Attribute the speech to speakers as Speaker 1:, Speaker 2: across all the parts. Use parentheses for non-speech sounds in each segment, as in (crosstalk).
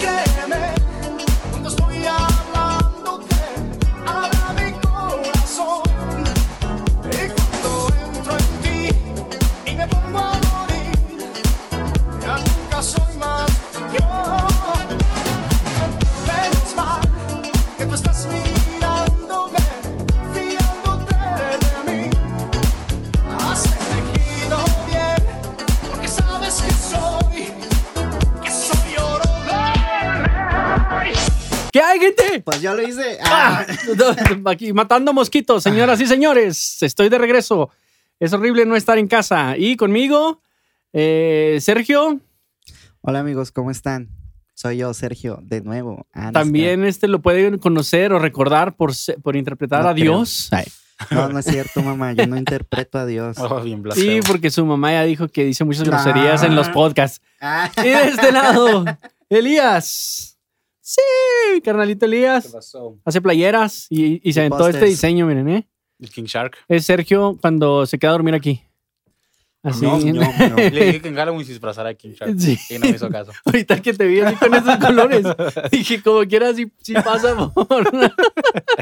Speaker 1: Créeme, cuando estoy hablándote, habla mi corazón. Y cuando entro en ti y me pongo a morir, ya nunca soy más yo. Menos mal que tú estás mirándome, fiándote de mí. Has elegido bien, porque sabes que soy, que soy oro verde.
Speaker 2: ¿Qué hay, gente?
Speaker 3: Pues yo lo
Speaker 2: (laughs)
Speaker 3: hice. Ah,
Speaker 2: Aquí matando mosquitos, señoras y señores. Estoy de regreso. Es horrible no estar en casa. Y conmigo, eh, Sergio,
Speaker 3: Hola amigos, ¿cómo están? Soy yo, Sergio, de nuevo. Ah, no,
Speaker 2: también este lo pueden conocer o recordar por, se- por interpretar
Speaker 3: No
Speaker 2: a
Speaker 3: creo.
Speaker 2: Dios. Ay.
Speaker 3: es cierto. No, no es cierto, mamá. Yo no interpreto
Speaker 2: (laughs)
Speaker 3: a Dios.
Speaker 4: Oh, bien
Speaker 2: Sí,
Speaker 4: blasfemo.
Speaker 2: porque su mamá ya dijo que dice muchas groserías en los podcasts.
Speaker 3: Ah,
Speaker 2: Y de este
Speaker 3: (laughs)
Speaker 2: lado, Elías. Sí, carnalito
Speaker 4: ¿Qué
Speaker 2: Elías.
Speaker 4: pasó?
Speaker 2: Hace playeras y, y se
Speaker 3: Y
Speaker 2: aventó este
Speaker 3: pósters.
Speaker 2: diseño, miren, ¿eh?
Speaker 4: El King Shark.
Speaker 2: Es Sergio cuando se queda a dormir aquí. Así.
Speaker 4: No, no, no. Le dije
Speaker 3: (laughs)
Speaker 4: que en Halloween se disfrazara a King Shark.
Speaker 2: Sí.
Speaker 4: Y no me hizo caso.
Speaker 2: (laughs) Ahorita que te vi así con esos
Speaker 4: (laughs)
Speaker 2: colores, dije, como quieras, si, si pasa por. (laughs)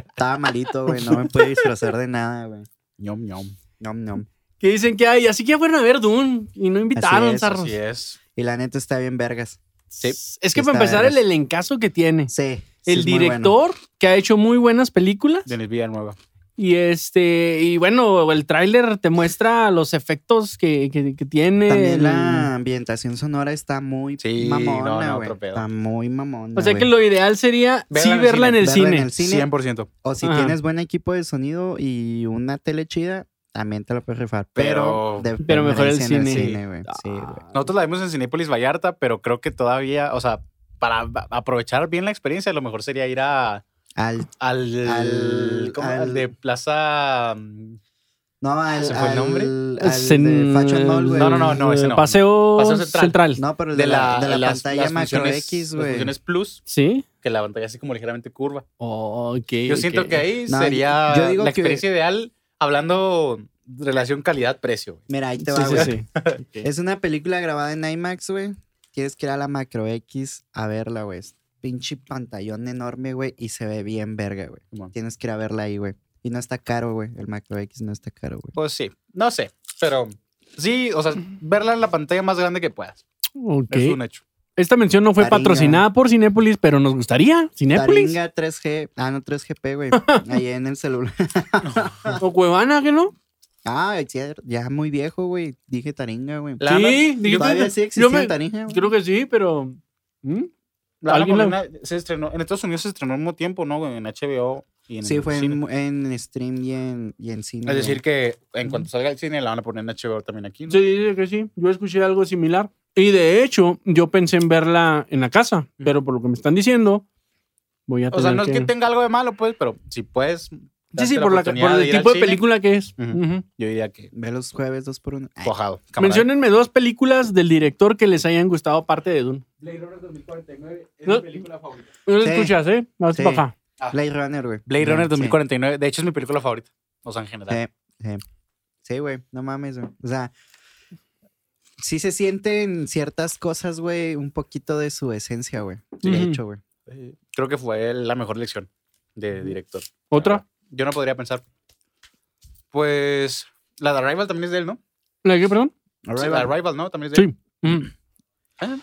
Speaker 3: estaba malito, güey. No me pude disfrazar de nada, güey.
Speaker 4: Ñom, ñom.
Speaker 3: Nom, nom.
Speaker 2: que dicen que hay. Así que ya fueron a ver Dune y no invitaron,
Speaker 3: es,
Speaker 2: zarros.
Speaker 4: Así es.
Speaker 3: Y la neta está bien vergas.
Speaker 4: Sí.
Speaker 2: Es que
Speaker 3: Sí,
Speaker 2: para
Speaker 3: está
Speaker 2: empezar, el
Speaker 3: vergas.
Speaker 2: elencazo que tiene.
Speaker 3: Sí. sí
Speaker 2: El
Speaker 3: es muy bueno.
Speaker 2: director, que ha hecho muy buenas películas.
Speaker 4: Denis Villanueva.
Speaker 2: Y este, y bueno, el tráiler te muestra los efectos que, que- que tiene.
Speaker 3: También
Speaker 2: el-
Speaker 3: la ambientación sonora está muy
Speaker 4: Sí, no,
Speaker 3: mamona,
Speaker 4: no,
Speaker 3: güey.
Speaker 4: otro pedo.
Speaker 3: está muy mamona.
Speaker 2: O sea que
Speaker 3: güey.
Speaker 2: lo ideal sería
Speaker 4: Verla
Speaker 2: sí
Speaker 4: en el
Speaker 2: verla en
Speaker 4: cine,
Speaker 2: el
Speaker 3: verla en
Speaker 2: cine.
Speaker 3: el cine.
Speaker 4: 100%.
Speaker 3: O si
Speaker 2: Ajá.
Speaker 3: tienes buen equipo de sonido y una tele chida, también te la puedes rifar.
Speaker 4: Pero-
Speaker 3: Pero, de
Speaker 2: Pero mejor el
Speaker 3: preferencia en
Speaker 2: cine. Ah.
Speaker 3: güey. Sí, güey.
Speaker 4: Nosotros la vimos en Cinépolis Vallarta, pero creo que todavía, o sea, para a- aprovechar bien la experiencia, lo mejor sería ir a,
Speaker 3: Al
Speaker 4: al,
Speaker 3: Al-
Speaker 4: ¿cómo?
Speaker 3: al-
Speaker 4: al de Plaza... mm,
Speaker 3: No, al,
Speaker 4: ¿Se fue el
Speaker 3: al-
Speaker 4: nombre?
Speaker 3: Al, de Fashion Mall, güey.
Speaker 4: No, no, no, no, ese no.
Speaker 2: Pues, Paseo,
Speaker 4: Paseo
Speaker 2: Central.
Speaker 4: Central.
Speaker 3: No, pero
Speaker 4: De la,
Speaker 3: de la
Speaker 4: las-
Speaker 3: pantalla
Speaker 4: las
Speaker 3: macro
Speaker 4: funciones-
Speaker 3: X,
Speaker 4: Las
Speaker 3: güey.
Speaker 4: funciones Plus,
Speaker 2: Sí.
Speaker 4: que la pantalla así como ligeramente curva.
Speaker 2: Oh, ok,
Speaker 4: Yo
Speaker 2: ok.
Speaker 4: siento que ahí
Speaker 3: No,
Speaker 4: sería
Speaker 3: yo digo
Speaker 4: la
Speaker 3: que-
Speaker 4: experiencia ideal hablando de relación calidad-precio.
Speaker 3: Mira, ahí te
Speaker 2: Sí,
Speaker 3: va,
Speaker 2: sí,
Speaker 3: güey.
Speaker 2: sí.
Speaker 3: Es una película grabada en IMAX, güey. Tienes que ir a la macro X a verla, güey. Es Pinche pantallón enorme, güey. Y se ve bien verga, güey.
Speaker 4: Simón.
Speaker 3: Tienes que ir a verla ahí, güey. Y no está caro, güey. El macro X no está caro, güey.
Speaker 4: Pues sí, no sé, pero sí, o sea, verla en la pantalla más grande que puedas.
Speaker 2: Ok.
Speaker 4: Es un hecho.
Speaker 2: Esta mención no fue
Speaker 3: Taringa.
Speaker 2: patrocinada por Cinépolis, pero nos gustaría. Cinépolis.
Speaker 3: Taringa 3G. Ah, no,
Speaker 2: (laughs)
Speaker 3: 3GP, güey. ahí en el celular.
Speaker 2: O Cuevana, ¿qué no?
Speaker 3: Ah, ya, ya muy viejo, güey. Dije Taringa, güey.
Speaker 4: La-
Speaker 2: sí, dije-
Speaker 3: Todavía sí
Speaker 2: yo
Speaker 3: existe
Speaker 2: me-
Speaker 3: Taringa, güey.
Speaker 2: creo que sí, pero. ¿Mm?
Speaker 4: La Habana
Speaker 2: ¿Alguien la-
Speaker 4: Colombiana se estrenó, en Estados Unidos se estrenó al mismo tiempo, ¿no? En HBO y en
Speaker 3: Sí, fue
Speaker 4: cine.
Speaker 3: en, en stream y en, y en cine.
Speaker 4: Es decir,
Speaker 3: güey.
Speaker 4: que en cuanto salga el cine la van a poner en HBO también aquí. ¿no?
Speaker 2: Sí, dice que sí. Yo escuché algo similar. Y de hecho, yo pensé en verla en la casa, pero por lo que me están diciendo, voy a
Speaker 4: O
Speaker 2: tener
Speaker 4: sea, no es que tenga algo de malo, pues, pero si puedes.
Speaker 2: Sí,
Speaker 4: darte
Speaker 2: sí, por, la, por
Speaker 4: oportunidad
Speaker 2: el
Speaker 4: ir al
Speaker 2: tipo de
Speaker 4: cine,
Speaker 2: película que es.
Speaker 4: Ujú.
Speaker 2: Ujú.
Speaker 4: Yo diría que
Speaker 3: Ve los jueves dos por uno. Ay,
Speaker 4: cojado.
Speaker 2: Menciónenme dos películas del director que les hayan gustado aparte de Dune.
Speaker 4: Blade Runner 2049 es
Speaker 2: mi No.
Speaker 4: película favorita.
Speaker 2: No lo
Speaker 3: Sí.
Speaker 2: escuchas, ¿eh? Más
Speaker 3: Sí.
Speaker 2: para acá.
Speaker 3: Blade Runner, güey.
Speaker 4: Blade
Speaker 3: Ya,
Speaker 4: Runner
Speaker 3: sí.
Speaker 4: 2049, de hecho es mi película favorita. O sea, en general.
Speaker 3: Sí, sí. Sí, güey. No mames, güey. O sea, sí se sienten ciertas cosas, güey, un poquito de su esencia, güey. De
Speaker 2: Ujú.
Speaker 3: hecho, güey.
Speaker 4: Eh, Creo que fue la mejor lección de director.
Speaker 2: ¿Otra?
Speaker 4: Yo no podría pensar. Pues la de Arrival también es de él, ¿no?
Speaker 2: ¿La de qué, perdón?
Speaker 4: Sí,
Speaker 3: Arrival.
Speaker 4: la de Arrival, ¿no? También es de
Speaker 2: Sí.
Speaker 4: él.
Speaker 2: Ujú.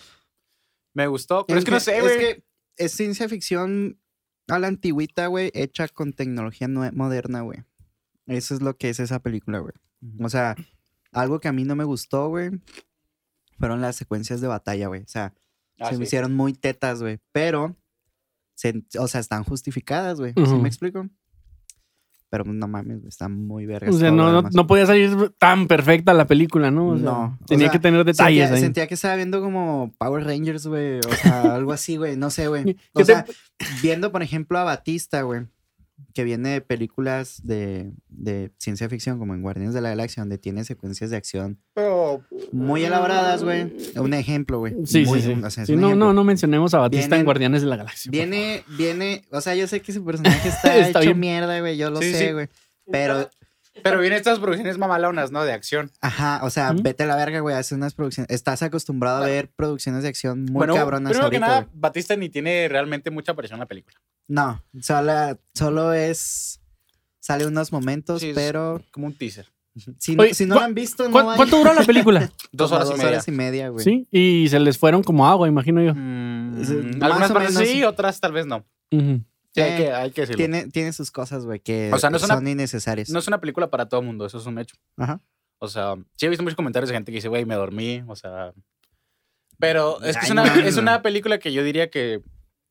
Speaker 4: Me gustó. Pero es, que, no sé,
Speaker 3: es
Speaker 4: güey.
Speaker 3: que es ciencia ficción a la antigüita, güey, hecha con tecnología nue- moderna, güey. Eso es lo que es esa película, güey. O sea, algo que a mí no me gustó, güey, fueron las secuencias de batalla, güey. O sea,
Speaker 4: Ah,
Speaker 3: se me
Speaker 4: sí.
Speaker 3: hicieron muy tetas, güey. Pero, se- o sea, están justificadas, güey. ¿Sí
Speaker 2: Ujú.
Speaker 3: me explico? Pero no mames, güey, está muy verga.
Speaker 2: O sea, no, no, no podía salir tan perfecta la película, ¿no? O sea,
Speaker 3: No, o
Speaker 2: Tenía
Speaker 3: sea,
Speaker 2: que tener detalles
Speaker 3: Sentía,
Speaker 2: ahí.
Speaker 3: sentía que estaba viendo como Power Rangers,
Speaker 2: (laughs)
Speaker 3: güey. O sea, algo así, güey. No sé, güey.
Speaker 2: ¿Qué te-
Speaker 3: O sea, viendo, por ejemplo, a Batista, güey. que viene de películas de, de ciencia ficción, como en Guardianes de la Galaxia, donde tiene secuencias de acción muy elaboradas, güey. Un ejemplo, güey.
Speaker 2: Sí,
Speaker 3: Muy-
Speaker 2: sí, sí.
Speaker 3: o sea, es
Speaker 2: Sí,
Speaker 3: un
Speaker 2: no,
Speaker 3: ejemplo.
Speaker 2: no, no mencionemos a Batista
Speaker 3: Viene-
Speaker 2: en Guardianes de la Galaxia. por
Speaker 3: Viene, viene, o sea, yo sé que su personaje está,
Speaker 2: (laughs) Está
Speaker 3: hecho
Speaker 2: bien.
Speaker 3: mierda, güey, yo lo
Speaker 4: Sí, sí.
Speaker 3: sé, güey. Pero,
Speaker 4: Pero vienen estas producciones mamalonas, ¿no? De acción.
Speaker 3: ajá, o sea,
Speaker 2: ¿Mm?
Speaker 3: vete a la verga, güey, hace unas producciones. Estás acostumbrado a ver producciones de acción muy cabronas
Speaker 4: primero que
Speaker 3: ahorita,
Speaker 4: nada,
Speaker 3: güey.
Speaker 4: Batista ni tiene realmente mucha aparición en la película.
Speaker 3: No, solo, solo es. Sale unos momentos,
Speaker 4: Sí, es-
Speaker 3: pero
Speaker 4: Como un teaser.
Speaker 3: si, no-
Speaker 2: Oye,
Speaker 3: si no
Speaker 2: ¿cu-
Speaker 3: lo han visto,
Speaker 2: favor.
Speaker 3: no
Speaker 2: ¿Cu-
Speaker 3: hay-
Speaker 2: ¿Cuánto duró la película?
Speaker 4: Dos
Speaker 3: como
Speaker 4: horas y media.
Speaker 3: horas y media, güey.
Speaker 2: sí, y se les fueron como agua, imagino yo.
Speaker 4: Mm,
Speaker 3: Es- más
Speaker 4: algunas
Speaker 3: o
Speaker 4: partes
Speaker 3: menos.
Speaker 4: sí, otras tal vez no.
Speaker 2: Ujú.
Speaker 4: Sí,
Speaker 3: Eh,
Speaker 4: hay, que, hay que decirlo.
Speaker 3: Tiene, tiene sus cosas, güey, que
Speaker 4: O sea, no es una-
Speaker 3: son innecesarias.
Speaker 4: No es una película para todo mundo, eso es un hecho.
Speaker 3: Ajá.
Speaker 4: O sea, sí he visto muchos comentarios de gente que dice, güey, me dormí, o sea... Pero es que
Speaker 3: Ay,
Speaker 4: es una,
Speaker 3: no,
Speaker 4: es
Speaker 3: no.
Speaker 4: una película que yo diría que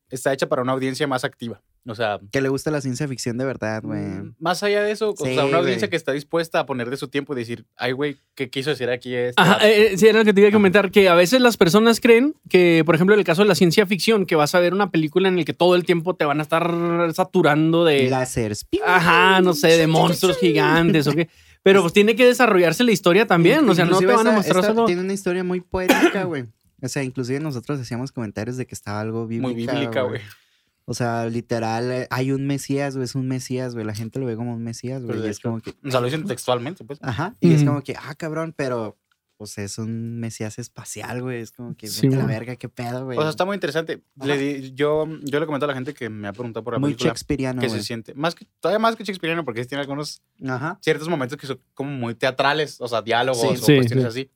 Speaker 4: está hecha para una audiencia más activa. O sea,
Speaker 3: Que le gusta la ciencia ficción de verdad, güey.
Speaker 4: mm, más allá de eso, o
Speaker 3: Sí,
Speaker 4: sea, una audiencia
Speaker 3: güey.
Speaker 4: que está dispuesta a poner de su tiempo y decir, ay, güey, ¿qué quiso decir aquí este?
Speaker 2: Ajá, eh, eh, sí, era lo que te iba a comentar, que a veces las personas creen que, por ejemplo, en el caso de la ciencia ficción, que vas a ver una película en el que todo el tiempo te van a estar saturando de...
Speaker 3: Lásers.
Speaker 2: Ajá, no sé, de monstruos gigantes o qué. Pero pues tiene que desarrollarse la historia también, o sea, no te
Speaker 3: Inclusive
Speaker 2: van a
Speaker 3: esa-
Speaker 2: mostrar
Speaker 3: esta
Speaker 2: solo...
Speaker 3: Tiene una historia muy poética, güey. O sea, inclusive nosotros hacíamos comentarios de que estaba algo bíblica.
Speaker 4: Muy bíblica, güey.
Speaker 3: O sea, literal, eh, hay un mesías, güey, es un mesías, güey. La gente lo ve como un mesías,
Speaker 4: Pero
Speaker 3: güey.
Speaker 4: de
Speaker 3: Y es
Speaker 4: hecho-
Speaker 3: como que,
Speaker 4: O sea, lo dicen textualmente, pues.
Speaker 3: ajá. Y es
Speaker 2: Ujú.
Speaker 3: como que, ah, cabrón, pero pues es un mesías espacial, güey. Es como que,
Speaker 2: Sí,
Speaker 3: vete a la
Speaker 2: güey.
Speaker 3: verga, qué pedo, güey.
Speaker 4: O sea, está muy interesante. Le di- yo, yo le comento a la gente que me ha preguntado por la
Speaker 3: muy
Speaker 4: película
Speaker 3: shakespeareano,
Speaker 4: que se
Speaker 3: güey.
Speaker 4: siente. Más que, todavía más que Shakespeareano, porque sí tiene algunos
Speaker 3: Ajá.
Speaker 4: ciertos momentos que son como muy teatrales, o sea, diálogos
Speaker 3: Sí.
Speaker 4: o
Speaker 2: Sí,
Speaker 4: cuestiones así.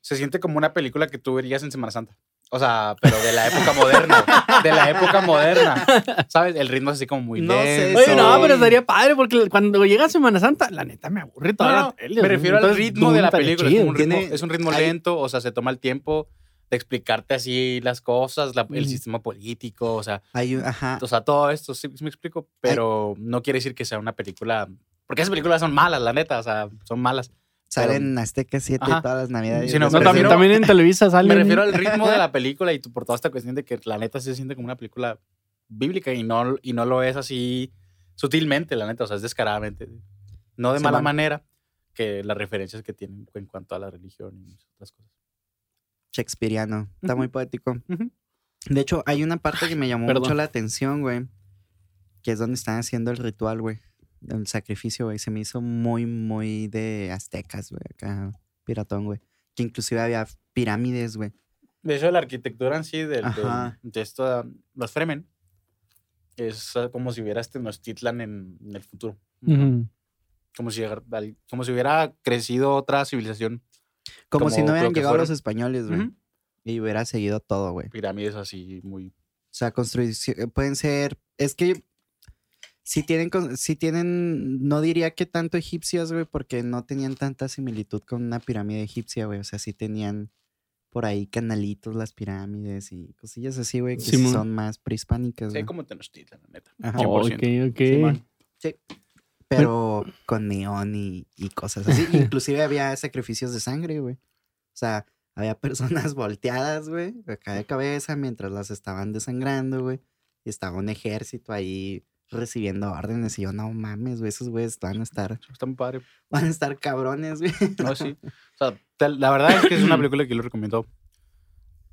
Speaker 4: Se siente como una película que tú verías en Semana Santa. O sea, pero de la época moderna. De la época moderna. ¿Sabes? El ritmo es así como muy
Speaker 3: No sé,
Speaker 4: lento.
Speaker 2: Oye, no,
Speaker 3: Eso-
Speaker 2: pero estaría padre porque cuando llega Semana Santa, la neta me aburre toda
Speaker 4: No,
Speaker 2: la
Speaker 4: no,
Speaker 2: tele,
Speaker 4: me refiero al
Speaker 2: entonces,
Speaker 4: ritmo de
Speaker 2: Dune
Speaker 4: la
Speaker 2: estaría
Speaker 4: película. Es
Speaker 2: chido.
Speaker 4: como un ritmo,
Speaker 3: Tiene-
Speaker 4: es un ritmo
Speaker 3: hay-
Speaker 4: lento, o sea, se toma el tiempo de explicarte así las cosas, la- el
Speaker 2: Mm.
Speaker 4: sistema político, o sea,
Speaker 3: Hay un, ajá.
Speaker 4: o sea, todo esto, sí, sí me explico, pero no quiere decir que sea una película, porque esas películas son malas, la neta, o sea, son malas.
Speaker 3: Salen en Azteca 7
Speaker 4: Ajá.
Speaker 3: todas las navidades.
Speaker 4: Sí, no,
Speaker 3: les
Speaker 2: No, también,
Speaker 4: refiero-
Speaker 3: presentan-
Speaker 2: también en Televisa sale.
Speaker 4: Me refiero al ritmo de la película y por toda esta cuestión de que la neta sí se siente como una película bíblica y no, y no lo es así sutilmente, la neta, o sea, es descaradamente. No de
Speaker 3: Sí,
Speaker 4: mala
Speaker 3: man.
Speaker 4: manera que las referencias que tienen en cuanto a la religión y muchas otras cosas.
Speaker 3: Shakespeareano. Está muy poético.
Speaker 4: Ujú.
Speaker 3: De hecho, hay una parte que me llamó
Speaker 2: Perdón.
Speaker 3: mucho la atención, güey. Que es donde están haciendo el ritual, güey. El sacrificio, güey. Se me hizo muy, muy de aztecas, güey. Acá, piratón, güey. Que inclusive había pirámides, güey.
Speaker 4: De hecho, la arquitectura en sí del, del-
Speaker 3: Ajá.
Speaker 4: de esto, los Fremen, es ah, como si hubiera este Tenochtitlan en, en el futuro.
Speaker 2: Ujú.
Speaker 4: como, si llegara- al- como si hubiera crecido otra civilización.
Speaker 3: Como, si no
Speaker 4: Como creo
Speaker 3: hubieran
Speaker 4: que
Speaker 3: llegado
Speaker 4: fueron.
Speaker 3: los españoles, güey.
Speaker 4: Ujú.
Speaker 3: Y hubiera seguido todo, güey.
Speaker 4: Pirámides así muy...
Speaker 3: O sea, construcción, pueden ser, es que si tienen, con- sí tienen, no diría que tanto egipcias, güey, porque no tenían tanta similitud con una pirámide egipcia, güey. O sea, sí tenían por ahí canalitos las pirámides y cosillas así, güey, que
Speaker 2: Simón.
Speaker 3: son más prehispánicas,
Speaker 4: Sí,
Speaker 3: güey.
Speaker 4: como Tenochtitlan, la neta.
Speaker 3: Ajá.
Speaker 2: Oh,
Speaker 4: 100%.
Speaker 2: ok, ok.
Speaker 4: Sí, man.
Speaker 3: Pero con neón y, y cosas
Speaker 4: (laughs)
Speaker 3: así. Inclusive había sacrificios de sangre, güey. O sea, había (laughs) personas volteadas, güey, acá de cabeza mientras las estaban desangrando, güey. Y estaba un ejército ahí recibiendo órdenes. Y yo, no mames, güey, esos güeyes van a estar,
Speaker 4: Está muy padre.
Speaker 3: van a estar cabrones, güey.
Speaker 4: No, (laughs) sí. O sea, te- la verdad es que es una película que yo lo recomiendo.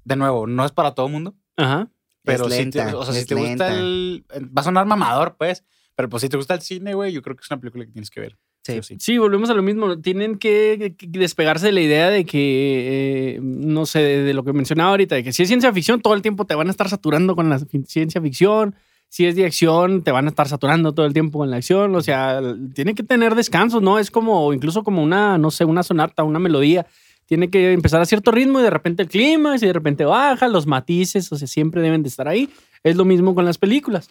Speaker 4: De nuevo, no es para todo el mundo,
Speaker 2: Ajá.
Speaker 4: pero
Speaker 3: Es
Speaker 4: si te,
Speaker 3: lenta,
Speaker 4: o sea, si
Speaker 3: es
Speaker 4: te gusta
Speaker 3: lenta.
Speaker 4: el... Va a sonar mamador, pues, pero pues si te gusta el cine, güey, yo creo que es una película que tienes que ver.
Speaker 3: Sí.
Speaker 4: o sí.
Speaker 2: Sí, volvemos a lo mismo. Tienen que, que- que despegarse de la idea de que, eh, no sé, de, de lo que mencionaba ahorita, de que si es ciencia ficción, todo el tiempo te van a estar saturando con la fi- ciencia ficción. Si es de acción, te van a estar saturando todo el tiempo con la acción. O sea, l- tiene que tener descansos, ¿no? Es como, incluso como una, no sé, una sonata, una melodía. Tiene que empezar a cierto ritmo y de repente el clima, y de repente baja, los matices, o sea, siempre deben de estar ahí. Es lo mismo con las películas.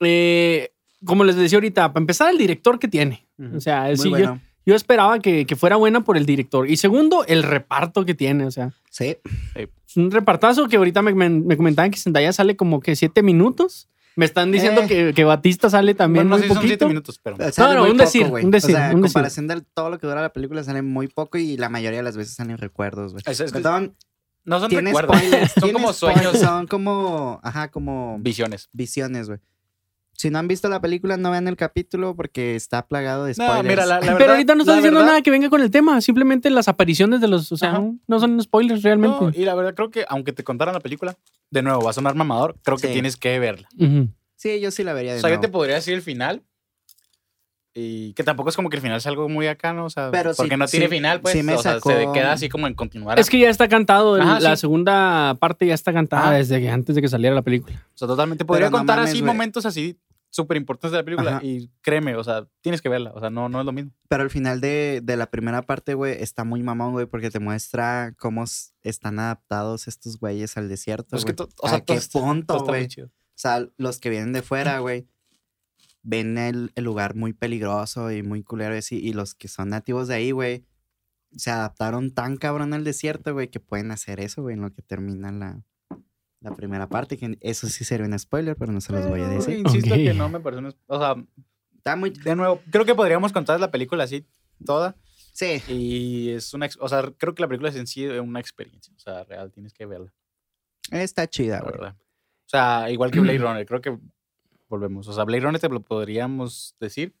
Speaker 2: Eh, como les decía ahorita, para empezar, el director que tiene. O sea,
Speaker 3: Muy
Speaker 2: sí, yo-
Speaker 3: bueno.
Speaker 2: yo, esperaba que, que fuera buena por el director. Y segundo, el reparto que tiene. O sea,
Speaker 3: Sí.
Speaker 2: es un repartazo que ahorita me, me- me comentaban que Zendaya sale como que siete minutos. Me están diciendo
Speaker 3: Eh.
Speaker 2: que, que Batista sale también
Speaker 4: Bueno, no
Speaker 2: muy
Speaker 4: sé si son
Speaker 2: poquito.
Speaker 4: siete minutos, pero...
Speaker 3: Sale
Speaker 2: no,
Speaker 3: muy
Speaker 2: un decir,
Speaker 3: güey.
Speaker 2: un decir,
Speaker 3: O sea,
Speaker 2: un
Speaker 3: en
Speaker 2: decir.
Speaker 3: comparación de todo lo que dura la película, sale muy poco y la mayoría de las veces salen recuerdos, güey.
Speaker 4: Es- es que-
Speaker 3: Perdón,
Speaker 4: No son
Speaker 3: tiene
Speaker 4: recuerdos,
Speaker 3: spoilers,
Speaker 4: (laughs) son
Speaker 3: tiene
Speaker 4: como
Speaker 3: spoilers,
Speaker 4: sueños,
Speaker 3: Son como, ajá, como
Speaker 4: visiones.
Speaker 3: visiones, güey. Si no han visto la película, no vean el capítulo porque está plagado de
Speaker 4: No,
Speaker 3: spoilers.
Speaker 4: mira, la, la verdad.
Speaker 2: Pero ahorita no estás
Speaker 4: la
Speaker 2: diciendo
Speaker 4: verdad-
Speaker 2: nada que venga con el tema, simplemente las apariciones de los, o sea,
Speaker 4: Ajá.
Speaker 2: no, no son spoilers realmente.
Speaker 4: No, y la verdad creo que aunque te contaran la película, de nuevo, va a sonar mamador, creo que
Speaker 3: Sí.
Speaker 4: tienes que verla.
Speaker 2: Ujú.
Speaker 3: Sí, yo sí la vería de
Speaker 4: O sea, yo te
Speaker 3: nuevo.
Speaker 4: podría decir el final. Y que tampoco es como que el final es algo muy acá, ¿no? O sea,
Speaker 3: Pero sí-
Speaker 4: porque no tiene
Speaker 3: sí-
Speaker 4: final, pues.
Speaker 3: sí me
Speaker 4: o sea, se
Speaker 3: sacó-
Speaker 4: queda así como en continuar.
Speaker 2: Es que ya está cantado, el-
Speaker 4: Ajá,
Speaker 2: la
Speaker 4: sí.
Speaker 2: segunda parte ya está cantada
Speaker 4: Ah.
Speaker 2: desde que, antes de que saliera la película.
Speaker 4: O sea, totalmente. Podría
Speaker 3: no
Speaker 4: contar
Speaker 3: mames,
Speaker 4: así
Speaker 3: güey.
Speaker 4: momentos así súper importantes de la película.
Speaker 3: Ajá.
Speaker 4: Y créeme, o sea, tienes que verla. O sea, no, no es lo mismo.
Speaker 3: Pero al final de, de la primera parte, güey, está muy mamón, güey, porque te muestra cómo s- están adaptados estos güeyes al desierto.
Speaker 4: Pues Es que
Speaker 3: güey.
Speaker 4: to- o sea,
Speaker 3: ¿A
Speaker 4: todo
Speaker 3: qué
Speaker 4: está-
Speaker 3: punto,
Speaker 4: Todo está muy
Speaker 3: güey?
Speaker 4: chido.
Speaker 3: O sea, los que vienen de fuera, güey, ven el, el lugar muy peligroso y muy culero. Y, así, y los que son nativos de ahí, güey, se adaptaron tan cabrón al desierto, güey, que pueden hacer eso, güey, en lo que termina la, la primera parte. Que eso sí sería un spoiler, pero no se los voy a
Speaker 4: Pero,
Speaker 3: decir.
Speaker 4: Insisto
Speaker 2: Ok.
Speaker 4: que no me parece. un- O sea,
Speaker 3: Está muy...
Speaker 4: de nuevo, creo que podríamos contar la película así toda.
Speaker 3: Sí.
Speaker 4: Y es una. ex- O sea, creo que la película es en sí una experiencia. O sea, real, tienes que verla.
Speaker 3: Está chida,
Speaker 4: la
Speaker 3: güey.
Speaker 4: verdad. O sea, igual que Blade Runner, creo que volvemos. O sea, Blade Runner te lo podríamos decir,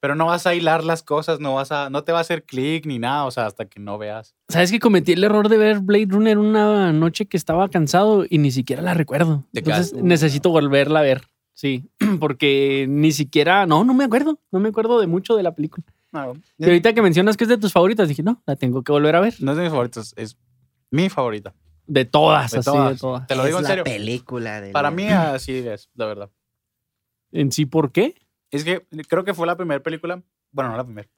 Speaker 4: pero no vas a hilar las cosas, no vas a, no te va a hacer clic ni nada, o sea, hasta que no veas.
Speaker 2: ¿Sabes que cometí el error de ver Blade Runner una noche que estaba cansado y ni siquiera la recuerdo?
Speaker 4: Te
Speaker 2: Entonces
Speaker 4: quedaste-
Speaker 2: necesito volverla a ver. Sí, (clears throat) porque ni siquiera, no, no me acuerdo, no me acuerdo de mucho de la película.
Speaker 4: No,
Speaker 2: Y ahorita que mencionas que es de tus favoritas, dije, no, la tengo que volver a ver.
Speaker 4: no es de mis favoritos, es mi favorita.
Speaker 2: De todas,
Speaker 4: De
Speaker 2: así, de
Speaker 4: todas.
Speaker 2: todas.
Speaker 4: Te lo
Speaker 3: Es
Speaker 4: digo en
Speaker 3: la
Speaker 4: serio.
Speaker 3: película de
Speaker 2: (clears throat)
Speaker 4: Para mí así es, la verdad.
Speaker 2: En sí, ¿por qué?
Speaker 4: Es que creo que fue la primera película, bueno, no
Speaker 2: (clears throat)
Speaker 4: la primera.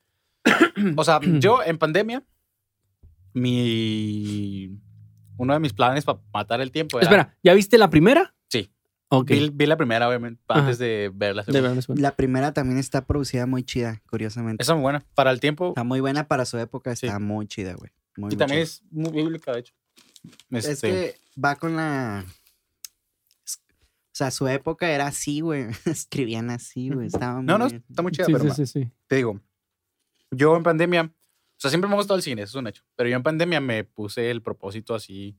Speaker 4: O sea, yo en pandemia, mi uno de mis planes para matar el tiempo era
Speaker 2: Espera, ¿ya viste la primera?
Speaker 4: Sí.
Speaker 2: Ok.
Speaker 4: vi, vi la primera obviamente
Speaker 2: Ajá.
Speaker 4: antes de ver la
Speaker 2: De
Speaker 4: segunda.
Speaker 2: verdad,
Speaker 3: La primera también está producida muy chida, curiosamente.
Speaker 4: Esa es muy buena. Para el tiempo,
Speaker 2: Ah,
Speaker 3: Está muy buena para su época,
Speaker 4: Sí.
Speaker 3: está muy chida, güey. Muy,
Speaker 4: Y
Speaker 3: muy
Speaker 4: también
Speaker 3: chida.
Speaker 4: es muy bíblica, de hecho.
Speaker 3: Es
Speaker 4: Este,
Speaker 3: que va con la. es- O sea, su época era así, güey. (laughs) Escribían así, güey. Estaba
Speaker 4: No, no,
Speaker 3: muy-
Speaker 4: está muy chida,
Speaker 2: Sí,
Speaker 4: pero
Speaker 2: sí,
Speaker 4: ma,
Speaker 2: sí, sí.
Speaker 4: te digo, yo en pandemia, o sea, siempre me ha gustado el cine, eso es un hecho, pero yo en pandemia me puse el propósito así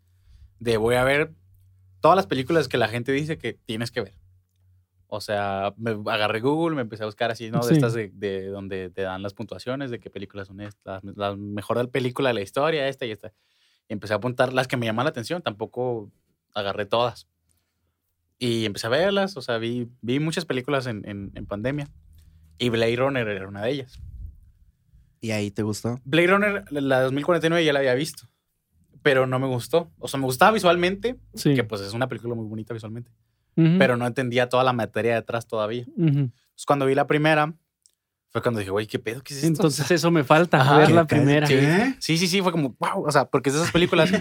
Speaker 4: de voy a ver todas las películas que la gente dice que tienes que ver. O sea, me agarré Google, me empecé a buscar así, ¿no? De
Speaker 2: Sí.
Speaker 4: estas de, de donde te dan las puntuaciones de qué películas son estas, la mejor película de la historia, esta y esta. Y empecé a apuntar las que me llaman la atención, tampoco agarré todas. Y empecé a verlas, o sea, vi, vi muchas películas en, en- en pandemia. Y Blade Runner era una de ellas.
Speaker 3: ¿Y ahí te gustó?
Speaker 4: Blade Runner, la 2049 ya la había visto, pero no me gustó. O sea, me gustaba visualmente,
Speaker 2: Sí.
Speaker 4: que pues es una película muy bonita visualmente,
Speaker 2: Ujú,
Speaker 4: pero no entendía toda la materia detrás todavía.
Speaker 2: ujú.
Speaker 4: Entonces, cuando vi la primera, fue cuando dije, güey, ¿qué pedo? ¿Qué es esto?
Speaker 2: Entonces eso me falta,
Speaker 4: Ajá.
Speaker 2: ver la
Speaker 3: ¿Qué?
Speaker 2: primera.
Speaker 3: Sí.
Speaker 4: Sí, sí, sí, fue como, wow, o sea, porque es de esas
Speaker 2: (laughs)
Speaker 4: películas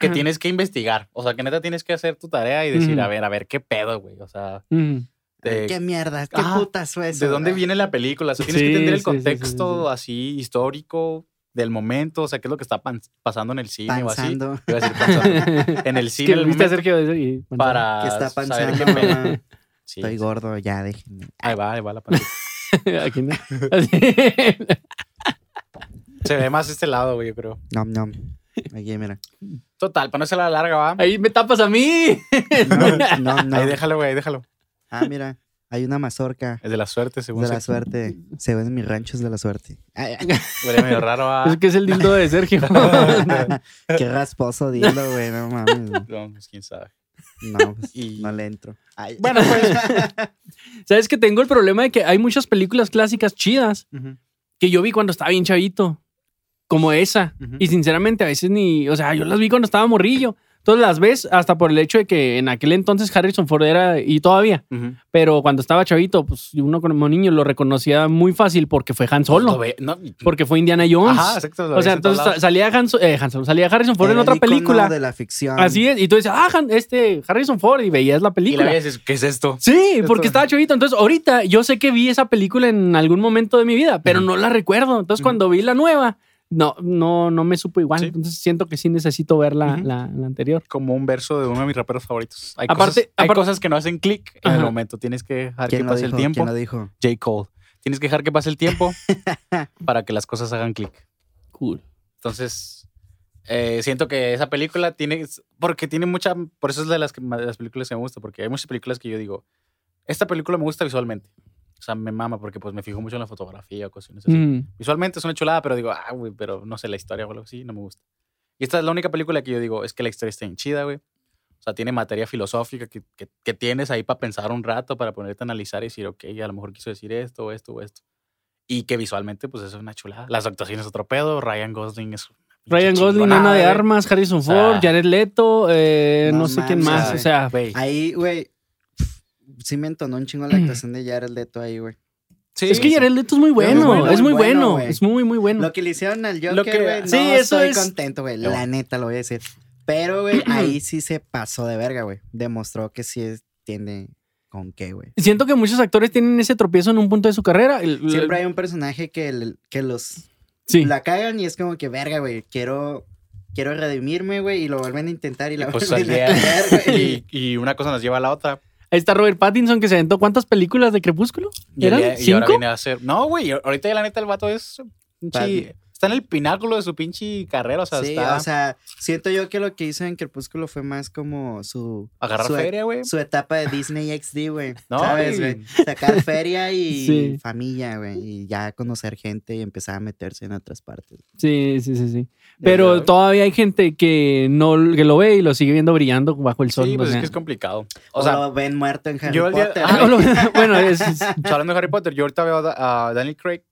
Speaker 4: que tienes que investigar, o sea, que neta tienes que hacer tu tarea y decir,
Speaker 2: Ujú.
Speaker 4: a ver, a ver, ¿qué pedo, güey? O sea,
Speaker 2: Ujú.
Speaker 4: (laughs) de,
Speaker 3: ¿Qué mierda? ¿Qué
Speaker 4: Ajá.
Speaker 3: putas fue eso?
Speaker 4: ¿de dónde
Speaker 3: güey?
Speaker 4: viene la película? O sea, tienes
Speaker 2: Sí,
Speaker 4: que entender el
Speaker 2: sí, sí, sí, sí, sí.
Speaker 4: contexto así histórico del momento, o sea, qué es lo que está pan- pasando en el cine o así.
Speaker 3: Pensando.
Speaker 4: Iba a decir
Speaker 2: (laughs)
Speaker 4: pasando. en el cine
Speaker 2: que
Speaker 4: el
Speaker 2: viste a
Speaker 4: momento
Speaker 2: Sergio decir, y bueno,
Speaker 4: para
Speaker 3: ¿Qué está
Speaker 4: saber
Speaker 3: pensando?
Speaker 4: qué
Speaker 3: (laughs)
Speaker 4: pedo. (laughs)
Speaker 3: mamá?
Speaker 4: Sí,
Speaker 3: Estoy
Speaker 4: sí.
Speaker 3: gordo, ya, déjenme.
Speaker 4: Ahí va, ahí va la pantalla.
Speaker 2: aquí no. Así. (laughs)
Speaker 4: Se ve más este lado, güey, yo creo.
Speaker 3: Nom, nom. Aquí,
Speaker 4: (laughs)
Speaker 3: mira.
Speaker 4: Total, para no ser la larga, va.
Speaker 2: Ahí me tapas a mí.
Speaker 3: Nom, nom, nom.
Speaker 4: Ahí déjalo, güey, ahí déjalo.
Speaker 3: Ah, mira. Hay una mazorca.
Speaker 4: Es de la suerte, según
Speaker 3: De la
Speaker 4: se-
Speaker 3: suerte. Se ven en mis ranchos de la suerte. Ay, (laughs)
Speaker 4: (laughs)
Speaker 3: ay.
Speaker 4: Huele medio raro, va.
Speaker 2: Es que es el dildo de Sergio. (laughs)
Speaker 3: Qué rasposo dilo, güey. No mames. güey.
Speaker 4: No, pues quién sabe.
Speaker 3: No, pues, (laughs)
Speaker 4: Y-
Speaker 3: no le entro. Ay.
Speaker 4: Bueno,
Speaker 3: (laughs)
Speaker 4: pues.
Speaker 2: Sabes que tengo el problema de que hay muchas películas clásicas chidas que yo vi cuando estaba bien chavito, como esa.
Speaker 4: Ujú.
Speaker 2: Y sinceramente a veces ni, o sea, yo las vi cuando estaba morrillo. Entonces las ves hasta por el hecho de que en aquel entonces Harrison Ford era y todavía,
Speaker 4: Pues
Speaker 2: pero cuando estaba chavito, pues uno como niño lo reconocía muy fácil porque fue Han
Speaker 4: Lo
Speaker 2: Solo,
Speaker 4: ve- no,
Speaker 2: porque fue Indiana Jones.
Speaker 4: Ajá, exacto. lo
Speaker 2: O sea,
Speaker 4: ves en
Speaker 2: entonces
Speaker 4: todos
Speaker 2: sa-
Speaker 4: lados.
Speaker 2: salía Han, So- eh, Han Solo, salía Harrison Ford en
Speaker 3: Era el
Speaker 2: otra
Speaker 3: icono
Speaker 2: película.
Speaker 3: de la ficción.
Speaker 2: Así es, y tú dices, ah, Han- este Harrison Ford, y veías la
Speaker 4: Y la
Speaker 2: película.
Speaker 4: veías y dices, ¿qué es esto?
Speaker 2: Sí, porque
Speaker 4: Esto-
Speaker 2: estaba chavito. Entonces, ahorita yo sé que vi esa película en algún momento de mi vida, pero no la recuerdo. Entonces,
Speaker 4: Ujú.
Speaker 2: cuando vi la nueva, no, no, no me supo igual.
Speaker 4: Sí.
Speaker 2: Entonces, siento que sí necesito ver la,
Speaker 4: Ujú.
Speaker 2: la- la anterior.
Speaker 4: Como un verso de uno de mis raperos favoritos. Hay,
Speaker 2: Aparte-
Speaker 4: cosas, hay
Speaker 2: aparte-
Speaker 4: cosas que no hacen clic en el
Speaker 2: Ajá.
Speaker 4: momento. Tienes que dejar que
Speaker 3: ¿Quién lo,
Speaker 4: pase el
Speaker 3: dijo?
Speaker 4: tiempo.
Speaker 3: ¿Quién lo dijo?
Speaker 4: J. Cole. Tienes que dejar que pase el tiempo para que las cosas hagan clic.
Speaker 2: Cool.
Speaker 4: Entonces, eh, siento que esa película tiene. Porque tiene mucha. Por eso es de las, que- de las películas que me gusta. Porque hay muchas películas que yo digo. Esta película me gusta visualmente. O sea, me mama porque pues me fijo mucho en la fotografía, cuestiones así. Visualmente es una chulada, pero digo, ah, güey, pero no sé, la historia o algo así, no me gusta. Y esta es la única película que yo digo, es que la historia está bien chida, güey. O sea, tiene materia filosófica que, que- que tienes ahí para pensar un rato, para ponerte a analizar y decir, ok, a lo mejor quiso decir esto, o esto, o esto. Y que visualmente, pues eso es una chulada. Las actuaciones es otro pedo, Ryan Gosling es. una pinche
Speaker 2: Ryan Gosling,
Speaker 4: chingonada,
Speaker 2: Ana de
Speaker 4: güey.
Speaker 2: Armas, Harrison
Speaker 4: O sea,
Speaker 2: Ford, Jared Leto, eh, no,
Speaker 3: no
Speaker 2: sé quién
Speaker 3: mames,
Speaker 2: más. O sea,
Speaker 4: Güey.
Speaker 3: Ahí, güey. Sí me entonó un
Speaker 2: Mm.
Speaker 3: chingo la actuación de Jared Leto ahí, güey.
Speaker 4: Sí,
Speaker 2: es que
Speaker 4: sí.
Speaker 2: Jared Leto es muy bueno,
Speaker 3: bueno,
Speaker 2: es muy
Speaker 3: muy bueno,
Speaker 2: bueno,
Speaker 3: güey.
Speaker 2: es muy, muy bueno.
Speaker 3: Lo que le hicieron al
Speaker 4: Lo que-
Speaker 3: Joker, güey. No
Speaker 2: sí, eso
Speaker 3: estoy
Speaker 2: es-
Speaker 3: contento, güey. La neta, lo voy a decir.
Speaker 2: (clears throat)
Speaker 3: Pero, güey, ahí sí se pasó de verga, güey. Demostró que sí es- tiene con qué, güey.
Speaker 2: Siento que muchos actores tienen ese tropiezo en un punto de su carrera. El- el-
Speaker 3: Siempre hay un personaje que, el- que los
Speaker 2: sí.
Speaker 3: la cagan y es como que, verga, güey, quiero, quiero redimirme, güey, y lo vuelven a intentar y la (laughs)
Speaker 4: Pues, al
Speaker 3: vuelven a
Speaker 4: día-
Speaker 3: cagar, güey.
Speaker 4: y, y una cosa nos lleva a la otra.
Speaker 2: Ahí está Robert Pattinson que se aventó cuántas películas de Crepúsculo?
Speaker 4: Y,
Speaker 2: ¿Eran
Speaker 4: el día- y ahora
Speaker 2: cinco?
Speaker 4: viene a hacer. No, güey, ahorita ya la neta el vato es. pinche- está en el pináculo de su pinche carrera. O sea,
Speaker 3: sí,
Speaker 4: está.
Speaker 3: o sea, siento yo que lo que hizo en Crepúsculo fue más como su...
Speaker 4: agarrar
Speaker 3: su, e-,
Speaker 4: feria, güey.
Speaker 3: Su etapa de Disney XD, güey.
Speaker 4: (laughs) No,
Speaker 3: ¿Sabes,
Speaker 4: y-
Speaker 3: güey? Sacar feria
Speaker 4: (laughs)
Speaker 3: y
Speaker 2: Sí.
Speaker 3: familia, güey. Y ya conocer gente y empezar a meterse en otras partes.
Speaker 2: Sí, sí, sí, sí.
Speaker 4: verdad,
Speaker 2: Pero
Speaker 4: güey.
Speaker 2: todavía hay gente que no que lo ve y lo sigue viendo brillando bajo el sol.
Speaker 4: Sí,
Speaker 2: o
Speaker 4: pues es
Speaker 2: sea.
Speaker 4: que es complicado.
Speaker 3: O,
Speaker 4: O sea,
Speaker 3: lo ven muerto en Harry
Speaker 4: yo el día-
Speaker 3: Potter.
Speaker 4: Ah,
Speaker 2: Ah,
Speaker 3: güey.
Speaker 2: lo- (laughs) bueno, es- es-
Speaker 4: o sea, pues, hablando de Harry Potter, yo ahorita veo a Da- a Daniel Craig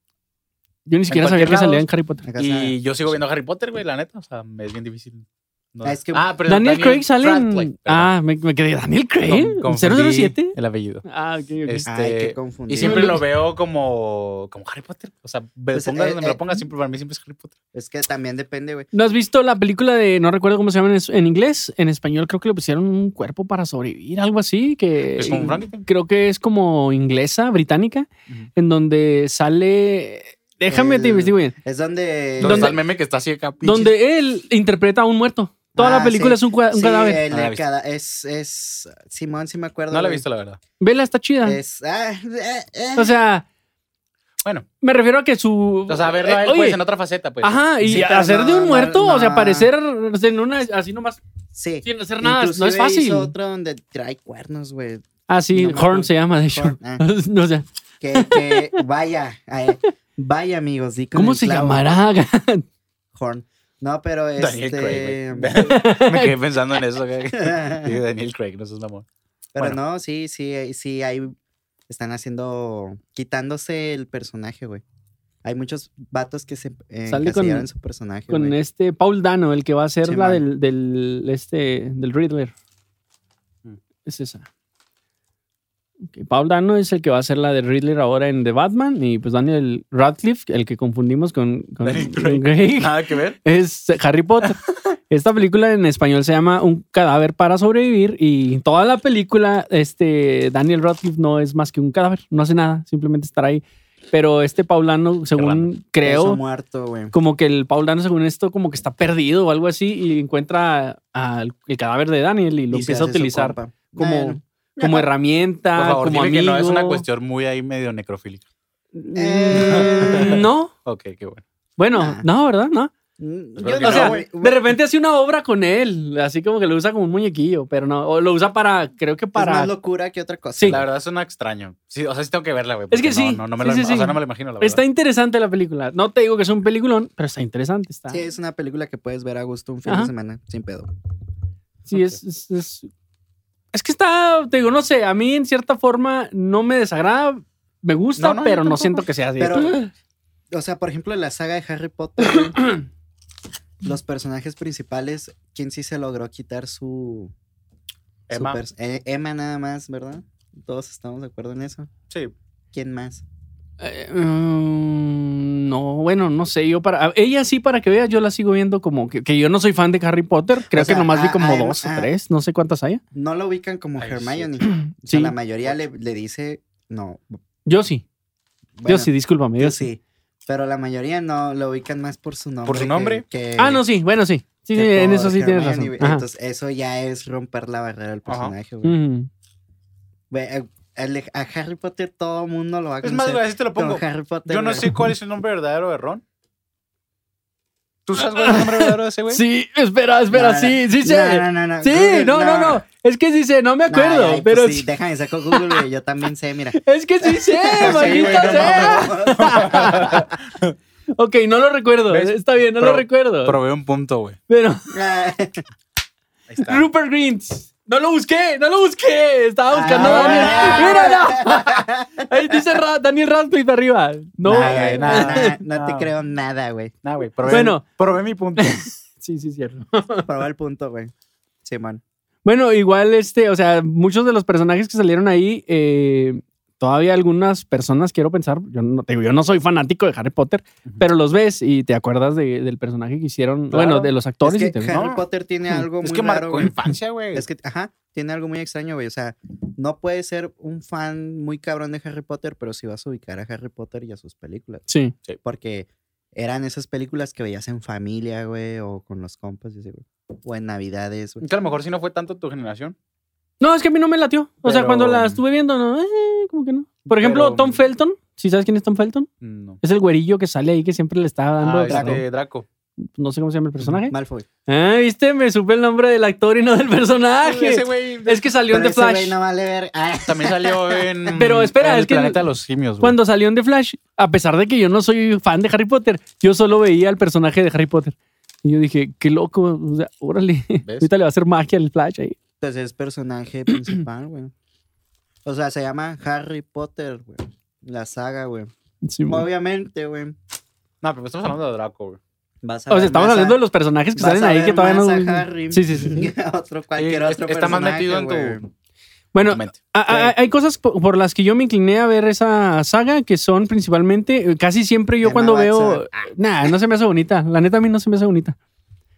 Speaker 2: yo ni siquiera sabía
Speaker 4: cualquier
Speaker 2: que salía
Speaker 4: lado.
Speaker 2: en Harry Potter.
Speaker 3: Acá
Speaker 4: (laughs) y
Speaker 3: sabe.
Speaker 4: yo sigo viendo Harry Potter, güey, la neta. O sea, me es bien difícil. no-
Speaker 3: Ah, es que-
Speaker 4: pero
Speaker 2: Daniel Craig sale en...
Speaker 4: Radcliffe,
Speaker 2: Ah, ¿eh? me, me quedé. ¿Daniel Craig?
Speaker 4: perdón. Con- confundí
Speaker 2: 007?
Speaker 4: El apellido.
Speaker 2: Ah, ok, ok.
Speaker 4: Es-
Speaker 3: Ay,
Speaker 4: este,
Speaker 3: qué confundido.
Speaker 4: Y siempre lo veo como, como Harry Potter. O sea, me,
Speaker 3: Pues,
Speaker 4: pongas
Speaker 3: eh,
Speaker 4: donde me
Speaker 3: eh,
Speaker 4: lo pongas, siempre para mí siempre es Harry Potter.
Speaker 3: Es que también depende, güey.
Speaker 2: ¿No has visto la película de, no recuerdo cómo se llama en, es- en inglés? En español creo que le pusieron un cuerpo para sobrevivir, algo así. Que,
Speaker 4: Es como Frankenstein.
Speaker 2: Creo que es como inglesa, británica,
Speaker 4: Ujú.
Speaker 2: en donde sale... Déjame te
Speaker 3: El-
Speaker 2: investigo bien.
Speaker 3: Es donde...
Speaker 4: Donde está el meme que está así acá. pinche-
Speaker 2: Donde él interpreta a un muerto. Toda
Speaker 3: Ah,
Speaker 2: la película
Speaker 3: sí.
Speaker 2: es un, cua- un
Speaker 3: Sí, eh,
Speaker 2: cadáver.
Speaker 3: el
Speaker 4: No la he
Speaker 3: de
Speaker 4: visto.
Speaker 3: cada- es, es... Simón, sí me acuerdo.
Speaker 4: No la he
Speaker 3: güey.
Speaker 4: visto, la verdad.
Speaker 2: Vela, está chida.
Speaker 3: Es... ah, eh, eh.
Speaker 2: O sea,
Speaker 4: Bueno,
Speaker 2: me refiero a que su...
Speaker 4: o sea, verlo
Speaker 2: Eh,
Speaker 4: a él, pues,
Speaker 2: oye,
Speaker 4: en otra faceta, pues.
Speaker 2: Ajá, y
Speaker 3: Sí, pero
Speaker 2: hacer de
Speaker 3: no,
Speaker 2: un
Speaker 3: no,
Speaker 2: muerto, o sea,
Speaker 3: no.
Speaker 2: parecer en una, así nomás,
Speaker 3: sí.
Speaker 2: sin hacer nada, no es
Speaker 3: Inclusive
Speaker 2: fácil.
Speaker 3: hizo otro donde trae cuernos, güey.
Speaker 2: Ah, sí,
Speaker 3: No me
Speaker 2: Horn
Speaker 3: acuerdo.
Speaker 2: se llama, de hecho.
Speaker 3: Horn, ah.
Speaker 2: (laughs) No, o sea,
Speaker 3: Que, que vaya, eh, vaya amigos, di con
Speaker 2: ¿cómo
Speaker 3: el
Speaker 2: se
Speaker 3: clavo. Este
Speaker 2: llamará? (laughs)
Speaker 3: Horn. No, pero
Speaker 4: Daniel
Speaker 3: este...
Speaker 4: Craig.
Speaker 3: (laughs)
Speaker 4: güey. Me quedé pensando en eso. güey. Dije, Daniel Craig, no seas mamón.
Speaker 3: Pero
Speaker 4: Bueno.
Speaker 3: no, sí, sí, eh, sí, hay... Están haciendo... Quitándose el personaje, güey. Hay muchos vatos que se eh,
Speaker 2: Sale con-
Speaker 3: encasillaron en su personaje,
Speaker 2: Con
Speaker 3: güey.
Speaker 2: este Paul Dano, el que va a ser
Speaker 3: Sí,
Speaker 2: la
Speaker 3: man.
Speaker 2: del, del, este, del Riddler.
Speaker 4: Mm.
Speaker 2: Es esa. Ok, Paul Dano es el que va a ser la de Riddler ahora en The Batman. Y pues Daniel Radcliffe, el que confundimos con, con
Speaker 4: Daniel
Speaker 2: con
Speaker 4: Craig.
Speaker 2: Craig,
Speaker 3: Ah.
Speaker 4: Nada que ver.
Speaker 2: es Harry
Speaker 3: (laughs)
Speaker 2: Potter. Esta película en español se llama Un cadáver para sobrevivir y toda la película, este Daniel Radcliffe no es más que un cadáver, no hace nada, simplemente estar ahí. Pero este Paulano,
Speaker 4: random.
Speaker 2: según
Speaker 3: Peso
Speaker 2: creo,
Speaker 3: muerto, güey.
Speaker 2: como que el Paulano, según esto, como que está perdido o algo así y encuentra al el cadáver de Daniel y lo
Speaker 3: Y se
Speaker 2: empieza a
Speaker 3: hace su
Speaker 2: utilizar
Speaker 3: compa.
Speaker 2: como,
Speaker 3: Bueno,
Speaker 2: como herramienta,
Speaker 4: Por favor,
Speaker 2: Ah, como
Speaker 4: dime
Speaker 2: amigo.
Speaker 4: que no es una cuestión muy ahí medio necrofílica.
Speaker 2: Mm,
Speaker 3: Eh.
Speaker 2: No,
Speaker 4: Ok, qué bueno.
Speaker 2: bueno,
Speaker 3: Nah.
Speaker 2: no, ¿verdad? No.
Speaker 3: mm,
Speaker 4: Espero
Speaker 3: yo
Speaker 4: que
Speaker 3: no,
Speaker 2: O sea,
Speaker 3: güey.
Speaker 2: de repente hace una obra con él, así como que lo usa como un muñequillo, pero no, o lo usa para, creo que
Speaker 3: Es
Speaker 2: para...
Speaker 3: más locura que otra cosa.
Speaker 2: Sí.
Speaker 4: La verdad suena extraño. Sí, o sea, sí tengo que verla, güey.
Speaker 2: Es que
Speaker 4: porque
Speaker 2: sí,
Speaker 4: No, no, no me
Speaker 2: sí,
Speaker 4: lo,
Speaker 2: sí,
Speaker 4: o sea,
Speaker 2: sí.
Speaker 4: no me lo imagino, la verdad.
Speaker 2: Está interesante la película. No te digo que es un peliculón, pero está interesante. Está.
Speaker 3: Sí, es una película que puedes ver a gusto un fin
Speaker 2: Ajá.
Speaker 3: de semana, sin pedo.
Speaker 2: Sí, es, es, es- es que está, te digo, no sé, a mí en cierta forma no me desagrada, me gusta,
Speaker 4: No, no, yo
Speaker 2: pero no
Speaker 4: tampoco.
Speaker 2: siento que sea así.
Speaker 3: Pero- O sea, por ejemplo, la saga de Harry Potter,
Speaker 4: (coughs)
Speaker 3: güey, los personajes principales, ¿quién sí se logró quitar su... su
Speaker 4: Emma.
Speaker 3: pers- eh, Emma nada más, ¿verdad? Todos estamos de acuerdo en eso.
Speaker 4: Sí.
Speaker 3: ¿Quién más?
Speaker 2: Eh, mm, no, bueno, no sé, yo para... Ella sí, para que veas, yo la sigo viendo como que, que yo no soy fan de Harry Potter, creo
Speaker 3: sea, ah,
Speaker 2: que nomás vi
Speaker 3: a-
Speaker 2: como
Speaker 3: a-
Speaker 2: dos o
Speaker 3: a-
Speaker 2: tres, no sé cuántas hay.
Speaker 3: No lo ubican como
Speaker 4: Ay,
Speaker 3: Hermione. O sea,
Speaker 2: Sí.
Speaker 3: la mayoría le, le dice, no.
Speaker 2: Yo sí,
Speaker 3: bueno,
Speaker 2: yo sí, discúlpame, yo
Speaker 3: tú
Speaker 2: sí.
Speaker 3: sí. Pero la mayoría no lo ubican más por su nombre.
Speaker 4: ¿Por su
Speaker 3: que-
Speaker 4: nombre?
Speaker 3: que-
Speaker 2: Ah, no, sí, bueno, sí. Sí,
Speaker 3: que
Speaker 2: sí, en
Speaker 3: por
Speaker 2: eso sí tienes
Speaker 3: Hermione,
Speaker 2: razón.
Speaker 3: güey.
Speaker 2: Ajá.
Speaker 3: Entonces, eso ya es romper la barrera del personaje, güey.
Speaker 2: Ujú.
Speaker 3: Güey, eh, el- A Harry Potter todo mundo lo va a
Speaker 4: Es
Speaker 3: conocer.
Speaker 4: más, güey, así te lo
Speaker 3: como
Speaker 4: pongo.
Speaker 3: Harry Potter,
Speaker 4: Yo no
Speaker 3: güey.
Speaker 4: sé cuál es el nombre verdadero de Ron. ¿Tú sabes cuál es el nombre verdadero de ese güey?
Speaker 2: Sí, espera, espera,
Speaker 3: No,
Speaker 2: sí,
Speaker 3: no,
Speaker 2: sí,
Speaker 3: no,
Speaker 2: sé.
Speaker 3: no, no, no,
Speaker 2: Sí,
Speaker 3: Google,
Speaker 2: no, no, no. Es que sí sé, no me acuerdo,
Speaker 3: Ay, pues
Speaker 2: pero
Speaker 3: sí,
Speaker 2: sí-
Speaker 3: déjame saco Google, güey. Yo también
Speaker 2: (laughs)
Speaker 3: sé, (laughs) mira.
Speaker 2: es que
Speaker 4: (laughs)
Speaker 2: sí sé, maldita
Speaker 4: güey, no
Speaker 2: sea. ok, no lo recuerdo.
Speaker 4: ¿Ves?
Speaker 2: Está bien, no lo
Speaker 4: Pro-
Speaker 2: recuerdo.
Speaker 4: Probé un punto, güey.
Speaker 2: Pero (laughs)
Speaker 4: Ahí está.
Speaker 2: Rupert Greens. No lo busqué, no lo busqué. Estaba buscando a
Speaker 3: Ah,
Speaker 2: Daniel.
Speaker 3: bueno.
Speaker 2: Mírala. Ahí dice Ra- Daniel Radcliffe arriba. No.
Speaker 3: No,
Speaker 4: Nah,
Speaker 3: güey, no,
Speaker 4: nah,
Speaker 3: no, no te
Speaker 4: nah.
Speaker 3: creo nada,
Speaker 2: (laughs)
Speaker 3: güey.
Speaker 4: Nah, güey, probé,
Speaker 2: Bueno.
Speaker 4: probé mi (laughs) punto.
Speaker 2: Sí, sí, cierto.
Speaker 3: Probar el punto, güey. Sí, man.
Speaker 2: Bueno, igual este, o sea, muchos de los personajes que salieron ahí, eh, todavía algunas personas quiero pensar, yo no, te digo, yo no soy fanático de Harry Potter, pero los ves y te acuerdas de- del personaje que hicieron,
Speaker 4: Claro.
Speaker 2: bueno, de los actores.
Speaker 3: Es
Speaker 2: y
Speaker 3: que
Speaker 2: te-
Speaker 3: Harry
Speaker 4: no.
Speaker 3: Potter tiene algo muy
Speaker 4: es que
Speaker 3: raro,
Speaker 4: marcó
Speaker 3: güey.
Speaker 4: infancia, güey.
Speaker 3: Es que, ajá, tiene algo muy extraño, güey. O sea, no puedes ser un fan muy cabrón de Harry Potter, pero sí vas a ubicar a Harry Potter y a sus películas.
Speaker 2: Sí.
Speaker 3: Porque eran esas películas que veías en familia, güey, o con los compas, y así, güey. O en Navidades, güey.
Speaker 4: Que a lo mejor si no fue tanto tu generación.
Speaker 2: No, es que a mí no me latió. O sea,
Speaker 4: Pero-
Speaker 2: cuando la estuve viendo, no, eh, como que no. Por ejemplo,
Speaker 4: Pero-
Speaker 2: Tom Felton, si sabes quién es Tom Felton,
Speaker 4: No.
Speaker 2: es el güerillo que sale ahí que siempre le está dando,
Speaker 4: Ah,
Speaker 3: Draco.
Speaker 4: este, Draco.
Speaker 2: no sé cómo se llama el personaje.
Speaker 3: Malfoy.
Speaker 2: Ah, viste, me supe el nombre del actor y no del personaje.
Speaker 4: Ese güey
Speaker 2: Ah, es que salió en
Speaker 3: Pero
Speaker 2: The
Speaker 3: ese
Speaker 2: Flash.
Speaker 3: güey no vale ver. Ah,
Speaker 4: también salió en.
Speaker 2: Pero espera,
Speaker 4: en
Speaker 2: es
Speaker 4: el
Speaker 2: que-
Speaker 4: planeta de los simios, güey.
Speaker 2: Cuando salió en The Flash, a pesar de que yo no soy fan de Harry Potter, yo solo veía al personaje de Harry Potter. Y yo dije, qué loco, o sea, órale,
Speaker 4: ¿Ves?
Speaker 2: (laughs) ahorita le va a hacer magia al Flash ahí.
Speaker 3: Pues es personaje principal, güey. O sea, se llama Harry Potter, güey. La saga, güey.
Speaker 2: Sí, güey.
Speaker 3: Obviamente, güey.
Speaker 4: No, pero estamos hablando de Draco, güey.
Speaker 3: Vas a
Speaker 2: o
Speaker 3: ver
Speaker 2: sea, estamos
Speaker 3: más a-
Speaker 2: hablando de los personajes que
Speaker 3: vas
Speaker 2: salen
Speaker 3: a
Speaker 2: ahí que
Speaker 3: ver
Speaker 2: todavía
Speaker 3: más
Speaker 2: no.
Speaker 3: a Harry.
Speaker 2: Sí, sí,
Speaker 3: (laughs)
Speaker 2: sí.
Speaker 3: otro, cualquier
Speaker 4: Sí,
Speaker 3: otro
Speaker 4: es- está más
Speaker 3: personaje,
Speaker 4: metido en tu-
Speaker 3: güey.
Speaker 2: Bueno,
Speaker 4: Tu mente.
Speaker 2: a- a-
Speaker 3: Sí.
Speaker 2: Ah, hay cosas po- por, las que yo me incliné a ver esa saga que son principalmente, eh, casi siempre yo
Speaker 3: Emma
Speaker 2: cuando veo,
Speaker 3: Watson.
Speaker 2: nada, no se me hace bonita, la neta a mí no se me hace bonita.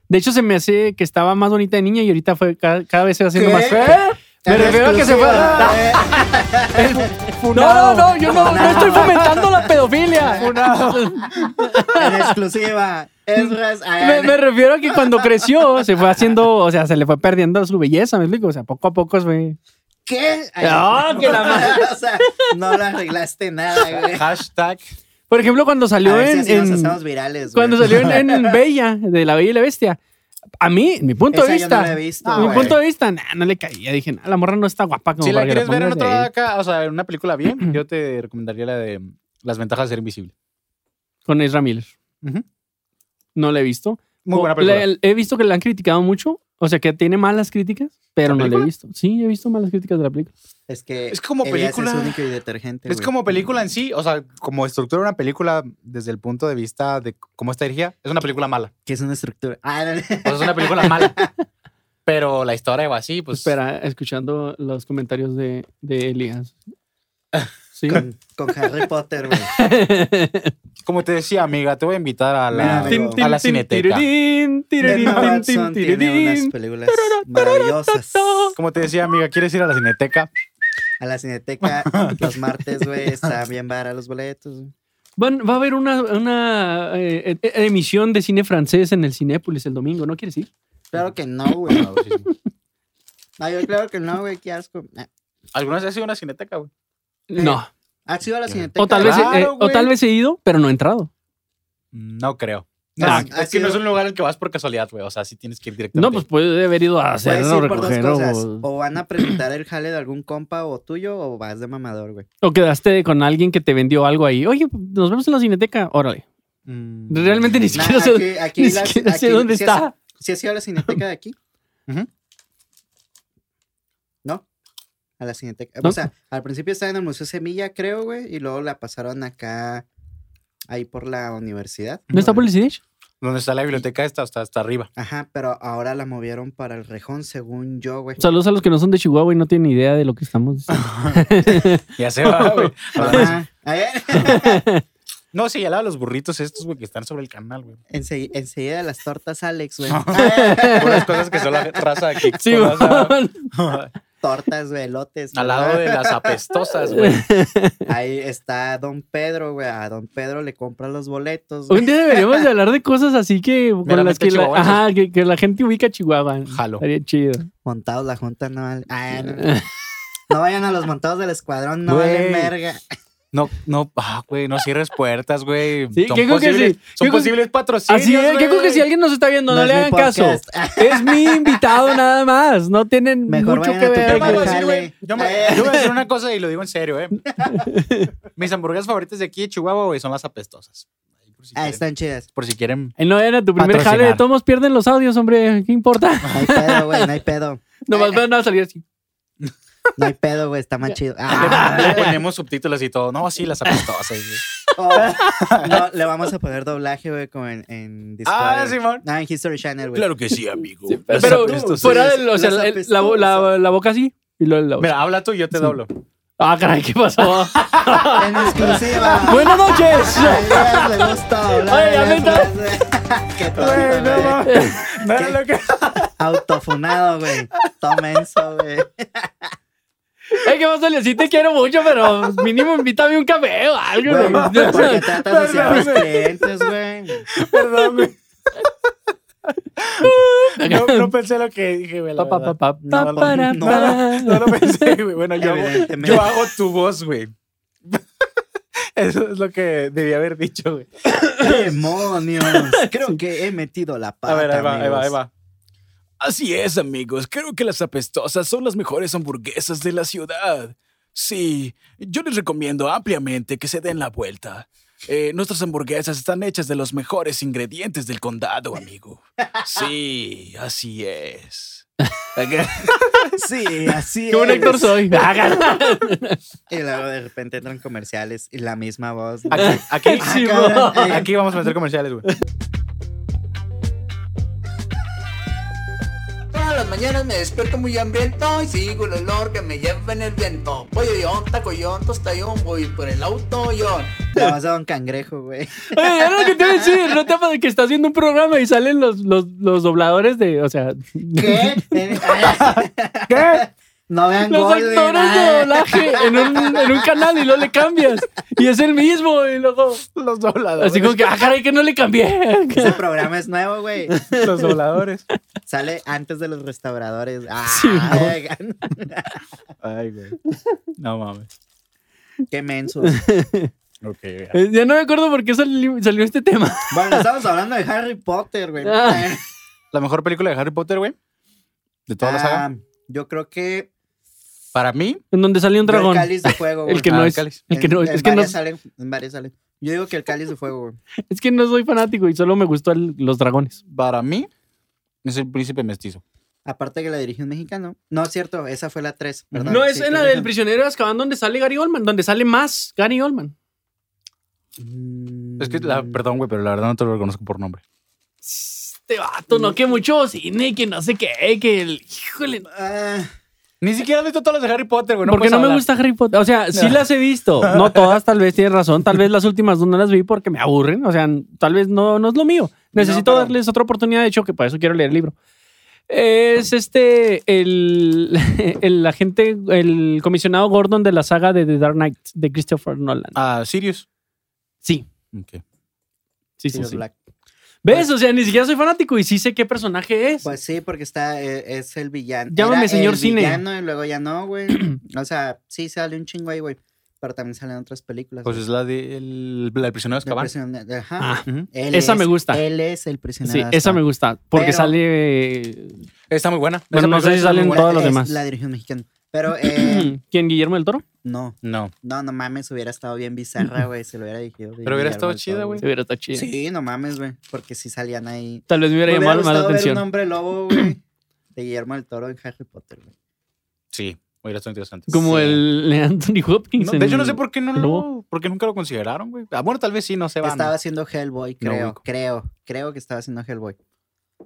Speaker 2: De hecho, se me hace que estaba más bonita de niña y ahorita fue cada, cada vez se va haciendo
Speaker 3: ¿Qué?
Speaker 2: más fea. Me refiero a que se fue.
Speaker 3: Exclusiva, eh.
Speaker 2: No, no, no, yo no, no estoy fomentando la pedofilia.
Speaker 3: (laughs) En exclusiva. Ezra Es
Speaker 2: Me, me refiero a que cuando creció se fue haciendo, o sea, se le fue perdiendo su belleza, me explico. O sea, poco a poco se fue.
Speaker 3: ¿Qué?
Speaker 2: No, que la madre.
Speaker 3: o sea, no la arreglaste nada, güey.
Speaker 4: Hashtag.
Speaker 2: Por ejemplo, cuando
Speaker 3: A
Speaker 2: salió
Speaker 3: ver si
Speaker 2: en.
Speaker 3: así
Speaker 2: en-
Speaker 3: nos hacemos virales, güey.
Speaker 2: cuando salió en, en Bella, de la Bella y la Bestia. A mí, mi punto de
Speaker 3: Esa yo no
Speaker 2: vista.
Speaker 3: la he visto,
Speaker 4: Ah,
Speaker 2: mi
Speaker 3: güey.
Speaker 2: punto de vista, nah, no le caía. Dije, nah, la morra no está guapa como
Speaker 4: Si la
Speaker 2: para que
Speaker 4: quieres ver en
Speaker 2: pongas
Speaker 4: otra
Speaker 2: ahí.
Speaker 4: acá, o sea, en una película bien, yo te recomendaría la de mm, Las ventajas de ser invisible.
Speaker 2: Con Ezra Miller. No la he visto.
Speaker 4: Muy
Speaker 2: O-
Speaker 4: buena película.
Speaker 2: Oh, la- he visto que la han criticado mucho. O sea, que tiene malas críticas, pero
Speaker 4: ¿La
Speaker 2: no la he
Speaker 4: película?
Speaker 2: visto. Sí, he visto malas críticas de la película.
Speaker 3: Es que.
Speaker 4: Es como
Speaker 3: Elías
Speaker 4: película.
Speaker 3: Es único y detergente.
Speaker 4: Es
Speaker 3: güey.
Speaker 4: como película en sí, o sea, como estructura de una película desde el punto de vista de cómo está dirigida, es una película mala.
Speaker 3: Que es una estructura. Ah, no, no.
Speaker 4: O sea, es una película mala. Pero la historia va así, pues.
Speaker 2: Espera, escuchando los comentarios de, de Elías. Sí.
Speaker 3: Con, con Harry Potter, güey.
Speaker 4: Como te decía, amiga, te voy a invitar a
Speaker 3: Mira,
Speaker 4: la,
Speaker 3: amigo.
Speaker 4: a la cineteca.
Speaker 2: Tirurín, tirurín,
Speaker 3: Emma
Speaker 2: tin, tin,
Speaker 3: Watson tiene
Speaker 2: tirurín.
Speaker 3: unas películas maravillosas.
Speaker 4: Como te decía, amiga, ¿quieres ir a la cineteca?
Speaker 3: A la Cineteca los martes, güey, están bien baratos los boletos. güey.
Speaker 2: Van- va a haber una, una, eh, eh, emisión de cine francés en el Cinépolis el domingo, ¿no quieres ir?
Speaker 3: Claro que no, güey.
Speaker 4: No, sí, sí.
Speaker 3: No, yo claro que no, güey, qué asco. Ah,
Speaker 4: ¿Alguna vez has ido a una cineteca, güey?
Speaker 3: Eh,
Speaker 2: No.
Speaker 3: ¿Has ido a la Cineteca?
Speaker 2: O tal, vez,
Speaker 4: Claro,
Speaker 2: eh, o
Speaker 4: güey.
Speaker 2: tal vez he ido, pero no he entrado.
Speaker 4: No creo.
Speaker 3: No,
Speaker 4: No,
Speaker 3: sí, ha
Speaker 4: es que no es
Speaker 3: sido-
Speaker 4: un lugar al que vas por casualidad, güey. O sea, sí tienes que ir directamente.
Speaker 2: No, pues puede haber ido a hacer
Speaker 3: Puedes
Speaker 2: o
Speaker 3: ir por dos
Speaker 2: recoger
Speaker 3: cosas.
Speaker 2: o,
Speaker 3: O van a presentar el jale de algún compa o tuyo o vas de mamador, güey.
Speaker 2: o quedaste con alguien que te vendió algo ahí. Oye, nos vemos en la cineteca. Órale.
Speaker 4: Mm.
Speaker 2: Realmente ni
Speaker 3: Nah,
Speaker 2: siquiera sé,
Speaker 3: aquí-
Speaker 2: (laughs)
Speaker 3: aquí
Speaker 2: ni
Speaker 3: la-
Speaker 2: siquiera sé
Speaker 3: aquí-
Speaker 2: dónde
Speaker 3: si
Speaker 2: está.
Speaker 3: has- ¿Si has ido a la Cineteca de aquí?
Speaker 4: Ujú.
Speaker 3: ¿No? A la Cineteca.
Speaker 2: No.
Speaker 3: O sea, al principio estaba en el Museo Semilla, creo, güey, y luego la pasaron acá, ahí por la universidad.
Speaker 2: ¿No está por el Cinesh?
Speaker 4: Donde está la biblioteca esta, hasta, hasta arriba.
Speaker 3: Ajá, pero ahora la movieron para el Rejón, según yo, güey.
Speaker 2: Saludos a los que no son de Chihuahua y no tienen idea de lo que estamos
Speaker 3: (laughs)
Speaker 2: diciendo.
Speaker 4: Ya se va,
Speaker 2: (laughs)
Speaker 4: güey.
Speaker 3: Ajá. A ver.
Speaker 4: No, sí, al lado de los burritos estos, güey, que están sobre el canal, güey.
Speaker 3: Ensegui- enseguida las tortas Alex, güey. Ah, eh,
Speaker 4: Unas cosas que son la raza de aquí.
Speaker 2: Sí,
Speaker 4: raza-
Speaker 2: güey.
Speaker 3: tortas, güey, elotes.
Speaker 4: al
Speaker 3: ¿verdad?
Speaker 4: lado de las apestosas, güey.
Speaker 3: Ahí está Don Pedro, güey. A Don Pedro le compra los boletos,
Speaker 2: (laughs)
Speaker 3: güey.
Speaker 2: Un día deberíamos de hablar de cosas así que con las
Speaker 4: Meramente
Speaker 2: que la,
Speaker 4: chihuahuenses.
Speaker 2: ajá, que, que la gente ubica Chihuahua.
Speaker 4: Jalo.
Speaker 2: Estaría chido.
Speaker 3: Montados la junta no vale. Ah, no, no. No vayan a los montados del escuadrón, no
Speaker 4: Güey.
Speaker 3: valen verga.
Speaker 4: No, no, ah, güey, no cierres puertas, güey.
Speaker 2: Sí,
Speaker 4: son
Speaker 2: ¿qué creo que
Speaker 4: posibles,
Speaker 2: sí?
Speaker 4: son
Speaker 2: ¿Qué creo-
Speaker 4: posibles patrocinios.
Speaker 2: Así es, que creo que
Speaker 4: güey.
Speaker 2: si alguien nos está viendo, no,
Speaker 3: No es
Speaker 2: le
Speaker 3: mi
Speaker 2: hagan caso.
Speaker 3: podcast. Ah,
Speaker 2: Es mi invitado nada más. No tienen
Speaker 3: Mejor
Speaker 2: mucho que
Speaker 3: vayan a tu
Speaker 2: ver.
Speaker 4: Yo me voy a
Speaker 2: güey.
Speaker 4: decir, güey,
Speaker 3: Jale.
Speaker 4: yo me- yo voy a decir una cosa y lo digo en serio, (laughs) ¿eh? Mis hamburguesas favoritas de aquí de Chihuahua, güey, son las apestosas. Ahí Por si
Speaker 3: Ah,
Speaker 4: quieren,
Speaker 3: están chidas.
Speaker 4: por si quieren
Speaker 2: Ay, No era tu primer
Speaker 4: Patrocinar.
Speaker 2: jale de tomos, pierden los audios, hombre. ¿Qué importa?
Speaker 3: No hay pedo, güey, no hay pedo.
Speaker 2: Nomás van a salir así.
Speaker 3: No hay pedo, güey, está más chido.
Speaker 4: Le,
Speaker 3: Ah,
Speaker 4: le ponemos subtítulos y todo. No, sí, las apestosas. güey.
Speaker 3: oh. No, le vamos a poner doblaje, güey, como en, en
Speaker 4: Ah,
Speaker 3: Discovery.
Speaker 4: Simón.
Speaker 3: Ah, en History Channel, güey.
Speaker 4: (laughs) Claro que sí, amigo. Las
Speaker 2: Pero
Speaker 4: apestosas.
Speaker 2: fuera del. O sea,
Speaker 3: Las
Speaker 2: el- la, bo- la- la boca así. Y luego la
Speaker 4: Mira, habla tú y yo te doblo.
Speaker 2: Ah, caray, ¿qué pasó?
Speaker 3: En exclusiva.
Speaker 2: Buenas noches.
Speaker 3: A Elías le gusta hablar.
Speaker 2: Oye, ya me está-
Speaker 3: pues, (laughs) Qué tonto, güey.
Speaker 4: No era lo que. (laughs)
Speaker 3: Autofunado, güey. Tomen eso, güey.
Speaker 2: Ay, ¿qué pasó, Leo? Sí te quiero mucho, pero mínimo invítame un café o algo.
Speaker 3: Güey,
Speaker 2: güey.
Speaker 3: ¿Por qué tratas así a
Speaker 4: Perdón,
Speaker 3: los
Speaker 4: güey.
Speaker 3: clientes, güey?
Speaker 2: (laughs)
Speaker 4: Perdón, güey. No, no pensé lo que dije, güey. la
Speaker 2: Pa, pa,
Speaker 4: verdad.
Speaker 2: pa, pa,
Speaker 4: No,
Speaker 2: pa,
Speaker 4: no,
Speaker 2: para,
Speaker 4: no,
Speaker 2: pa.
Speaker 4: No lo pensé, güey. Bueno, yo, hago,
Speaker 3: Evidentemente.
Speaker 4: yo hago tu voz, güey. (laughs) Eso es lo que debía haber dicho, güey.
Speaker 3: Demonios.
Speaker 2: (laughs)
Speaker 3: Creo que he metido la pata.
Speaker 4: A ver, ahí va, ahí va, ahí
Speaker 3: amigos.
Speaker 4: va.
Speaker 5: Así es, amigos. Creo que las apestosas son las mejores hamburguesas de la ciudad. Sí, yo les recomiendo ampliamente que se den la vuelta. Eh, nuestras hamburguesas están hechas de los mejores ingredientes del condado, amigo. Sí, así es. (laughs)
Speaker 3: Sí, así
Speaker 2: Qué buen
Speaker 3: es.
Speaker 2: actor soy.
Speaker 3: Y luego de repente entran comerciales y la misma voz. Ah,
Speaker 4: Aquí, aquí, aquí, aquí vamos a meter comerciales, güey.
Speaker 6: Todas las mañanas me despierto muy hambriento y sigo el olor que me lleva en el viento. Pollo yon, tacollón, tostayón, voy por el auto yon.
Speaker 3: La voz de Don
Speaker 2: (laughs)
Speaker 3: Cangrejo, güey.
Speaker 2: Oye, era lo que te iba a decir. No te pasa que estás viendo un programa y salen los, los, los dobladores de. O sea,
Speaker 3: ¿Qué? (laughs) No vean
Speaker 2: los
Speaker 3: Golden,
Speaker 2: actores de
Speaker 3: ah.
Speaker 2: doblaje en un, en un canal y luego le cambias. Y es el mismo. Y luego.
Speaker 4: Los dobladores.
Speaker 2: Así como que, ah, caray, que no le cambié. (laughs)
Speaker 3: Ese programa es nuevo, güey.
Speaker 4: Los dobladores.
Speaker 3: Sale antes de los restauradores. Ah,
Speaker 2: (laughs) Sí, no.
Speaker 3: oigan.
Speaker 4: Ay, güey. No mames.
Speaker 3: Qué menso.
Speaker 4: Ok, güey.
Speaker 2: Eh, Ya no me acuerdo por qué salió, salió este tema. (laughs)
Speaker 3: Bueno, estamos hablando de Harry Potter, güey.
Speaker 2: Ah.
Speaker 4: La mejor película de Harry Potter, güey. De toda la saga.
Speaker 3: Ah, Yo creo que.
Speaker 4: Para mí,
Speaker 2: En donde salió un dragón.
Speaker 3: El cáliz de fuego, güey.
Speaker 2: El que
Speaker 4: Ah,
Speaker 2: no (laughs)
Speaker 4: el
Speaker 2: es.
Speaker 4: cáliz.
Speaker 2: El que no
Speaker 3: En-
Speaker 2: es.
Speaker 3: en
Speaker 2: Es que no,
Speaker 3: varias salen- en varias salen. Yo digo que el cáliz de fuego, güey.
Speaker 2: es que no soy fanático y solo me gustó el- los dragones.
Speaker 4: para mí, es el príncipe mestizo.
Speaker 3: Aparte que la dirigió un mexicano. No, es cierto, esa fue la 3.
Speaker 2: No es en la del prisionero de Azkaban donde sale Gary Oldman, donde sale más Gary Oldman.
Speaker 3: Mm,
Speaker 4: Es que, la,
Speaker 2: Mm.
Speaker 4: perdón, güey, pero la verdad no te lo reconozco por nombre.
Speaker 2: Este vato, no, que mucho cine, que no sé qué, que el. Híjole. no.
Speaker 3: Ah,
Speaker 4: Ni siquiera has visto todas las de Harry Potter, güey. No
Speaker 2: porque
Speaker 4: puedes
Speaker 2: no me
Speaker 4: hablar.
Speaker 2: gusta Harry Potter. pues O sea, sí las he (laughs) visto. No todas, tal vez tienes razón. Tal vez las últimas dos no las vi porque me aburren. O sea, n- tal vez no, no es lo mío. Necesito
Speaker 3: pero-
Speaker 2: darles otra oportunidad. De hecho, que para eso quiero leer el libro. Es este, el, (laughs) el agente, el comisionado Gordon de la saga de The Dark Knight de Christopher Nolan.
Speaker 4: Ah, Sirius.
Speaker 2: Sí,
Speaker 4: Ok.
Speaker 2: sí, sí.
Speaker 3: Sirius
Speaker 2: sí.
Speaker 3: Black.
Speaker 2: ¿Ves? O sea, ni siquiera soy fanático y sí sé qué personaje es.
Speaker 3: Pues sí, porque está, eh, es el villano.
Speaker 2: Llámame
Speaker 3: Era
Speaker 2: señor
Speaker 3: el
Speaker 2: cine.
Speaker 3: villano y luego ya
Speaker 2: (clears throat)
Speaker 3: no, güey. o sea, sí sale un chingo ahí, güey. Pero también salen otras películas.
Speaker 4: Pues
Speaker 3: güey.
Speaker 4: es la de el, la del prisionero de
Speaker 3: Del
Speaker 4: Azkaban.
Speaker 3: prisionero- Ajá.
Speaker 2: Ah,
Speaker 4: Ujú.
Speaker 3: Él
Speaker 2: esa me gusta.
Speaker 3: Él es el prisionero.
Speaker 2: sí,
Speaker 3: de
Speaker 2: esa me
Speaker 3: Azkaban.
Speaker 2: gusta. Porque
Speaker 3: Pero-
Speaker 2: sale. eh,
Speaker 4: Está muy buena.
Speaker 2: Bueno,
Speaker 4: Esa
Speaker 2: no sé
Speaker 4: película
Speaker 2: si
Speaker 4: está muy
Speaker 2: salen
Speaker 4: buena.
Speaker 2: todos los
Speaker 3: Es
Speaker 2: demás.
Speaker 3: La dirigió un mexicano.
Speaker 2: (clears throat)
Speaker 3: Pero, eh,
Speaker 2: ¿Quién? ¿Guillermo del Toro?
Speaker 3: no.
Speaker 4: No.
Speaker 3: No, no mames, hubiera estado bien bizarra,
Speaker 2: (laughs)
Speaker 3: güey. Se lo hubiera dirigido.
Speaker 4: Pero hubiera estado chida,
Speaker 3: chida,
Speaker 4: güey.
Speaker 2: Se hubiera estado chido.
Speaker 3: Sí, no mames, güey. Porque sí salían ahí.
Speaker 2: Tal vez me hubiera
Speaker 3: Me
Speaker 2: llamado más la
Speaker 3: gustado ver un
Speaker 2: atención.
Speaker 3: hombre lobo, güey. De Guillermo del Toro en Harry Potter, güey.
Speaker 4: Sí, hubiera estado interesante.
Speaker 2: Como
Speaker 3: Sí.
Speaker 2: el (laughs) de Anthony Hopkins.
Speaker 4: No, de
Speaker 2: en-
Speaker 4: hecho, no sé por qué no lo.
Speaker 2: Lobo.
Speaker 4: ¿Por qué nunca lo consideraron, güey? Ah, bueno, tal vez sí, no se van.
Speaker 3: Estaba haciendo Hellboy,
Speaker 4: No
Speaker 3: creo,
Speaker 4: ubico.
Speaker 3: creo, creo que estaba haciendo Hellboy.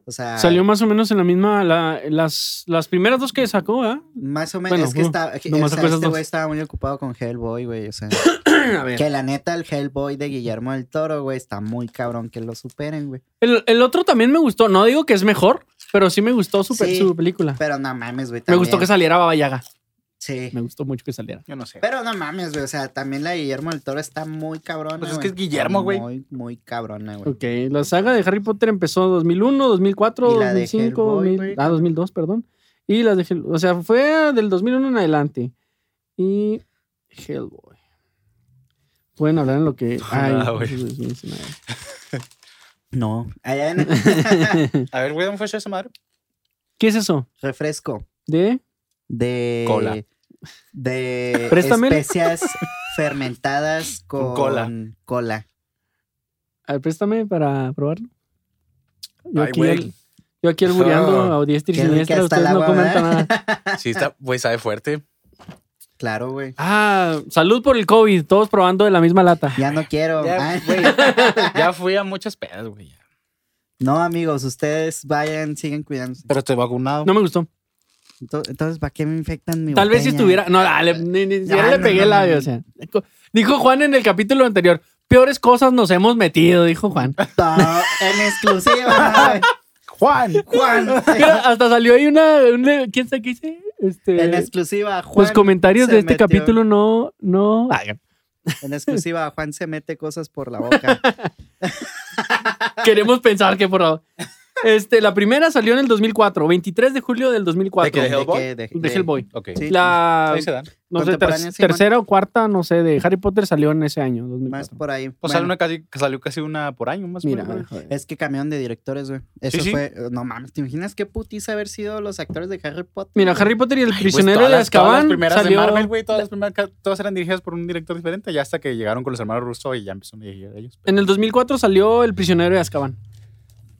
Speaker 3: O sea,
Speaker 2: Salió más o menos en la misma. la- las, las primeras dos que sacó, ¿ah?
Speaker 3: más o menos.
Speaker 2: Bueno,
Speaker 3: es que
Speaker 2: uh,
Speaker 3: estaba, que-
Speaker 2: nomás
Speaker 3: o sea,
Speaker 2: sacó esas
Speaker 3: este
Speaker 2: dos.
Speaker 3: güey estaba muy ocupado con Hellboy,
Speaker 2: (laughs)
Speaker 3: güey. O sea,
Speaker 2: A
Speaker 3: que la neta, el Hellboy de Guillermo del Toro, güey, está muy cabrón que lo superen, güey.
Speaker 2: El, el otro también me gustó. No digo que es mejor, pero sí me gustó su, pe-
Speaker 3: Sí.
Speaker 2: su película.
Speaker 3: Pero no mames, güey.
Speaker 2: Me
Speaker 3: también.
Speaker 2: gustó que saliera Baba Yaga.
Speaker 3: Sí.
Speaker 2: Me gustó mucho que saliera.
Speaker 4: Yo no
Speaker 2: (laughs)
Speaker 4: sé.
Speaker 3: Pero no mames, güey. O sea, también la de Guillermo del Toro está muy cabrona.
Speaker 4: Pues es
Speaker 3: güey.
Speaker 4: que es Guillermo, güey.
Speaker 3: Muy, muy cabrona, güey.
Speaker 2: Ok, la saga de Harry Potter empezó 2001, 2004,
Speaker 3: Y la de
Speaker 2: 2005,
Speaker 3: Hellboy,
Speaker 2: 2000,
Speaker 3: güey.
Speaker 2: ah, 2002, perdón. Y las de Hell- o sea, fue del 2001 en adelante. Y Hellboy. Pueden hablar en lo que.
Speaker 3: (laughs)
Speaker 2: Ay,
Speaker 3: Ah,
Speaker 4: nada, güey.
Speaker 2: sí, sí, sí, nada.
Speaker 3: No. Allá (laughs) en
Speaker 4: A ver, güey, ¿dónde fue hecho esa madre?
Speaker 2: ¿Qué es eso?
Speaker 3: refresco
Speaker 2: ¿De?
Speaker 3: de.
Speaker 4: Cola.
Speaker 3: (laughs) De
Speaker 2: Préstame.
Speaker 3: especias fermentadas con,
Speaker 4: Con cola.
Speaker 3: cola.
Speaker 2: A ver, préstame para probarlo. Yo
Speaker 5: Ay,
Speaker 2: aquí,
Speaker 5: güey.
Speaker 2: al- yo aquí albureando
Speaker 3: (laughs)
Speaker 2: a diestra y
Speaker 3: Qué rica
Speaker 2: siniestra,
Speaker 3: está ¿eh? el
Speaker 2: ustedes no
Speaker 3: agua,
Speaker 2: comentan
Speaker 3: ¿verdad?
Speaker 2: nada.
Speaker 4: Sí, está, güey, sabe
Speaker 2: (laughs)
Speaker 4: fuerte.
Speaker 3: Claro, güey.
Speaker 2: Ah, salud por el COVID, todos probando de la misma lata.
Speaker 3: Ya no quiero.
Speaker 4: Ya,
Speaker 3: Ay. (laughs)
Speaker 4: güey, ya fui a muchas pedas, güey. ya.
Speaker 3: No, amigos, ustedes vayan, siguen cuidándose.
Speaker 4: Pero estoy vacunado.
Speaker 2: No me gustó.
Speaker 3: Ento- Entonces, ¿para qué me infectan mi
Speaker 2: Tal vez si
Speaker 3: botella?
Speaker 2: estuviera. No, dale, ni, ni siquiera
Speaker 3: Ah,
Speaker 2: le
Speaker 3: no,
Speaker 2: pegué
Speaker 3: no,
Speaker 2: el
Speaker 3: no,
Speaker 2: labio.
Speaker 3: no.
Speaker 2: O sea, dijo Juan en el capítulo anterior: peores cosas nos hemos metido, dijo Juan.
Speaker 3: No, en exclusiva.
Speaker 4: (laughs)
Speaker 3: güey.
Speaker 5: Juan.
Speaker 3: Juan.
Speaker 2: Mira, hasta salió ahí una. una- ¿Quién sabe qué hice? Este,
Speaker 3: En exclusiva, Juan.
Speaker 4: Pues
Speaker 2: los comentarios
Speaker 3: se
Speaker 2: de este
Speaker 3: metió-
Speaker 2: capítulo no. no Ay,
Speaker 3: En exclusiva, Juan se mete cosas por la boca.
Speaker 2: queremos pensar que por favor. Este, la primera salió en el 2004, 23 de julio del 2004.
Speaker 4: ¿De qué? Hellboy?
Speaker 3: que- de-
Speaker 2: De
Speaker 3: de-
Speaker 2: Hellboy.
Speaker 4: Ok.
Speaker 3: Sí.
Speaker 2: La
Speaker 4: Ahí se dan.
Speaker 2: no sé, ter-
Speaker 3: Contemporánea, sí,
Speaker 2: tercera o cuarta, no sé, de Harry Potter salió en ese año,
Speaker 3: Más
Speaker 2: 2004.
Speaker 3: por ahí.
Speaker 4: O sea,
Speaker 3: Bueno,
Speaker 4: Pues una casi, salió casi una por año más o
Speaker 2: Mira,
Speaker 4: menos.
Speaker 2: joder.
Speaker 3: Es que cambiaron de directores, güey. Eso
Speaker 4: Sí, sí.
Speaker 3: fue. No mames, ¿te imaginas qué putiza haber sido los actores de Harry Potter?
Speaker 2: Mira,
Speaker 3: güey?
Speaker 2: Harry Potter y el
Speaker 4: Pues,
Speaker 2: prisionero
Speaker 4: todas
Speaker 2: de
Speaker 4: las- Todas las
Speaker 2: Azkaban
Speaker 4: primeras
Speaker 2: salió
Speaker 4: de Marvel, güey, todas
Speaker 2: (laughs)
Speaker 4: las primeras, ca- todas eran dirigidas por un director diferente, ya hasta que llegaron con los hermanos Russo y ya empezaron a dirigir ellos.
Speaker 2: en el 2004 salió El prisionero de Azkaban.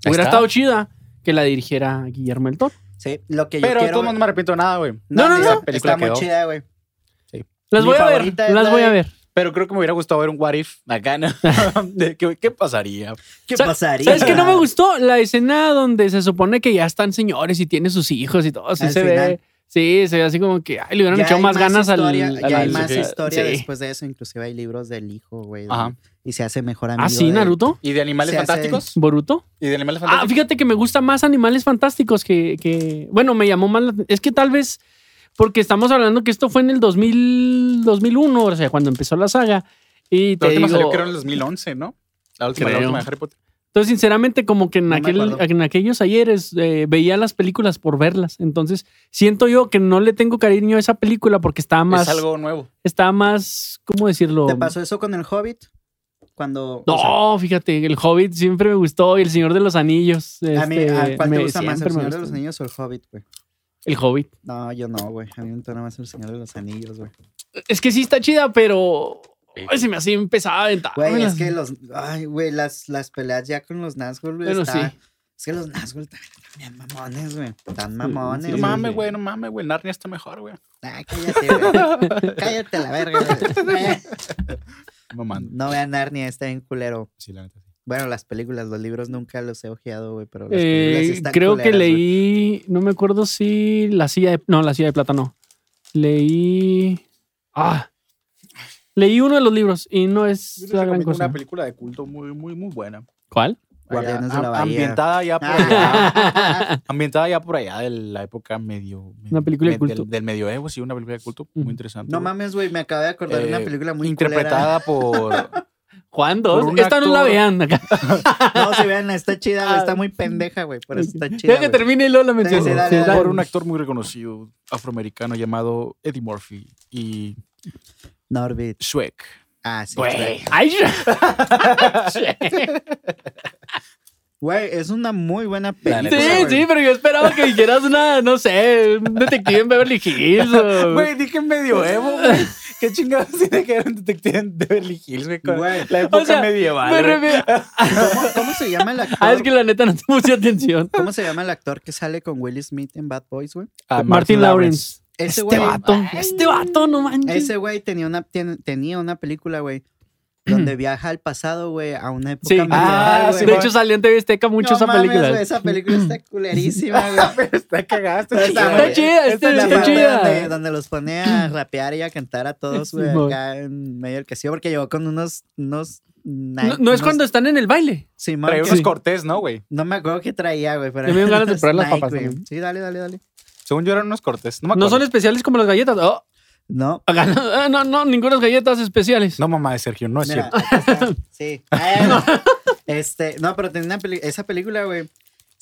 Speaker 4: Ahí
Speaker 2: Hubiera
Speaker 4: está.
Speaker 2: estado chida que la dirigiera Guillermo el Toro.
Speaker 3: Sí, lo que yo
Speaker 4: Pero
Speaker 3: quiero.
Speaker 4: todo no
Speaker 3: güey-
Speaker 4: me arrepiento de nada, güey.
Speaker 2: No, no,
Speaker 3: ni-
Speaker 2: no.
Speaker 3: esa película Está muy
Speaker 4: quedó.
Speaker 3: chida, güey.
Speaker 2: Las
Speaker 3: Mi
Speaker 2: voy a ver,
Speaker 3: favorita es
Speaker 2: las
Speaker 3: la
Speaker 2: voy a
Speaker 3: de-
Speaker 2: ver.
Speaker 4: Pero creo que me hubiera gustado ver un What If acá,
Speaker 2: (laughs)
Speaker 4: ¿no? De que, ¿Qué pasaría?
Speaker 3: ¿Qué
Speaker 2: Sa-
Speaker 3: pasaría?
Speaker 2: ¿Sabes qué no me gustó? La escena donde se supone que ya están señores y tiene sus hijos y todo, sí
Speaker 3: Al
Speaker 2: se
Speaker 3: final.
Speaker 2: ve. Sí, se ve así como que ay, le hubieran
Speaker 3: Ah, Ya
Speaker 2: echado
Speaker 3: hay
Speaker 2: más ganas al-
Speaker 3: historia-
Speaker 2: al.
Speaker 3: Ya hay
Speaker 2: al-
Speaker 3: más
Speaker 2: sí.
Speaker 3: historia
Speaker 2: Sí.
Speaker 3: después de eso. Inclusive hay libros del hijo, güey. de-
Speaker 4: Ajá.
Speaker 3: Y se hace mejor amigo.
Speaker 2: Ah, sí,
Speaker 3: de-
Speaker 2: Naruto,
Speaker 4: ¿Y de animales
Speaker 3: Se hace-
Speaker 4: fantásticos?
Speaker 2: Boruto.
Speaker 4: ¿Y de animales
Speaker 2: Ah,
Speaker 4: fantásticos?
Speaker 2: fíjate que me gusta más Animales Fantásticos que, que- bueno, me llamó más la aten- Es que tal vez, porque estamos hablando que esto fue en el 2000, 2001, o sea, cuando empezó la saga. Y
Speaker 4: la
Speaker 2: te
Speaker 4: última
Speaker 2: digo,
Speaker 4: salió que era en el 2011, ¿no? La última, la
Speaker 2: Creo.
Speaker 4: última de Harry Potter.
Speaker 2: entonces sinceramente como que en,
Speaker 3: No me
Speaker 2: aquel,
Speaker 3: acuerdo.
Speaker 2: en aquellos ayeres eh, veía las películas por verlas. Entonces siento yo que no le tengo cariño a esa película porque está más,
Speaker 4: Es algo nuevo.
Speaker 2: está más, ¿cómo decirlo?
Speaker 3: ¿Te pasó eso con el Hobbit? Cuando.
Speaker 2: No,
Speaker 3: o sea,
Speaker 2: fíjate, el Hobbit siempre me gustó y el Señor de los Anillos.
Speaker 3: a mí,
Speaker 2: este,
Speaker 3: ¿a ¿cuál
Speaker 2: me-
Speaker 3: te gusta más,
Speaker 2: siempre me
Speaker 3: el Señor de
Speaker 2: gustó.
Speaker 3: los Anillos o el Hobbit, güey?
Speaker 2: El Hobbit.
Speaker 3: No, yo no, güey. A mí me entona más el Señor de los Anillos, güey.
Speaker 2: Es que sí está chida, pero ay, se me hacía empezada
Speaker 3: Güey, es que los. Ay, güey, las, las peleas ya con los Nazgûl, güey.
Speaker 2: Bueno,
Speaker 3: está-
Speaker 2: sí.
Speaker 3: Es que los Nazgûl también están bien mamones, güey. Están
Speaker 2: sí,
Speaker 3: mamones.
Speaker 4: No
Speaker 2: sí,
Speaker 3: güey.
Speaker 4: mames, güey, no mames, güey. Narnia está mejor, güey.
Speaker 3: Ah, cállate,
Speaker 2: (laughs)
Speaker 3: güey. cállate a la verga, güey.
Speaker 4: Mamando.
Speaker 3: No vean Narnia, está este bien culero.
Speaker 4: Sí, la neta. sí.
Speaker 3: Bueno, las películas, los libros nunca los he ojeado, güey, pero las películas sí
Speaker 2: Eh,
Speaker 3: están
Speaker 2: creo que
Speaker 3: culeras, güey.
Speaker 2: leí, no me acuerdo si la silla de, no, la silla de plata no. Leí, ah, leí uno de los libros y no
Speaker 4: Yo
Speaker 2: es
Speaker 4: les
Speaker 2: la gran
Speaker 4: recomiendo
Speaker 2: cosa.
Speaker 4: una película de culto muy, muy, muy buena.
Speaker 2: ¿Cuál?
Speaker 3: Guardianes
Speaker 4: Allá,
Speaker 3: de la
Speaker 4: am-
Speaker 3: Bahía. Ah,
Speaker 4: Ambientada ya por allá.
Speaker 2: (laughs)
Speaker 4: ambientada ya por allá de la época medio.
Speaker 2: Una película de
Speaker 4: me- del-
Speaker 2: culto.
Speaker 4: Del, medioevo, sí, una película de culto
Speaker 2: Ujú.
Speaker 4: muy interesante.
Speaker 3: No
Speaker 4: güey.
Speaker 3: mames, güey, me acabo de acordar de una
Speaker 4: Eh,
Speaker 3: película muy
Speaker 4: Interpretada por. (laughs)
Speaker 2: Juan
Speaker 4: Por
Speaker 2: 2.
Speaker 4: un
Speaker 2: Esta no la
Speaker 4: actor-
Speaker 2: vean acá.
Speaker 3: culera. No, si vean, está chida,
Speaker 2: (laughs)
Speaker 3: güey, está muy pendeja, güey, pero está chida.
Speaker 2: Ya que
Speaker 3: güey.
Speaker 2: termine y luego la
Speaker 3: Sí,
Speaker 2: menciono.
Speaker 3: sí, dale,
Speaker 2: Sí,
Speaker 3: dale.
Speaker 2: dale.
Speaker 4: por un actor muy reconocido afroamericano llamado Eddie Murphy y
Speaker 3: Norbit.
Speaker 4: Shrek.
Speaker 3: Ah, sí.
Speaker 2: Güey.
Speaker 3: Güey.
Speaker 2: Ay,
Speaker 3: (laughs) Güey, es una muy buena
Speaker 4: La
Speaker 3: película.
Speaker 2: Sí,
Speaker 4: neta,
Speaker 3: güey.
Speaker 2: sí, pero yo esperaba que dijeras una, no sé, un detective en Beverly Hills. o-
Speaker 4: Güey, dije (laughs) medioevo, güey. ¿Qué chingados tiene que ver un detective en Beverly Hills, güey? Con
Speaker 3: Güey.
Speaker 4: la época
Speaker 2: O sea,
Speaker 4: medieval.
Speaker 2: me
Speaker 4: güey?
Speaker 2: refiero-
Speaker 3: ¿Cómo, cómo se llama el actor?
Speaker 2: (laughs) Ah, es que la neta no te puse atención.
Speaker 3: ¿Cómo se llama el actor que sale con Will Smith en Bad Boys, güey?
Speaker 4: Ah,
Speaker 2: Martin Lawrence. Este
Speaker 3: Ese güey.
Speaker 2: vato, este vato, no manches.
Speaker 3: Ese güey tenía una, tien- tenía una película, güey, donde viaja al pasado, güey, a una época
Speaker 2: Sí.
Speaker 3: medieval,
Speaker 4: Ah,
Speaker 3: güey.
Speaker 4: sí,
Speaker 2: de hecho, salió en TV Azteca mucho
Speaker 3: No
Speaker 2: esa
Speaker 3: mames,
Speaker 2: película.
Speaker 3: güey, esa
Speaker 2: (laughs)
Speaker 3: película está culerísima, güey.
Speaker 4: Está cagada, está
Speaker 3: Está
Speaker 4: chingada,
Speaker 3: muy
Speaker 2: está
Speaker 3: bien.
Speaker 4: güey.
Speaker 2: chida, está,
Speaker 3: La
Speaker 2: está
Speaker 3: parte donde,
Speaker 2: chida.
Speaker 3: donde los
Speaker 2: (clears throat)
Speaker 3: pone a rapear y a cantar a todos, güey,
Speaker 2: Sí, güey.
Speaker 3: acá en medio del casillo, porque llegó con unos. unos
Speaker 2: No, no es cuando están en el baile.
Speaker 3: Sí,
Speaker 4: Traía unos cortés, ¿no, güey?
Speaker 3: No me acuerdo qué traía, güey. Pero
Speaker 2: Ya me dieron ganas de
Speaker 3: unos
Speaker 2: probar las
Speaker 3: Nike,
Speaker 2: papas
Speaker 3: güey.
Speaker 2: también.
Speaker 3: Sí, dale, dale, dale.
Speaker 4: Según yo eran unos cortés. No me
Speaker 2: No
Speaker 4: acuerdo.
Speaker 2: son especiales como las galletas. Oh,
Speaker 3: No.
Speaker 2: acá no, ah, no, no, ninguna galletas especiales.
Speaker 4: No, mamá de Sergio, no es
Speaker 3: Mira,
Speaker 4: cierto. (laughs)
Speaker 3: acá está. Sí. Ah, este, no, pero tenía una peli- esa película, güey.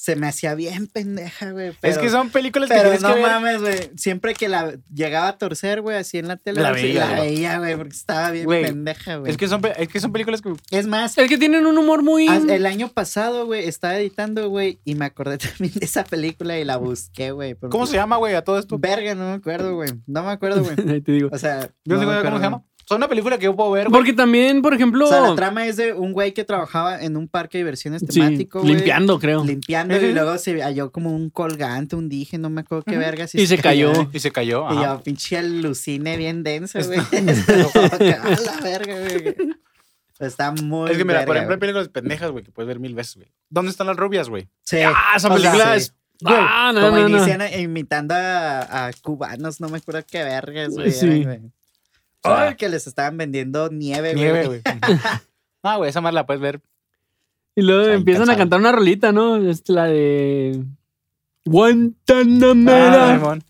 Speaker 3: se me hacía bien pendeja, güey.
Speaker 4: es que
Speaker 3: pero-
Speaker 4: son películas que
Speaker 3: Pero
Speaker 4: tienes
Speaker 3: no
Speaker 4: que ver.
Speaker 3: mames, güey. Siempre que la llegaba a torcer, güey, así en la tele,
Speaker 4: La
Speaker 3: la veía,
Speaker 4: veía,
Speaker 3: la
Speaker 4: güey.
Speaker 3: veía, güey, porque estaba bien
Speaker 4: Güey,
Speaker 3: pendeja, güey.
Speaker 4: Es
Speaker 3: Es,
Speaker 4: que son, pe- es que son películas que.
Speaker 3: más,
Speaker 2: Es que tienen un humor muy.
Speaker 3: as- Ah, el año pasado, güey, estaba editando, güey, y me acordé (laughs) también de esa película y la busqué, güey. porque-
Speaker 4: ¿Cómo se llama, güey? A todo esto.
Speaker 3: Verga, no me acuerdo, güey. No me acuerdo,
Speaker 4: (laughs)
Speaker 3: güey.
Speaker 2: (laughs) Ahí te digo.
Speaker 3: O sea, no
Speaker 4: Yo no
Speaker 3: me
Speaker 4: sé cómo
Speaker 3: acuerdo.
Speaker 4: se llama. Son una película que yo puedo ver, güey.
Speaker 2: Porque también, por ejemplo.
Speaker 3: O sea, la trama es de un güey que trabajaba en un parque de diversiones
Speaker 2: sí,
Speaker 3: temático, güey.
Speaker 2: limpiando, creo.
Speaker 3: Limpiando
Speaker 4: Ujú.
Speaker 3: y luego se halló como un colgante, un dije, no me acuerdo qué verga.
Speaker 2: Y se cayó.
Speaker 4: Y se cayó.
Speaker 3: Y
Speaker 4: ajá.
Speaker 3: yo, pinche alucine bien denso,
Speaker 4: (laughs)
Speaker 3: güey. (laughs) A la verga, güey. Está muy.
Speaker 4: Es que mira,
Speaker 3: verga,
Speaker 4: por ejemplo, hay
Speaker 3: güey.
Speaker 4: películas pendejas, güey, que puedes ver mil veces, güey. ¿Dónde están las rubias, güey?
Speaker 3: Sí.
Speaker 2: Ah, esa
Speaker 3: Eh, O sea,
Speaker 2: película
Speaker 3: sí.
Speaker 2: es.
Speaker 3: Güey,
Speaker 2: ah, no,
Speaker 3: Como
Speaker 2: no, no.
Speaker 3: inician a- imitando a, a cubanos, no me acuerdo qué vergas, güey.
Speaker 2: Sí.
Speaker 3: eran, güey.
Speaker 4: O sea,
Speaker 3: Ay, que les estaban vendiendo nieve, eh, güey.
Speaker 4: Nieve, güey. (laughs) Ah, güey, esa más la puedes ver.
Speaker 2: Y luego
Speaker 4: sea,
Speaker 2: empiezan a
Speaker 4: incansable.
Speaker 2: cantar una rolita, ¿no? Este, la de.
Speaker 4: Ah,
Speaker 2: Guantanamera.
Speaker 4: Simón.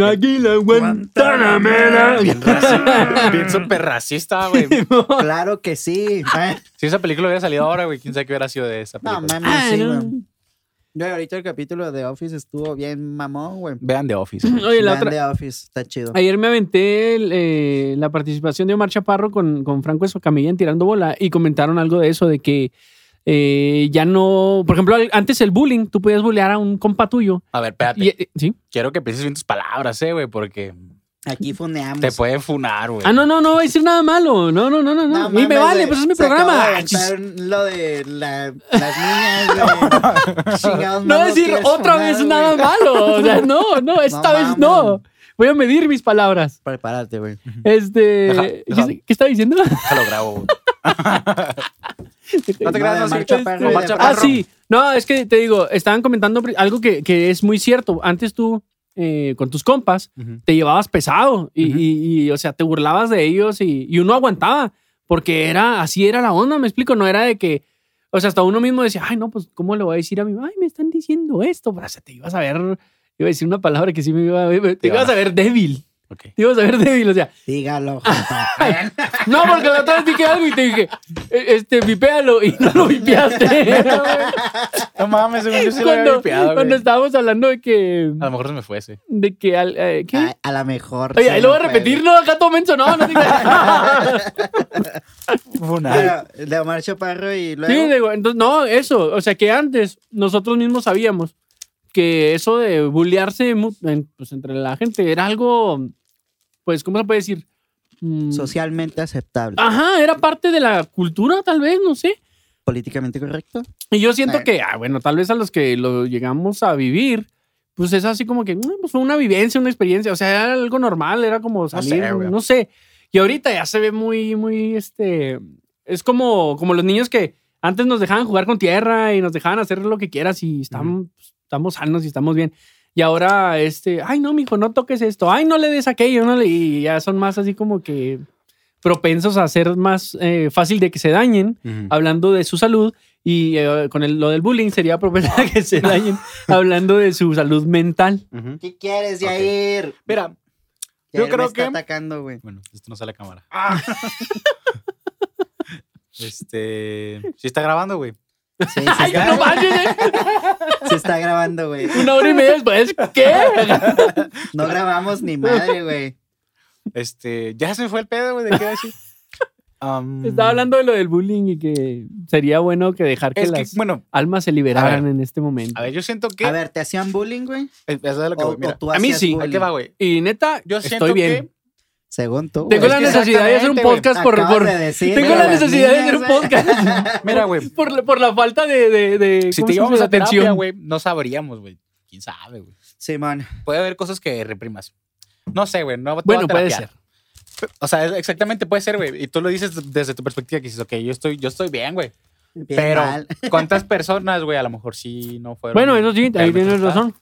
Speaker 2: Águila, Guantanamera.
Speaker 4: Bien raci- Bien súper racista,
Speaker 2: (laughs)
Speaker 4: güey.
Speaker 3: Claro que
Speaker 4: (laughs)
Speaker 3: sí. Ay,
Speaker 4: Si esa película hubiera salido ahora, güey, quién sabe qué hubiera sido de esa
Speaker 3: No
Speaker 4: película.
Speaker 3: mames,
Speaker 2: Ah,
Speaker 3: sí,
Speaker 2: no.
Speaker 3: güey. Güey, ahorita el capítulo de Office estuvo bien mamón, güey.
Speaker 4: Vean The Office.
Speaker 2: Oye, la
Speaker 3: Vean
Speaker 2: otra.
Speaker 3: de Office, está chido.
Speaker 2: Ayer me aventé el, eh, la participación de Omar Chaparro con, con Franco Escamilla en Tirando Bola y comentaron algo de eso, de que eh, ya no. Por ejemplo, al- antes el bullying, tú podías bullear a un compa tuyo.
Speaker 4: A ver, espérate.
Speaker 2: Y, eh, ¿Sí?
Speaker 4: Quiero que pienses bien tus palabras, eh, güey, porque
Speaker 3: Aquí funeamos.
Speaker 4: te pueden funar, güey.
Speaker 2: Ah, no, no, no voy a decir nada malo. No, no, no, no. no.
Speaker 3: No
Speaker 2: a mí me
Speaker 3: mames,
Speaker 2: vale,
Speaker 3: güey.
Speaker 2: pues es mi
Speaker 3: Se acaba
Speaker 2: programa.
Speaker 3: de aventar lo de la-
Speaker 2: (laughs)
Speaker 3: las niñas, güey. Chingados,
Speaker 2: No decir
Speaker 3: quieres
Speaker 2: otra
Speaker 3: sonar,
Speaker 2: vez
Speaker 3: güey.
Speaker 2: nada malo. O sea, no, no, esta vez
Speaker 3: mames.
Speaker 2: no. Voy a medir mis palabras.
Speaker 3: Prepárate, güey.
Speaker 4: Deja,
Speaker 2: Este.
Speaker 4: deja.
Speaker 2: ¿Qué, qué estaba diciendo? (laughs)
Speaker 4: Déjalo grabo,
Speaker 3: (laughs)
Speaker 4: güey. No te
Speaker 3: No,
Speaker 4: creas,
Speaker 3: de
Speaker 4: no,
Speaker 3: Omar
Speaker 4: sí.
Speaker 3: Chaparro,
Speaker 4: Omar
Speaker 3: de-
Speaker 2: Ah,
Speaker 4: Chaparro.
Speaker 2: sí. No, es que te digo, estaban comentando pri- algo que, que es muy cierto. Antes tú, eh, con tus compas,
Speaker 4: Ujú.
Speaker 2: te llevabas pesado y, y- y, o sea, te burlabas de ellos y, y uno aguantaba porque era así era la onda, me explico. No era de que, o sea, hasta uno mismo decía, ay, no, pues, ¿cómo le voy a decir a mi Ay, me están diciendo esto. Pero, o sea, te ibas a ver, iba a decir una palabra que sí me iba a ver, te
Speaker 4: Te
Speaker 2: ibas
Speaker 4: van a-
Speaker 2: a ver débil.
Speaker 4: Ok.
Speaker 2: Te ibas a ver débil, o sea, (laughs)
Speaker 3: Dígalo, Jota.
Speaker 2: no, porque la otra vez dije algo y te dije, "Eh, este, vipéalo y no lo
Speaker 4: (laughs)
Speaker 2: vipeaste.
Speaker 4: No mames, según yo sí lo había
Speaker 2: cuando,
Speaker 4: vipeado,
Speaker 2: cuando
Speaker 4: güey.
Speaker 2: estábamos hablando de que.
Speaker 4: A lo mejor se me fue ese.
Speaker 2: De que al- eh, ¿qué?
Speaker 3: A, a la mejor.
Speaker 2: Oye,
Speaker 3: sí,
Speaker 2: ahí lo voy a
Speaker 3: güey.
Speaker 2: repetir, (laughs) no, acá todo menso, no, no te
Speaker 4: (laughs)
Speaker 2: creas.
Speaker 3: Pero, de Omar Chaparro y
Speaker 2: Sí,
Speaker 3: luego.
Speaker 2: digo, entonces, no, eso, o sea que antes nosotros mismos sabíamos que eso de bullearse mu- en- pues, entre la gente era algo, pues, ¿cómo se puede decir? Mm,
Speaker 3: Socialmente aceptable.
Speaker 2: Ajá, era parte de la cultura, tal vez, no sé.
Speaker 3: Políticamente correcto.
Speaker 2: Y yo siento
Speaker 3: Sí.
Speaker 2: que, ah, bueno, tal vez a los que lo llegamos a vivir, pues es así como que mm, pues fue una vivencia, una experiencia. O sea, era algo normal, era como salir,
Speaker 4: sé,
Speaker 2: no sé.
Speaker 4: güey.
Speaker 2: Y ahorita ya se ve muy, muy, este... Es como, como los niños que antes nos dejaban jugar con tierra y nos dejaban hacer lo que quieras y estamos, estamos sanos y estamos bien. Y ahora, este, ay, no, mijo, no toques esto. Ay, no le des aquello. No le... Y ya son más así como que propensos a ser más eh, fácil de que se dañen
Speaker 3: Ah,
Speaker 2: hablando de su salud y eh, con el- lo del bullying sería propensa a que (laughs) se dañen hablando de su salud mental.
Speaker 4: Ujú.
Speaker 3: ¿Qué quieres, Yair?
Speaker 4: Mira,
Speaker 3: Yair me
Speaker 4: creo
Speaker 3: está
Speaker 4: que-
Speaker 2: (laughs)
Speaker 3: atacando, güey.
Speaker 4: Bueno, esto no sale a cámara.
Speaker 3: Ah.
Speaker 4: (laughs) Este. Sí está grabando, güey.
Speaker 3: Sí, se,
Speaker 2: Ay, no
Speaker 3: está,
Speaker 2: manches, eh.
Speaker 3: se está grabando, güey.
Speaker 2: Una hora y media después, ¿qué?
Speaker 3: No grabamos ni madre, güey.
Speaker 4: Este. Ya se me fue el pedo, güey. ¿De qué iba a decir? Am,
Speaker 2: (laughs) Estaba hablando de lo del bullying y que sería bueno que dejar que
Speaker 4: Es que,
Speaker 2: las
Speaker 4: bueno,
Speaker 2: almas se liberaran
Speaker 4: A ver.
Speaker 2: en este momento.
Speaker 4: a ver, yo siento que.
Speaker 3: A ver, ¿te hacían bullying, güey?
Speaker 4: Es- eso es lo que
Speaker 3: O,
Speaker 4: voy, mira.
Speaker 3: o tú
Speaker 2: a mí
Speaker 3: hacías
Speaker 2: sí.
Speaker 4: Ahí
Speaker 3: bullying?
Speaker 4: te va, güey.
Speaker 2: Y neta,
Speaker 4: Yo siento
Speaker 2: estoy bien.
Speaker 3: Según tú.
Speaker 2: Tengo
Speaker 3: güey.
Speaker 2: la
Speaker 4: que
Speaker 2: necesidad de hacer un
Speaker 4: exactamente, güey.
Speaker 2: podcast por...
Speaker 3: Acabas
Speaker 2: por-
Speaker 3: de decir,
Speaker 2: tengo
Speaker 3: güey,
Speaker 2: la
Speaker 3: las
Speaker 2: necesidad de hacer un (laughs)
Speaker 3: niñas, güey.
Speaker 2: podcast.
Speaker 4: que. Mira, güey.
Speaker 2: Por, la- por la falta de... de, de
Speaker 4: Si
Speaker 2: ¿cómo
Speaker 4: te
Speaker 2: se
Speaker 4: íbamos
Speaker 2: dice?
Speaker 4: a terapia, güey, no sabríamos, güey. Quién sabe, güey.
Speaker 3: Simón.
Speaker 4: Puede haber cosas que reprimas. No sé, güey. No te voy a
Speaker 2: Bueno, puede
Speaker 4: terapiar.
Speaker 2: ser.
Speaker 4: O sea, es- exactamente puede ser, güey. Y tú lo dices desde tu perspectiva que dices, ok, yo estoy, yo estoy bien, güey.
Speaker 3: Bien
Speaker 4: Pero,
Speaker 3: mal.
Speaker 4: ¿cuántas personas, güey? A lo mejor sí no fueron.
Speaker 2: Bueno, eso sí, ahí
Speaker 4: realmente
Speaker 2: tienes
Speaker 4: afectadas.
Speaker 2: razón.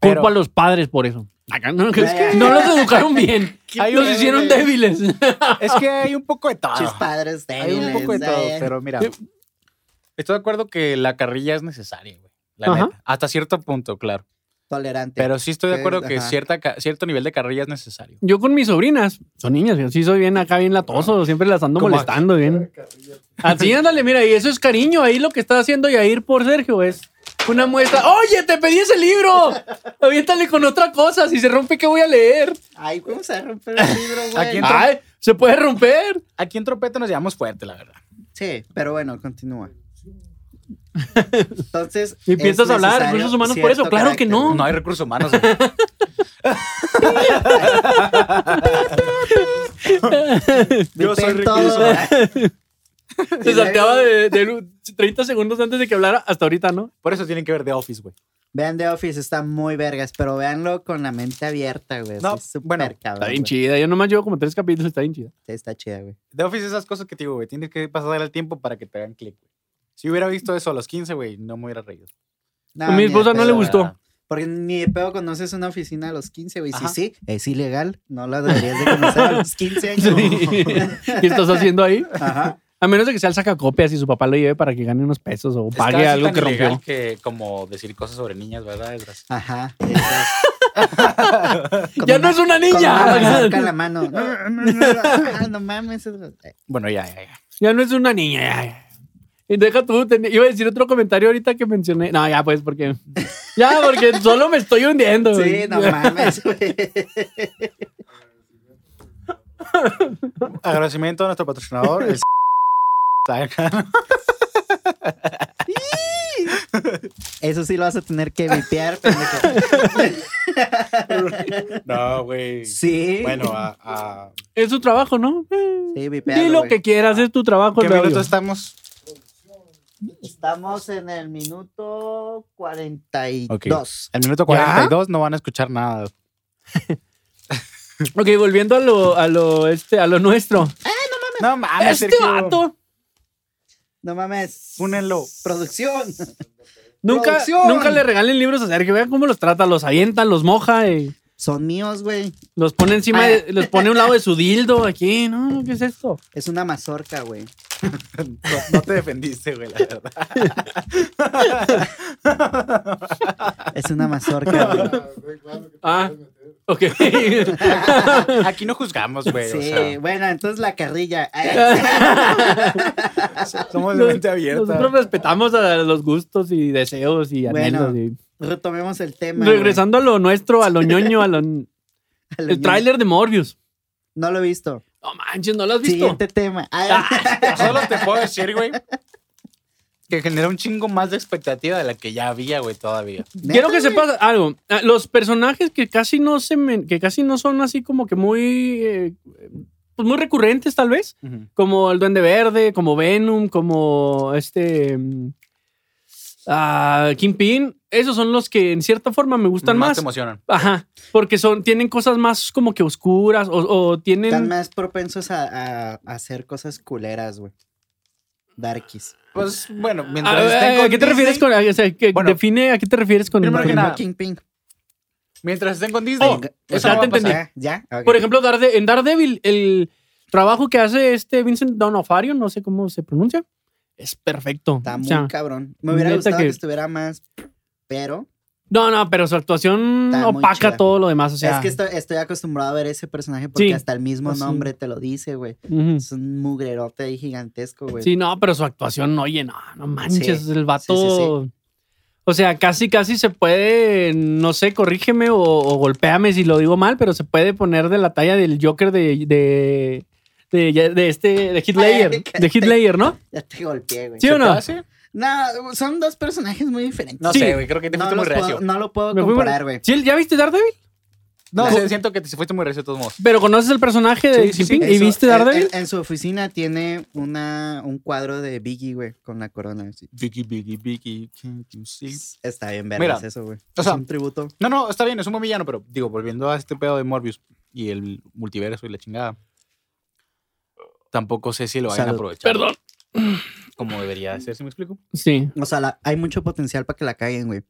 Speaker 4: Pero-
Speaker 2: Culpa a los padres por eso. Acá no,
Speaker 3: Ya, ya, ya.
Speaker 2: no los educaron bien.
Speaker 4: (laughs) Hay
Speaker 2: los
Speaker 4: un-
Speaker 2: hicieron débiles. (laughs)
Speaker 4: Es que hay un poco de
Speaker 2: ah,
Speaker 4: todo.
Speaker 3: Chis padres
Speaker 4: Hay un
Speaker 3: débiles,
Speaker 4: poco de todo,
Speaker 3: eh.
Speaker 4: pero mira.
Speaker 2: Sí.
Speaker 4: Estoy de acuerdo que la carrilla es necesaria, güey. La
Speaker 2: Ajá.
Speaker 4: neta. Hasta cierto punto, claro.
Speaker 3: Tolerante.
Speaker 4: Pero sí estoy de
Speaker 3: Sí,
Speaker 4: acuerdo que
Speaker 3: ajá.
Speaker 4: cierta, ca- cierto nivel de carrilla es necesario.
Speaker 2: Yo con mis sobrinas, son niñas, yo sí soy bien acá, bien
Speaker 4: Ah.
Speaker 2: latoso, siempre las ando
Speaker 4: ¿Cómo?
Speaker 2: molestando bien. Así, ándale, mira, y eso es cariño, ahí lo que está haciendo Yair por Sergio es Una muestra. Oye, te pedí ese libro. Aviéntale con otra cosa. Si se rompe, ¿qué voy a leer?
Speaker 3: Ay, ¿cómo se va a romper el libro,
Speaker 4: ¿A quién?
Speaker 3: güey?
Speaker 2: Ay, se puede
Speaker 4: (laughs)
Speaker 2: romper.
Speaker 4: Aquí en Trompeta nos llevamos fuerte, la verdad.
Speaker 3: Sí, pero bueno, continúa. Entonces.
Speaker 2: (laughs) Y
Speaker 3: es
Speaker 2: piensas hablar de
Speaker 3: necesario
Speaker 2: recursos humanos por eso,
Speaker 3: cierto
Speaker 2: claro que no.
Speaker 4: No hay recursos humanos. güey. Yo soy
Speaker 3: Detén todo.
Speaker 4: recurso
Speaker 3: (laughs)
Speaker 2: Se salteaba de, de 30 segundos antes de que hablara hasta ahorita, ¿no?
Speaker 4: Por eso tienen que ver The Office, güey.
Speaker 3: Vean The Office, está muy vergas, pero véanlo con la mente abierta, güey.
Speaker 4: No,
Speaker 3: No, es súper
Speaker 4: Ah, bueno,
Speaker 3: cabrón.
Speaker 2: Está bien
Speaker 3: güey.
Speaker 2: chida. Yo nomás llevo como tres capítulos, está bien chida.
Speaker 3: Sí, Está chida, güey.
Speaker 4: The Office es esas cosas que te digo, güey. Tienes que pasar el tiempo para que te hagan clic, güey. Si hubiera visto eso a los 15, güey, no me hubiera reído.
Speaker 3: No,
Speaker 2: A mi
Speaker 3: ni de
Speaker 2: esposa no
Speaker 3: pedo,
Speaker 2: le
Speaker 3: güey.
Speaker 2: gustó.
Speaker 3: Porque ni de pedo conoces una oficina a los 15, güey. Si
Speaker 4: Ajá.
Speaker 3: sí, es ilegal. No la deberías de conocer
Speaker 2: (laughs)
Speaker 3: a los 15 años.
Speaker 2: ¿Qué estás haciendo ahí?
Speaker 3: Ajá.
Speaker 2: A menos de que sea el sacacopias y su papá lo lleve para que gane unos pesos o
Speaker 4: Es
Speaker 2: pague
Speaker 4: casi
Speaker 2: algo
Speaker 4: tan
Speaker 2: que
Speaker 4: ilegal
Speaker 2: rompió.
Speaker 4: que como decir cosas sobre niñas, ¿verdad? Esdras?
Speaker 3: Ajá.
Speaker 2: (laughs)
Speaker 3: Este,
Speaker 2: ¡Ya no es una
Speaker 3: Con
Speaker 2: (laughs)
Speaker 3: una
Speaker 2: niña!
Speaker 3: saca la mano. No, no, no,
Speaker 2: (laughs)
Speaker 3: ah, no mames.
Speaker 4: Bueno, ya, ya, ya.
Speaker 2: Ya no es una niña. ya, ya. Y deja tú, ten- iba a decir otro comentario ahorita que mencioné. No, ya pues, porque... Ya, porque solo me estoy hundiendo.
Speaker 3: Sí,
Speaker 2: güey.
Speaker 3: no mames, güey.
Speaker 4: Agradecimiento a nuestro patrocinador. (laughs) el
Speaker 3: Eso sí lo vas a tener que vipear, pendejo.
Speaker 4: no, güey.
Speaker 3: Sí.
Speaker 4: Bueno, a, a-
Speaker 2: Es su trabajo, ¿no?
Speaker 3: Sí, vipealo,
Speaker 2: Di lo
Speaker 3: güey.
Speaker 2: que quieras, es tu trabajo.
Speaker 4: ¿qué
Speaker 2: Claudio.
Speaker 4: minuto estamos?
Speaker 3: Estamos en el minuto 42.
Speaker 4: El minuto 42 no van a escuchar nada.
Speaker 2: Ok, volviendo a lo, a lo, este, a lo nuestro.
Speaker 4: No
Speaker 3: Ah,
Speaker 4: mames,
Speaker 2: este
Speaker 4: Sergio.
Speaker 2: vato
Speaker 3: No mames.
Speaker 4: Únenlo.
Speaker 3: Producción.
Speaker 2: Nunca,
Speaker 3: Producción.
Speaker 2: nunca le regalen libros a Sergio. Vean cómo los trata, los avienta, los moja, y
Speaker 3: Son míos, güey.
Speaker 2: los pone encima,
Speaker 3: Ah.
Speaker 2: de- los pone a un lado de su dildo aquí. No, ¿qué es esto?
Speaker 3: Es una mazorca, güey.
Speaker 4: No, no te defendiste, güey, la verdad.
Speaker 3: Es
Speaker 2: (laughs)
Speaker 3: una mazorca, güey.
Speaker 2: Ah, ok.
Speaker 4: Aquí no juzgamos, güey.
Speaker 3: Sí,
Speaker 4: o sea,
Speaker 3: bueno, entonces la carrilla. Ay,
Speaker 4: somos de mente
Speaker 2: Nosotros
Speaker 4: abierta.
Speaker 2: respetamos a los gustos y deseos y
Speaker 3: Bueno,
Speaker 2: anhelos. y-
Speaker 3: Retomemos el tema. güey.
Speaker 2: Regresando a lo nuestro, a lo ñoño,
Speaker 3: (laughs)
Speaker 2: a lo...
Speaker 3: Al
Speaker 2: El tráiler de Morbius.
Speaker 3: No lo he visto.
Speaker 2: No manches, ¿no lo has visto? Ah,
Speaker 3: Siguiente tema. Ah, Ay, (laughs)
Speaker 4: Solo te puedo decir, güey, que genera un chingo más de expectativa de la que ya había, güey, todavía.
Speaker 3: ¿neta,
Speaker 2: Quiero que
Speaker 3: güey?
Speaker 2: sepas algo. Ah, Los personajes que casi no se men- que casi no son así como que muy eh, pues muy recurrentes tal vez, como el Duende Verde, como Venom, como este mm, ah, Kingpin, esos son los que en cierta forma me gustan
Speaker 4: más
Speaker 2: más.
Speaker 4: te emocionan.
Speaker 2: Ajá, porque son tienen cosas más como que oscuras o, o
Speaker 3: Están
Speaker 2: tienen
Speaker 3: más propensos a, a- a hacer cosas culeras, güey. Darkies.
Speaker 4: Pues bueno,
Speaker 2: Ah,
Speaker 4: mientras estén
Speaker 2: ah,
Speaker 4: con
Speaker 2: ¿A qué te
Speaker 4: Disney-
Speaker 2: refieres con o sea, que
Speaker 4: Bueno,
Speaker 2: define a qué te refieres con
Speaker 4: primero que
Speaker 2: con-
Speaker 4: nada,
Speaker 3: Kingpin.
Speaker 4: Mientras estén con Disney.
Speaker 2: Oh,
Speaker 4: eso
Speaker 2: o sea,
Speaker 4: no va
Speaker 2: te
Speaker 4: a
Speaker 2: entendí.
Speaker 4: pasar.
Speaker 3: Ah, ¿Ya? ok.
Speaker 2: Por ejemplo, Darede- en Daredevil, el trabajo que hace este Vincent D'Onofrio, no sé cómo se pronuncia, es perfecto.
Speaker 3: Está
Speaker 2: O
Speaker 3: muy
Speaker 2: sea,
Speaker 3: cabrón. Me hubiera
Speaker 2: neta
Speaker 3: gustado que...
Speaker 2: que-
Speaker 3: estuviera más, pero
Speaker 2: no, no, pero su actuación
Speaker 3: Está muy
Speaker 2: opaca
Speaker 3: chida.
Speaker 2: todo lo demás. O sea,
Speaker 3: es que estoy, estoy acostumbrado a ver ese personaje porque
Speaker 2: Sí.
Speaker 3: hasta el mismo
Speaker 2: Así.
Speaker 3: nombre te lo dice, güey.
Speaker 2: ujú.
Speaker 3: Es un mugrerote ahí gigantesco, güey.
Speaker 2: sí, no, pero su actuación, oye, no, no manches,
Speaker 3: pues. Sí,
Speaker 2: el vato. O sea, casi, casi se puede, no sé, corrígeme o, o golpéame si lo digo mal, pero se puede poner de la talla del Joker de. de de, de este de Hitler
Speaker 3: Ay,
Speaker 2: de Hitler ¿no?
Speaker 3: Ya te golpeé, güey.
Speaker 2: ¿Sí o
Speaker 4: ¿Te
Speaker 2: no?
Speaker 4: hace?
Speaker 3: No, son dos personajes muy diferentes.
Speaker 4: No
Speaker 2: Sí.
Speaker 4: sé, güey. Creo que te fuiste
Speaker 3: no, los
Speaker 4: muy reacio.
Speaker 3: puedo, no lo puedo
Speaker 2: Me fui por-
Speaker 3: comparar, güey.
Speaker 2: ¿Sí? ¿Ya viste Daredevil?
Speaker 4: No,
Speaker 2: No.
Speaker 4: sé, siento que te fuiste muy recio de todos modos.
Speaker 2: Pero conoces el personaje de
Speaker 4: Sí, sí, sí.
Speaker 2: Kingpin y
Speaker 3: Eso,
Speaker 2: viste
Speaker 3: en-
Speaker 2: Daredevil.
Speaker 3: En, en su oficina tiene una, un cuadro de Biggie, güey, con la corona. sí.
Speaker 4: Vicky, Vicky, Vicky. can't you see?
Speaker 3: Está bien vergas
Speaker 4: Mira,
Speaker 3: eso, güey.
Speaker 4: o sea,
Speaker 3: es un tributo.
Speaker 4: No, no, está bien, es un buen villano, pero digo, volviendo a este pedo de Morbius y el multiverso y la chingada. Tampoco sé si lo vayan a
Speaker 3: Salud.
Speaker 4: aprovechar. Perdón. Como debería de ser, ¿sí me explico?
Speaker 2: Sí.
Speaker 3: O sea, la- hay mucho potencial para que la caguen, güey.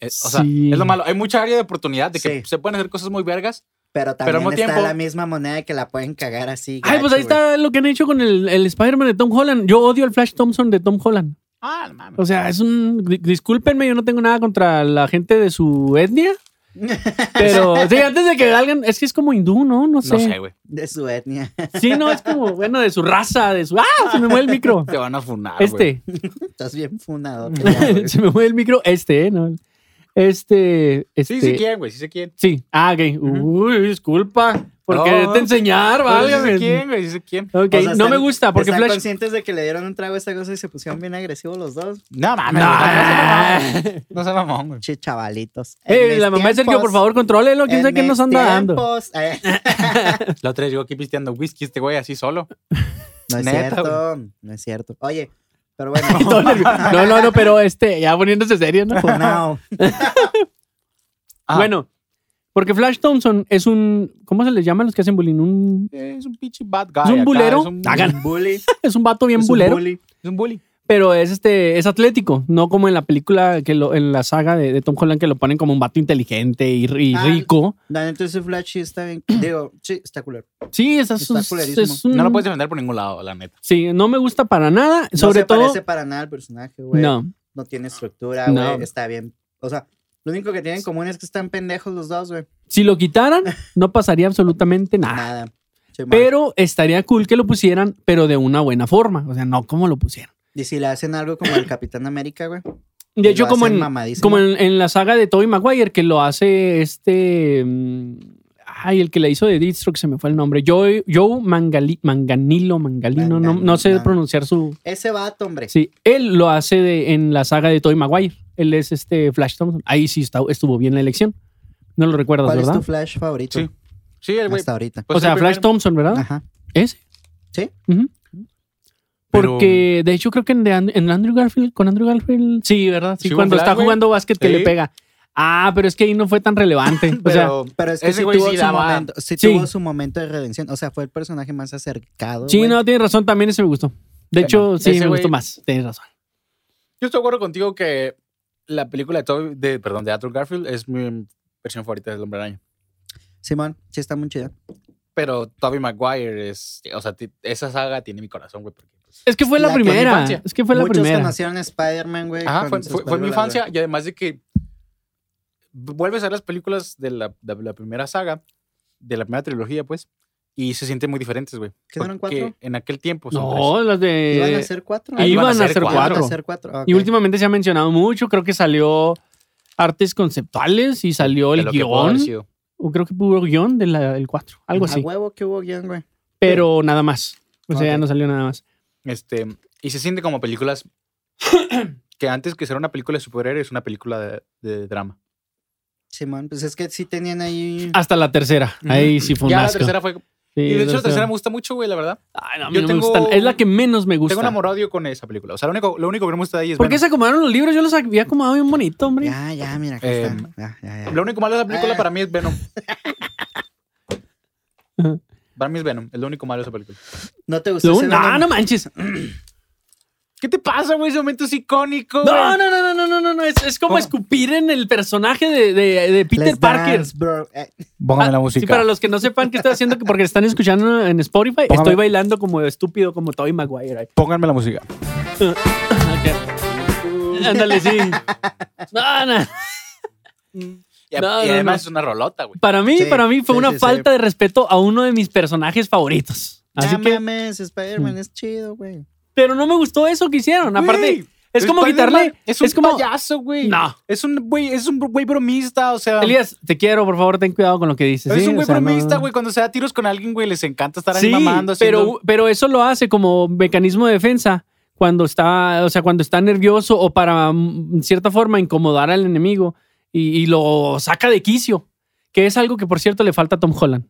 Speaker 4: Eh, o sea,
Speaker 2: Sí.
Speaker 4: es lo malo. Hay mucha área de oportunidad de que
Speaker 3: Sí.
Speaker 4: se pueden hacer cosas muy vergas.
Speaker 3: Pero
Speaker 4: Pero al
Speaker 3: también
Speaker 4: mismo
Speaker 3: está
Speaker 4: tiempo-
Speaker 3: la misma moneda que la pueden cagar así.
Speaker 2: Ay, pues ahí
Speaker 3: gacho, güey.
Speaker 2: está lo que han hecho con el, el Spider-Man de Tom Holland. Yo odio el Flash Thompson de Tom Holland.
Speaker 4: Ah, no mames.
Speaker 2: O sea, es un. di- Discúlpenme, yo no tengo nada contra la gente de su etnia.
Speaker 3: (laughs)
Speaker 2: Pero sí, antes de que salgan, es que es como hindú, ¿no? No sé.
Speaker 4: No sé, güey.
Speaker 3: De su etnia. (laughs)
Speaker 2: Sí, no, es como, bueno, de su raza, de su. ¡Ah! Se me mueve el micro.
Speaker 4: Te van a funar, Ah, güey.
Speaker 2: Este.
Speaker 3: Estás
Speaker 2: (laughs)
Speaker 3: bien funado. pelado, Ah, güey.
Speaker 2: se me mueve el micro. Este, ¿eh? No. Este. este
Speaker 4: Sí, sí quién, güey. Sí sé quién.
Speaker 2: Sí. Ah, ok. Uy, disculpa. Por
Speaker 4: No,
Speaker 2: quererte enseñar,
Speaker 4: Pero Sí
Speaker 2: válgame.
Speaker 4: sé quién, güey. Sí sé quién.
Speaker 2: Ok,
Speaker 3: Pues, O sea,
Speaker 2: no
Speaker 3: están-
Speaker 2: me gusta porque
Speaker 3: ¿Están
Speaker 2: Flash.
Speaker 3: conscientes de que le dieron un trago a esta cosa y se pusieron bien agresivos los dos?
Speaker 4: No mames.
Speaker 2: No.
Speaker 3: (laughs)
Speaker 4: güey, No se mamón, güey.
Speaker 3: Che, chavalitos. En
Speaker 2: Eh,
Speaker 3: mis
Speaker 2: la mamá de Sergio,
Speaker 3: tiempos-
Speaker 2: por favor, contrólelo. ¿Quién
Speaker 3: en
Speaker 2: sabe qué
Speaker 3: mis
Speaker 2: nos anda dando?
Speaker 3: tiempos-
Speaker 2: (laughs)
Speaker 3: Eh,
Speaker 4: La otra vez llegó aquí pisteando whisky este güey así solo.
Speaker 3: no es
Speaker 4: Neta,
Speaker 3: cierto. No es cierto. Oye, pero bueno.
Speaker 2: Todo nervioso. No, no, no, pero este, ya poniéndose serio, (laughs) ¿no?
Speaker 3: (laughs) For now.
Speaker 4: Ah.
Speaker 2: Bueno, porque Flash Thompson es un. ¿Cómo se les llama a los que hacen bullying? Un,
Speaker 4: Es un pinche bad guy.
Speaker 2: ¿Es un
Speaker 4: acá,
Speaker 2: bulero?
Speaker 4: Es un,
Speaker 2: Hagan.
Speaker 4: un bully.
Speaker 2: (laughs) es un vato bien
Speaker 3: Es un
Speaker 2: bulero,
Speaker 3: bully.
Speaker 4: Es un bully.
Speaker 2: pero es este es atlético, no como en la película, que lo, en la saga de, de Tom Holland, que lo ponen como un vato inteligente y, ri- y
Speaker 3: Ah.
Speaker 2: rico.
Speaker 3: La neta, ese Flash sí está bien. Digo, sí, está culero.
Speaker 2: Sí, es, es-
Speaker 3: Está
Speaker 2: es
Speaker 3: culerísimo.
Speaker 2: un-
Speaker 4: No lo puedes defender por ningún lado, la neta.
Speaker 2: Sí, no me gusta para nada,
Speaker 3: No
Speaker 2: sobre
Speaker 3: se
Speaker 2: todo.
Speaker 3: parece para nada al personaje, güey. No.
Speaker 2: No,
Speaker 3: tiene estructura,
Speaker 2: No.
Speaker 3: güey. Está bien. O sea, lo único que tienen en común es que están pendejos los dos, güey.
Speaker 2: si lo quitaran,
Speaker 3: (laughs)
Speaker 2: no pasaría absolutamente nada.
Speaker 3: Nada. Simón.
Speaker 2: Pero estaría cool que lo pusieran, pero de una buena forma. O sea, no como lo pusieron.
Speaker 3: Y si le hacen algo como el Capitán América, güey.
Speaker 2: De
Speaker 3: Y
Speaker 2: hecho,
Speaker 3: lo
Speaker 2: como
Speaker 3: hacen
Speaker 2: en,
Speaker 3: mamadísimo.
Speaker 2: como en, en la saga de Tobey Maguire, que lo hace este. mm, Ay, el que la hizo de Deathstroke, se me fue el nombre. Joe, Joe Mangali- Manganilo, Mangalino, no, no sé
Speaker 3: Manganilo.
Speaker 2: pronunciar su.
Speaker 3: Ese vato, hombre.
Speaker 2: Sí, él lo hace de- en la saga de Tobey Maguire. Él es este Flash Thompson. Ahí sí está- estuvo bien la elección. No lo recuerdas,
Speaker 3: ¿Cuál
Speaker 2: ¿verdad?
Speaker 3: es tu Flash favorito?
Speaker 4: Sí, Sí, el güey.
Speaker 3: Hasta ahorita.
Speaker 4: pues,
Speaker 2: o sea,
Speaker 4: el
Speaker 2: Flash
Speaker 4: primero.
Speaker 2: Thompson, ¿verdad?
Speaker 3: Ajá.
Speaker 2: Ese.
Speaker 3: Ah. Sí.
Speaker 2: Ujú.
Speaker 4: Pero-
Speaker 2: Porque de hecho creo que en, de And- en Andrew Garfield, con Andrew Garfield, sí, ¿verdad? Sí,
Speaker 4: Sí,
Speaker 2: cuando
Speaker 4: un flash,
Speaker 2: está
Speaker 4: güey.
Speaker 2: jugando básquet que
Speaker 4: Sí.
Speaker 2: le pega. Ah, pero es que ahí no fue tan relevante. o sea,
Speaker 4: Pero,
Speaker 3: Pero es que
Speaker 4: Ese
Speaker 3: sí
Speaker 4: güey
Speaker 3: tuvo,
Speaker 4: sí
Speaker 3: su
Speaker 4: daba-
Speaker 3: momento, sí
Speaker 2: Sí.
Speaker 3: tuvo su momento de redención. O sea, fue el personaje más acercado.
Speaker 2: sí,
Speaker 3: güey.
Speaker 2: no, tienes razón, también ese me gustó. De hecho, sí,
Speaker 4: ese
Speaker 2: me
Speaker 4: güey-
Speaker 2: gustó más. Tienes razón.
Speaker 4: yo estoy de acuerdo contigo que la película de Toby, de, perdón, de Andrew Garfield es mi versión favorita del Hombre Araña.
Speaker 3: Simón, sí está muy chido.
Speaker 4: Pero Toby Maguire es, o sea, ti- esa saga tiene mi corazón, güey. porque, pues,
Speaker 2: Es que fue la,
Speaker 3: La que-
Speaker 2: primera.
Speaker 4: infancia.
Speaker 2: Es que fue la
Speaker 3: Muchos
Speaker 2: primera.
Speaker 3: conocieron a Spider-Man, güey.
Speaker 4: Ajá,
Speaker 3: con
Speaker 4: fue,
Speaker 3: sus
Speaker 4: fue- fue mi
Speaker 3: películas,
Speaker 4: infancia y además de que vuelves a ver las películas de la, de la primera saga, de la primera trilogía, pues, y se sienten muy diferentes, güey.
Speaker 3: ¿Qué fueron
Speaker 4: Porque
Speaker 3: cuatro?
Speaker 4: En aquel tiempo son
Speaker 2: No, las
Speaker 3: güey. ¿Iban a
Speaker 2: de.
Speaker 3: ser cuatro?
Speaker 4: ahí
Speaker 2: Eh, Iban a ser
Speaker 3: Iban
Speaker 2: cuatro.
Speaker 3: a ser cuatro. ah,
Speaker 2: Y
Speaker 3: ok.
Speaker 2: últimamente se ha mencionado mucho. Creo que salió artes conceptuales y salió
Speaker 4: tres, de
Speaker 2: el
Speaker 4: lo que pudo haber
Speaker 2: guión.
Speaker 4: sido.
Speaker 2: O creo que hubo guión del 4. Algo
Speaker 3: A
Speaker 2: así.
Speaker 3: huevo que hubo guión, güey.
Speaker 2: Pero nada más. O sea, ya
Speaker 3: Ok.
Speaker 2: no salió nada más.
Speaker 4: Este, y se siente
Speaker 3: (coughs)
Speaker 4: como películas que antes que ser una película de superhéroes, es una película de, de drama.
Speaker 3: Simón, pues es que sí tenían ahí...
Speaker 2: Hasta la tercera. Ahí sí fue un
Speaker 4: Ya la
Speaker 2: asco.
Speaker 4: tercera fue.
Speaker 2: Sí,
Speaker 4: y de hecho, la tercera
Speaker 2: tercera-
Speaker 4: me gusta mucho, güey, la verdad.
Speaker 2: Ay, no, a mí
Speaker 4: yo
Speaker 2: no me
Speaker 4: tengo-
Speaker 2: gustan. Es la que menos me gusta.
Speaker 4: Tengo un amor-odio con esa película. O sea, lo único, lo único que no me gusta de ahí es.
Speaker 2: ¿Por qué
Speaker 4: Venom.
Speaker 2: se acomodaron los libros? Yo los había acomodado bien bonito, hombre.
Speaker 3: Ya, ya, mira, aquí
Speaker 4: Eh,
Speaker 3: está. Ya, ya, ya.
Speaker 4: Lo único malo de esa película
Speaker 3: Ah.
Speaker 4: para mí
Speaker 2: (laughs)
Speaker 4: es Venom. para mí es Venom. Es lo único malo de esa película.
Speaker 3: ¿No te
Speaker 4: pues
Speaker 3: gustó
Speaker 2: Lo-
Speaker 3: ese
Speaker 2: no,
Speaker 3: Venom?
Speaker 2: no manches.
Speaker 4: ¿Qué te pasa, güey? Ese momento es icónico.
Speaker 2: No, no, no, no, no, no, no. no. Es, es como
Speaker 4: ¿Cómo?
Speaker 2: escupir en el personaje de, de- de Peter
Speaker 3: Let's
Speaker 2: Parker.
Speaker 3: dance, bro. Eh,
Speaker 4: Póngame
Speaker 2: Ah,
Speaker 4: la
Speaker 2: Sí,
Speaker 4: música.
Speaker 2: para los que no sepan qué estoy haciendo, que porque están escuchando en Spotify,
Speaker 4: Póngame-
Speaker 2: estoy bailando como estúpido, como Tobey Maguire. ahí. (laughs)
Speaker 4: Pónganme la música.
Speaker 2: Ok. Ándale,
Speaker 4: (laughs)
Speaker 2: sí. No, no.
Speaker 4: Y,
Speaker 2: No,
Speaker 4: y
Speaker 2: no,
Speaker 4: además
Speaker 2: no.
Speaker 4: es una rolota, güey.
Speaker 2: Para mí,
Speaker 3: Sí,
Speaker 2: para mí fue
Speaker 3: sí,
Speaker 2: una
Speaker 3: sí, sí.
Speaker 2: falta de respeto a uno de mis personajes favoritos. Así
Speaker 3: ya
Speaker 2: que, Mm.
Speaker 3: mames, Spider-Man es chido, güey.
Speaker 2: pero no me gustó eso que hicieron. Aparte,
Speaker 4: Güey,
Speaker 2: es como
Speaker 4: Spider-Man
Speaker 2: quitarle.
Speaker 4: Es
Speaker 2: Es,
Speaker 4: un
Speaker 2: como.
Speaker 4: payaso, güey.
Speaker 2: No.
Speaker 4: Es un güey, es un güey bromista, o sea.
Speaker 2: Elías, te quiero, por favor, ten cuidado con lo que dices.
Speaker 4: es
Speaker 2: ¿sí?
Speaker 4: un
Speaker 2: O
Speaker 4: güey
Speaker 2: sea, no-
Speaker 4: bromista, güey. Cuando se da tiros con alguien, güey, les encanta estar ahí
Speaker 2: Sí,
Speaker 4: mamando. haciendo-
Speaker 2: pero, pero eso lo hace como mecanismo de defensa cuando está, o sea, cuando está nervioso o para mm, en cierta forma incomodar al enemigo y, y lo saca de quicio, que es algo que por cierto le falta a Tom Holland.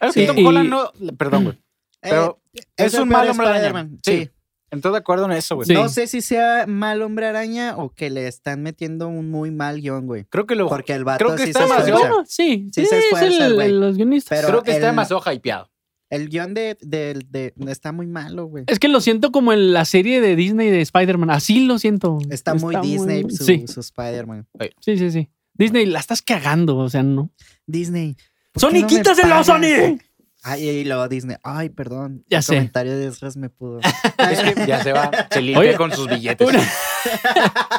Speaker 4: Es
Speaker 3: Sí.
Speaker 4: que Ah, Tom
Speaker 2: Y-
Speaker 4: Holland no. Perdón, güey. Pero
Speaker 3: Eh,
Speaker 4: es
Speaker 3: el
Speaker 4: un
Speaker 3: peor
Speaker 4: mal hombre araña.
Speaker 3: Spider-Man,
Speaker 4: Sí.
Speaker 3: sí.
Speaker 4: Entonces, de acuerdo en eso, güey.
Speaker 2: Sí.
Speaker 3: No sé si sea mal hombre araña o que le están metiendo un muy mal guión, güey.
Speaker 4: Creo que lo.
Speaker 3: Porque el vato
Speaker 4: Creo que
Speaker 3: sí
Speaker 4: está
Speaker 3: se
Speaker 2: Pero
Speaker 4: demasiado-
Speaker 3: esfuerza.
Speaker 2: bueno, sí,
Speaker 3: Sí se
Speaker 2: es
Speaker 3: esfuerza el
Speaker 2: el-
Speaker 3: güey.
Speaker 2: los guionistas.
Speaker 3: Pero
Speaker 4: creo que está
Speaker 3: el-
Speaker 4: demasiado hypeado.
Speaker 3: El guión de, del- de- está muy malo, güey.
Speaker 2: Es que lo siento como en la serie de Disney de Spider-Man. Así lo siento.
Speaker 3: Está muy Disney pues. su,
Speaker 2: Sí,
Speaker 3: su Spider-Man.
Speaker 2: sí, sí, sí. Disney, la estás cagando, o sea, no.
Speaker 3: Disney. ¿por qué
Speaker 2: ¡Sony,
Speaker 3: no me
Speaker 2: quítaselo,
Speaker 3: pagas?
Speaker 2: Sony!
Speaker 3: Ay, y luego Disney. Ay, perdón.
Speaker 2: Ya
Speaker 3: el
Speaker 2: sé.
Speaker 3: comentario de Esras me pudo.
Speaker 4: Es que ya se va. Se limpia
Speaker 2: Oye,
Speaker 4: con sus billetes.
Speaker 2: una-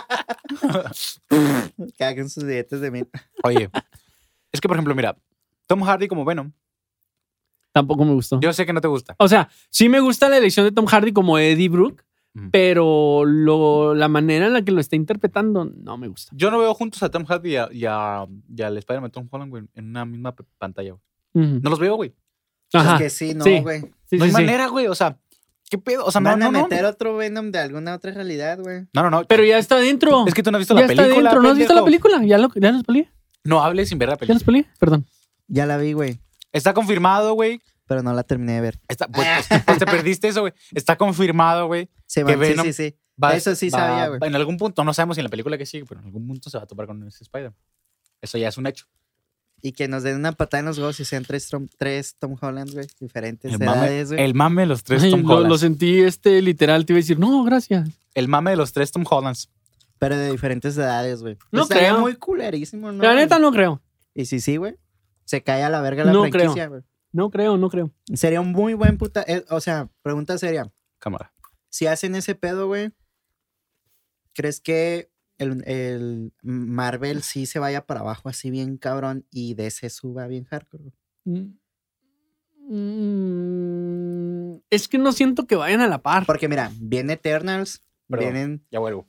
Speaker 4: (laughs)
Speaker 3: Caguen sus dientes de mí.
Speaker 4: Oye, Es que, por ejemplo, mira, Tom Hardy como Venom,
Speaker 2: Tampoco me gustó.
Speaker 4: yo sé que no te gusta.
Speaker 2: O sea, sí me gusta la elección de Tom Hardy como Eddie Brooke,
Speaker 4: Ujú.
Speaker 2: pero lo, la manera en la que lo está interpretando no me gusta.
Speaker 4: Yo no veo juntos a Tom Hardy y, a- y a- y al Spider-Man Tom Holland, güey, en una misma pe- pantalla, güey.
Speaker 2: Ujú.
Speaker 4: No los veo, güey.
Speaker 2: Ajá.
Speaker 3: Es que sí, no,
Speaker 2: sí.
Speaker 3: güey.
Speaker 2: Sí, sí,
Speaker 4: no hay
Speaker 2: sí.
Speaker 4: manera, güey. O sea, ¿qué pedo? O sea, no,
Speaker 3: Van
Speaker 4: no,
Speaker 3: a
Speaker 4: no.
Speaker 3: meter otro Venom de alguna otra realidad, güey.
Speaker 4: No, no, no.
Speaker 2: Pero ya está adentro.
Speaker 4: Es que tú no has visto
Speaker 2: ya
Speaker 4: la
Speaker 2: está
Speaker 4: película.
Speaker 2: adentro. ¿No has visto la
Speaker 4: pendejo.
Speaker 2: película? Ya, lo, ya los peleé.
Speaker 4: No hables sin ver la
Speaker 2: Ya los
Speaker 4: película.
Speaker 2: peleé. Perdón.
Speaker 3: Ya la vi, güey.
Speaker 4: Está confirmado, güey.
Speaker 3: Pero no la terminé de ver.
Speaker 4: Está- pues, pues, pues, te perdiste eso, güey. Está confirmado, güey.
Speaker 3: Se
Speaker 4: Que
Speaker 3: van, sí,
Speaker 4: Venom-
Speaker 3: sí, sí.
Speaker 4: Va-
Speaker 3: Eso sí
Speaker 4: va-
Speaker 3: sabía, güey.
Speaker 4: va- En algún punto, no sabemos si en la película que sigue, pero en algún punto se va a topar con ese Spider-Man. Eso ya es un hecho.
Speaker 3: Y que nos den una patada en los huevos y sean tres Tom, tres Tom Holland, güey. Diferentes
Speaker 4: El mame,
Speaker 3: edades, güey.
Speaker 4: el mame de los tres
Speaker 2: Ay,
Speaker 4: Tom
Speaker 2: lo, lo
Speaker 4: Hollands.
Speaker 2: sentí este literal. Te iba a decir, no, gracias.
Speaker 4: El mame de los tres Tom Hollands.
Speaker 3: Pero de diferentes edades, güey. Pues,
Speaker 2: No
Speaker 3: Estaría
Speaker 2: creo.
Speaker 3: muy culerísimo, ¿no?
Speaker 2: la
Speaker 3: güey?
Speaker 2: neta no creo.
Speaker 3: Y si sí, güey. Se cae a la verga la
Speaker 2: No
Speaker 3: franquicia, güey.
Speaker 2: No creo, no creo.
Speaker 3: Sería un muy buen puta. eh, o sea, pregunta seria.
Speaker 4: Cámara.
Speaker 3: Si hacen ese pedo, güey, ¿crees que el, el Marvel sí se vaya para abajo así bien cabrón y DC suba bien hardcore? güey?
Speaker 2: Mm. Mm. Es que no siento que vayan a la par.
Speaker 3: Porque mira, viene Eternals,
Speaker 4: Perdón.
Speaker 3: vienen,
Speaker 4: Ya vuelvo.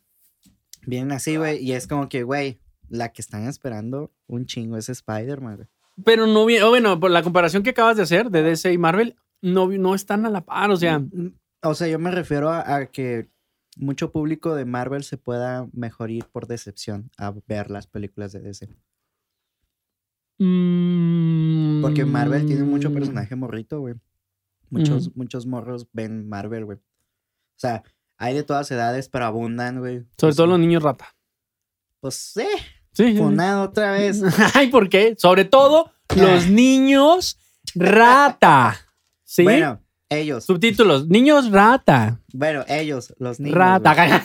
Speaker 3: vienen
Speaker 2: Ah,
Speaker 3: así, güey, y es como que, güey, la que están esperando un chingo es Spider-Man, güey.
Speaker 2: Pero no vi- oh, bueno, por la comparación que acabas de hacer de DC y Marvel, no, vi- no están a la par. O sea,
Speaker 3: Mm, O sea, yo me refiero a, a que mucho público de Marvel se pueda mejor ir por decepción a ver las películas de DC. Porque
Speaker 2: Porque
Speaker 3: Marvel tiene
Speaker 2: mm,
Speaker 3: mucho personaje morrito, güey. Muchos, muchos morros ven Marvel, güey. O sea, hay de todas edades, pero abundan, güey.
Speaker 2: Sobre todo los niños rata.
Speaker 3: Pues sí,
Speaker 2: Sí. sí, sí.
Speaker 3: funado otra vez.
Speaker 2: (laughs) Ay, ¿por qué? Sobre todo
Speaker 3: Ah.
Speaker 2: los niños rata. ¿Sí?
Speaker 3: Bueno, ellos.
Speaker 2: Subtítulos. Niños rata.
Speaker 3: Bueno, ellos, los niños. güey.
Speaker 2: (laughs) rata.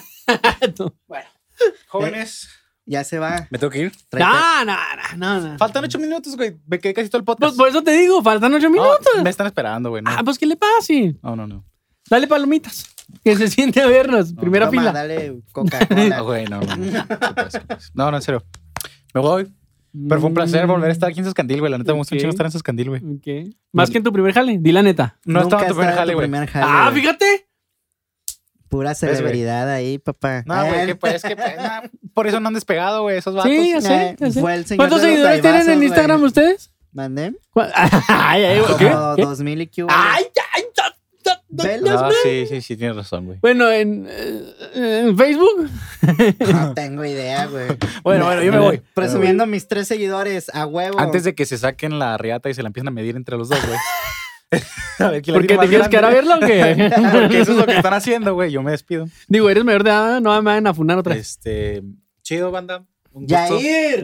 Speaker 4: Jóvenes.
Speaker 3: Ya se va.
Speaker 4: Eh, Me tengo que ir.
Speaker 3: Trae-
Speaker 2: no, no, no, no, no.
Speaker 4: Faltan ocho minutos, güey. Me quedé casi todo el
Speaker 2: Pues
Speaker 4: podcast.
Speaker 2: por eso te digo, faltan ocho
Speaker 4: No,
Speaker 2: minutos.
Speaker 4: me están esperando, güey. No.
Speaker 2: Ah, pues que le pase.
Speaker 4: no, no, no.
Speaker 2: Dale palomitas. Que se siente a vernos. Primera
Speaker 3: toma,
Speaker 2: fila.
Speaker 3: Dale
Speaker 4: No,
Speaker 3: Coca-Cola.
Speaker 4: Ah, güey, no, no. no. ¿Qué pasa, qué pasa? No, no, en serio. Me voy. Pero fue un placer volver a estar aquí en Suscandil, güey. La neta me gusta
Speaker 2: Ok.
Speaker 4: mucho estar en Suscandil, güey.
Speaker 2: Ok. Más que en tu primer jale, di la neta.
Speaker 4: (laughs) No estaba
Speaker 3: Nunca
Speaker 4: en tu primer
Speaker 3: estaba
Speaker 4: jale, güey.
Speaker 3: primer jale,
Speaker 2: Ah,
Speaker 3: güey.
Speaker 2: fíjate.
Speaker 3: Pura
Speaker 4: güey.
Speaker 3: celebridad ahí, papá.
Speaker 4: No, güey,
Speaker 3: Ah,
Speaker 4: qué pues, qué pena. Por eso no han despegado, güey, esos vatos.
Speaker 2: Sí, ya
Speaker 3: eh,
Speaker 2: sé, ya sé.
Speaker 3: Fue el señor
Speaker 2: ¿Cuántos
Speaker 3: de los
Speaker 2: seguidores tienen en
Speaker 3: taibazos,
Speaker 2: Instagram
Speaker 3: güey.
Speaker 2: ustedes?
Speaker 3: ¿Mandé?
Speaker 2: ¿Cuál- (laughs) Ay, ay, güey, ¿qué?
Speaker 3: Como
Speaker 2: ¿Qué?
Speaker 3: 2000 y Q.
Speaker 2: Ay, ay, ta- ta- ta-
Speaker 3: Velo.
Speaker 4: No, Ah, sí, sí, sí, tienes razón, güey.
Speaker 2: Bueno, en, eh, en Facebook.
Speaker 3: No tengo idea, güey.
Speaker 4: Bueno, bueno, yo me voy.
Speaker 3: Presumiendo mis tres seguidores a huevo.
Speaker 4: Antes de que se saquen la riata y se la empiecen a medir entre los dos,
Speaker 2: (laughs)
Speaker 4: güey. a ver, ¿quién la
Speaker 2: ¿Por qué
Speaker 4: tiene
Speaker 2: te
Speaker 4: más
Speaker 2: quieres quedar a
Speaker 4: grande?
Speaker 2: verlo o qué? (laughs)
Speaker 4: (laughs) Porque eso es lo que están haciendo, güey. Yo me despido.
Speaker 2: Digo, eres mayor de edad, no me van a funar otra vez.
Speaker 4: Este, chido, banda. Un gusto,
Speaker 3: Yair.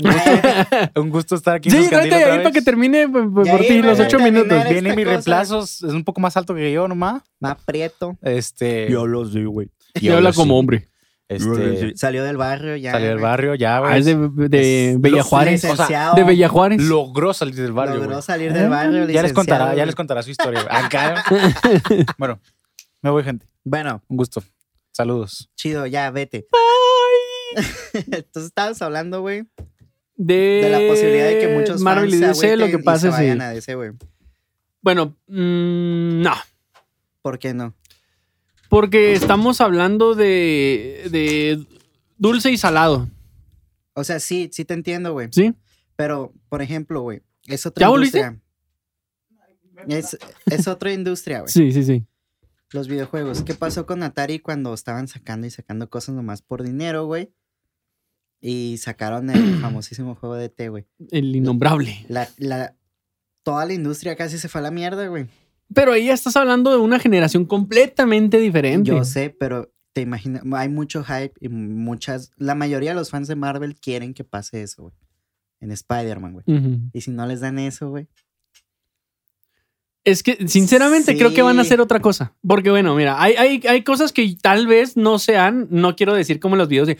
Speaker 4: un (laughs) gusto estar aquí. en
Speaker 2: Sí,
Speaker 4: Suscandil
Speaker 2: tráete ahí para
Speaker 4: otra vez.
Speaker 2: que termine pues, por
Speaker 3: Ya
Speaker 2: ti
Speaker 3: iba,
Speaker 2: los
Speaker 3: ya
Speaker 2: ocho
Speaker 3: terminé.
Speaker 2: minutos.
Speaker 4: Viene
Speaker 3: esta
Speaker 4: mi
Speaker 3: cosa.
Speaker 4: reemplazo, es un poco más alto que yo nomás.
Speaker 3: Más prieto.
Speaker 4: Este.
Speaker 5: lo sé, güey.
Speaker 2: Y habla como hombre.
Speaker 4: Este,
Speaker 3: Salió del barrio ya.
Speaker 4: salió del
Speaker 3: güey.
Speaker 4: barrio, ya,
Speaker 2: Ah, es de,
Speaker 4: güey.
Speaker 2: de
Speaker 4: Es-
Speaker 2: Bella
Speaker 4: los
Speaker 2: Juárez.
Speaker 4: tres, o sea,
Speaker 3: Licenciado.
Speaker 2: De Bella Juárez.
Speaker 4: Logró salir del barrio,
Speaker 3: Logró
Speaker 4: güey. ¿Eh?
Speaker 3: salir del barrio.
Speaker 4: Ya les
Speaker 3: licenciado,
Speaker 4: contará, ya
Speaker 3: güey.
Speaker 4: les contará su historia. güey. Acá.
Speaker 2: (laughs)
Speaker 4: bueno, me voy, gente.
Speaker 3: Bueno,
Speaker 4: Un gusto. Saludos.
Speaker 3: chido, ya vete. (laughs) Entonces estabas hablando, güey,
Speaker 2: De,
Speaker 3: de
Speaker 4: Eh,
Speaker 3: la posibilidad de que muchos
Speaker 2: Marvel
Speaker 3: fans
Speaker 2: y
Speaker 3: se
Speaker 2: DC lo
Speaker 3: agüiten
Speaker 2: que
Speaker 3: y se
Speaker 2: pasa sí.
Speaker 3: vayan a DC, güey.
Speaker 2: Bueno, mm, no.
Speaker 3: ¿Por qué no?
Speaker 2: Porque estamos hablando de, de dulce y salado,
Speaker 3: O sea, sí, sí te entiendo, güey.
Speaker 2: ¿sí?
Speaker 3: Pero, por ejemplo, güey, es otra
Speaker 2: ¿Ya volviste?
Speaker 3: industria. Es, es otra industria, güey.
Speaker 2: Sí, sí, sí.
Speaker 3: Los videojuegos. ¿Qué pasó con Atari cuando estaban sacando y sacando cosas nomás por dinero, güey? Y
Speaker 2: (clears throat)
Speaker 3: sacaron el famosísimo juego de E T, güey.
Speaker 2: El innombrable.
Speaker 3: La, la, toda la industria casi se fue a la mierda, güey.
Speaker 2: Pero ahí ya estás hablando de una generación completamente diferente.
Speaker 3: Yo sé, pero te imaginas, hay mucho hype y muchas, la mayoría de los fans de Marvel quieren que pase eso, güey. En Spider-Man, güey.
Speaker 2: Ujú.
Speaker 3: Y si no les dan eso, güey.
Speaker 2: Es que, sinceramente, creo que van a
Speaker 3: Sí.
Speaker 2: hacer otra cosa. Porque, bueno, mira, hay, hay, hay cosas que tal vez no sean, no quiero decir como en los videos de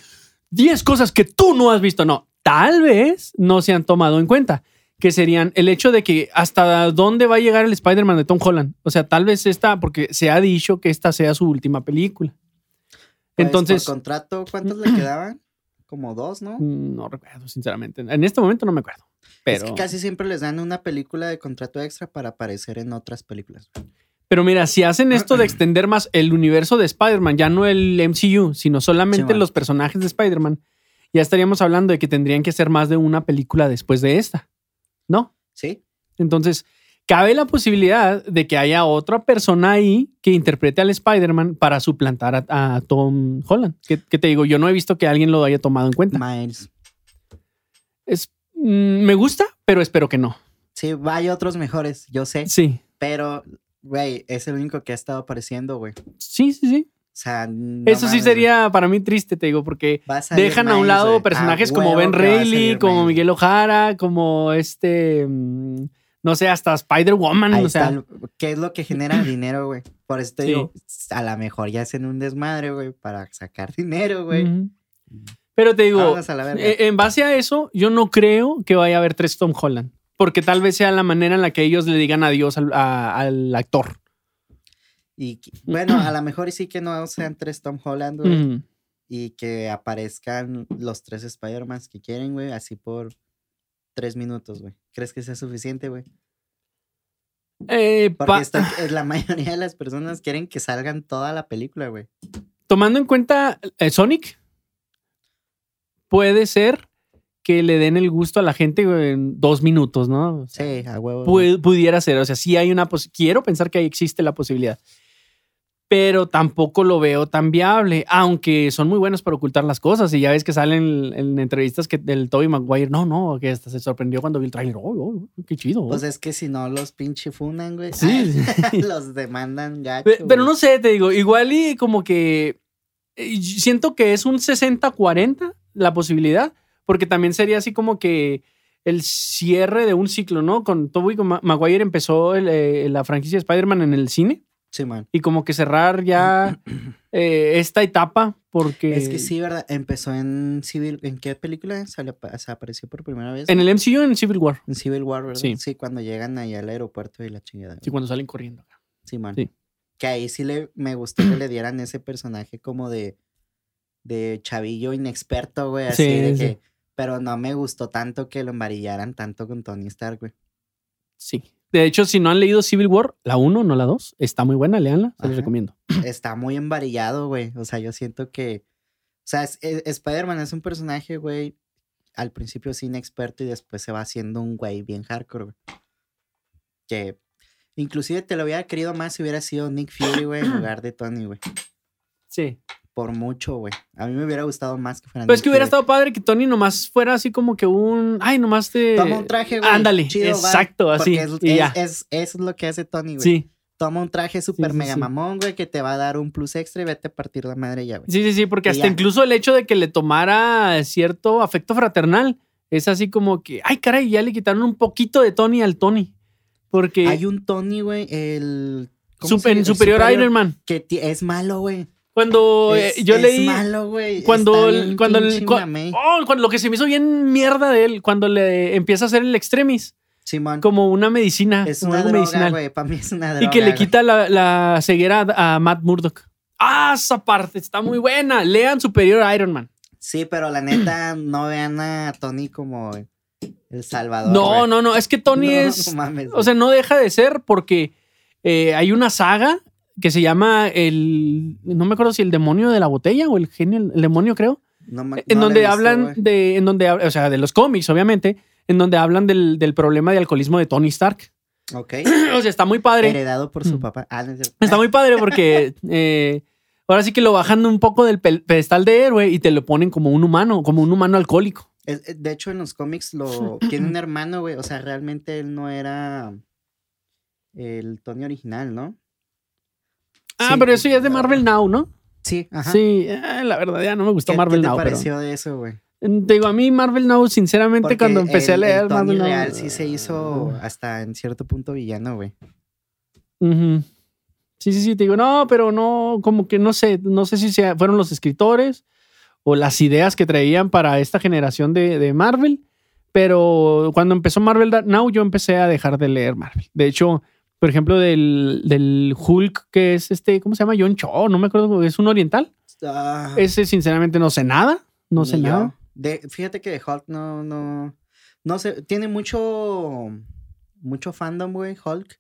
Speaker 2: 10 cosas que tú no has visto. No, tal vez no se han tomado en cuenta. Que serían el hecho de que hasta dónde va a llegar el Spider-Man de Tom Holland. O sea, tal vez esta, porque se ha dicho que esta sea su última película.
Speaker 3: Pues,
Speaker 2: Entonces,
Speaker 3: Por contrato, ¿cuántos le quedaban? Como dos, ¿no?
Speaker 2: no recuerdo, sinceramente. En este momento no me acuerdo. Pero,
Speaker 3: Es que casi siempre les dan una película de contrato extra para aparecer en otras películas.
Speaker 2: pero mira, si hacen esto
Speaker 3: (clears throat)
Speaker 2: de extender más el universo de Spider-Man, ya no el MCU, sino solamente
Speaker 3: Simón.
Speaker 2: los personajes de Spider-Man, ya estaríamos hablando de que tendrían que hacer más de una película después de esta, ¿no?
Speaker 3: ¿Sí?
Speaker 2: Entonces, cabe la posibilidad de que haya otra persona ahí que interprete al Spider-Man para suplantar a, a Tom Holland. Que, que te digo, yo no he visto que alguien lo haya tomado en cuenta.
Speaker 3: Miles.
Speaker 2: Es, mm, me gusta, pero espero que no.
Speaker 3: Sí, va, hay otros mejores, yo sé.
Speaker 2: Sí,
Speaker 3: Pero, güey, es el único que ha estado apareciendo, güey. O
Speaker 2: sí, sí, sí.
Speaker 3: sea, no
Speaker 2: Eso sí
Speaker 3: mames,
Speaker 2: sería para mí triste, te digo, porque
Speaker 3: va a salir
Speaker 2: dejan a un
Speaker 3: Miles,
Speaker 2: lado
Speaker 3: güey.
Speaker 2: personajes
Speaker 3: A
Speaker 2: como
Speaker 3: huevo
Speaker 2: Ben
Speaker 3: que va a
Speaker 2: Reilly,
Speaker 3: salir
Speaker 2: como
Speaker 3: Miles.
Speaker 2: Miguel Ojara, como este, mm, no sé, hasta Spider-Woman.
Speaker 3: Ahí
Speaker 2: O sea,
Speaker 3: está lo- ¿Qué es lo
Speaker 2: (laughs)
Speaker 3: que genera dinero, güey? Por eso te
Speaker 2: Sí.
Speaker 3: digo, a lo mejor ya hacen un desmadre, güey, para sacar dinero, güey.
Speaker 2: Ujú. Pero te digo,
Speaker 3: Vámonos a la verga.
Speaker 2: Eh, En base a eso, yo no creo que vaya a haber tres Tom Holland. Porque tal vez sea la manera en la que ellos le digan adiós al, a- al actor.
Speaker 3: Y
Speaker 2: (clears throat)
Speaker 3: que- bueno, a lo mejor sí que no sean tres Tom Holland, güey.
Speaker 2: Ujú.
Speaker 3: y que aparezcan los tres Spider-Mans que quieren, güey, así por tres minutos, güey. ¿Crees que sea suficiente, güey?
Speaker 2: Eh,
Speaker 3: Porque
Speaker 2: pa-
Speaker 3: esto- eh, la (laughs) mayoría de las personas quieren que salgan toda la película, güey.
Speaker 2: Tomando en cuenta eh, Sonic, puede ser que le den el gusto a la gente güey, en dos minutos, ¿no?
Speaker 3: Sí, a huevo. güey.
Speaker 2: Pu- pudiera ser. O sea, sí hay una pos- Quiero pensar que ahí existe la posibilidad. Pero tampoco lo veo tan viable, aunque son muy buenos para ocultar las cosas. Y ya ves que salen en, entrevistas que el Toby Maguire, no, no, que hasta se sorprendió cuando vio el tráiler. Oh, oh, qué chido.
Speaker 3: Pues eh, es que si no los pinche funan, güey. (laughs)
Speaker 2: Sí.
Speaker 3: los demandan gacho.
Speaker 2: Pe- Pero
Speaker 3: güey.
Speaker 2: no sé, te digo, igual y como que eh, y siento que es un 60-40 la posibilidad, porque también sería así como que el cierre de un ciclo, ¿no? Con Tobey Ma- Maguire empezó el, eh, la franquicia de Spider-Man en el cine
Speaker 3: Sí, man.
Speaker 2: y como que cerrar
Speaker 3: (clears throat)
Speaker 2: ya eh, esta etapa porque
Speaker 3: Es que sí, ¿verdad? Empezó en Civil... ¿En qué película salió, o sea, apareció por primera vez?
Speaker 2: en el MCU en Civil War,
Speaker 3: En Civil War, ¿verdad?
Speaker 2: Sí.
Speaker 3: Sí. cuando llegan allá al aeropuerto y la chingada.
Speaker 2: sí, cuando salen corriendo.
Speaker 3: Simón.
Speaker 2: Sí.
Speaker 3: Que ahí sí le, me gustó que le dieran ese personaje como de, de chavillo inexperto, güey. Así
Speaker 2: Sí,
Speaker 3: de
Speaker 2: sí.
Speaker 3: que. Pero no me gustó tanto que lo embarillaran tanto con Tony Stark,
Speaker 2: (clears throat)
Speaker 3: güey.
Speaker 2: Sí. De hecho, si no han leído Civil War, la 1, no la 2, está muy buena, leanla, se les
Speaker 3: Ajá.
Speaker 2: recomiendo.
Speaker 3: Está muy embarillado, güey. O sea, yo siento que. O sea, es- es- Spider-Man es un personaje, güey. Al principio es inexperto y después se va haciendo un güey bien hardcore, güey. Que inclusive te lo hubiera querido más si hubiera sido Nick Fury,
Speaker 2: (clears throat)
Speaker 3: güey, en lugar de Tony, güey.
Speaker 2: Sí.
Speaker 3: Por mucho, güey. A mí me hubiera gustado más que fuera
Speaker 2: Pues es que
Speaker 3: Nick
Speaker 2: hubiera
Speaker 3: Fury.
Speaker 2: estado padre que Tony nomás fuera así como que un. Ay, nomás te.
Speaker 3: Toma un traje, güey.
Speaker 2: eh, Ándale,
Speaker 3: chido, va,
Speaker 2: exacto, así.
Speaker 3: porque Es,
Speaker 2: y
Speaker 3: es-
Speaker 2: ya.
Speaker 3: es- es lo que hace Tony, güey.
Speaker 2: sí.
Speaker 3: Toma un traje super
Speaker 2: sí,
Speaker 3: mega
Speaker 2: sí.
Speaker 3: mamón, güey, que te va a dar un plus extra y vete a partir la madre ya, güey.
Speaker 2: sí, sí, sí, porque
Speaker 3: Y
Speaker 2: hasta
Speaker 3: ya.
Speaker 2: incluso el hecho de que le tomara cierto afecto fraternal es así como que. Ay, caray, ya le quitaron un poquito de Tony al Tony. Porque.
Speaker 3: Hay un Tony, güey, el. ¿cómo
Speaker 2: sup-
Speaker 3: se
Speaker 2: en
Speaker 3: llama? El
Speaker 2: superior, Iron Man.
Speaker 3: Que ti- es malo, güey.
Speaker 2: Cuando eh,
Speaker 3: Es-
Speaker 2: yo
Speaker 3: es
Speaker 2: leí.
Speaker 3: malo, güey.
Speaker 2: Cuando,
Speaker 3: Está
Speaker 2: el-
Speaker 3: bien
Speaker 2: cuando, el-
Speaker 3: pinche
Speaker 2: cua-
Speaker 3: mamey.
Speaker 2: oh, cuando lo que se me hizo bien mierda de él, cuando le empieza a hacer el extremis,
Speaker 3: Simón.
Speaker 2: como una medicina,
Speaker 3: es
Speaker 2: como
Speaker 3: una
Speaker 2: algo
Speaker 3: droga,
Speaker 2: medicinal.
Speaker 3: güey. Para mí es una droga.
Speaker 2: Y que le
Speaker 3: güey.
Speaker 2: quita la, la ceguera a a Matt Murdock. Ah, esa parte está muy buena. Lean Superior Iron Man.
Speaker 3: Sí, pero la neta, no vean a Tony como el Salvador.
Speaker 2: No,
Speaker 3: güey.
Speaker 2: no, no. Es que Tony
Speaker 3: Ah, No,
Speaker 2: es.
Speaker 3: no mames,
Speaker 2: o sea, no deja de ser porque eh, hay una saga que se llama el. No me acuerdo si el demonio de la botella o el genio, el demonio, creo.
Speaker 3: No ma-
Speaker 2: En
Speaker 3: no la he
Speaker 2: donde
Speaker 3: visto,
Speaker 2: hablan
Speaker 3: güey.
Speaker 2: de. En donde, hab- o sea, de los cómics, obviamente. En donde hablan del, del problema de alcoholismo de Tony Stark. (clears throat)
Speaker 3: Ok.
Speaker 2: O sea, está muy padre.
Speaker 3: Heredado por su
Speaker 2: Mm.
Speaker 3: papá. Ah, no es cierto.
Speaker 2: Está muy padre porque eh, ahora sí que lo bajan un poco del pel- pedestal de héroe y te lo ponen como un humano, como un humano alcohólico.
Speaker 3: Es- es- de hecho, en los
Speaker 2: (clears throat)
Speaker 3: cómics lo tiene un hermano, güey. O sea, realmente él no era el Tony original, ¿no?
Speaker 2: Ah,
Speaker 3: Sí.
Speaker 2: pero eso ya es de Marvel Now, ¿no?
Speaker 3: Sí, ajá.
Speaker 2: Sí, eh, la verdad ya no me gustó
Speaker 3: ¿Qué,
Speaker 2: Marvel
Speaker 3: qué te
Speaker 2: Now. Pero,
Speaker 3: pareció de eso, güey?
Speaker 2: Mm, te digo, a mí Marvel Now, sinceramente,
Speaker 3: Porque
Speaker 2: cuando empecé a
Speaker 3: el- el
Speaker 2: leer
Speaker 3: Tony
Speaker 2: Marvel Now,
Speaker 3: real sí se
Speaker 2: eh,
Speaker 3: hizo hasta en cierto punto villano, güey.
Speaker 2: Ujú. Sí, sí, sí, te digo, no, pero no, como que no sé, no sé si sea- fueron los escritores o las ideas que traían para esta generación de, de Marvel, pero cuando empezó Marvel Da- Now yo empecé a dejar de leer Marvel. De hecho, por ejemplo, del, del Hulk, que es este, ¿cómo se llama? John Cho, no me acuerdo, es un oriental.
Speaker 3: Ah,
Speaker 2: Ese sinceramente no sé nada, no
Speaker 3: ni
Speaker 2: sé
Speaker 3: yo.
Speaker 2: nada.
Speaker 3: De, fíjate que de Hulk no, no. No sé, tiene mucho. Mucho fandom, güey, Hulk.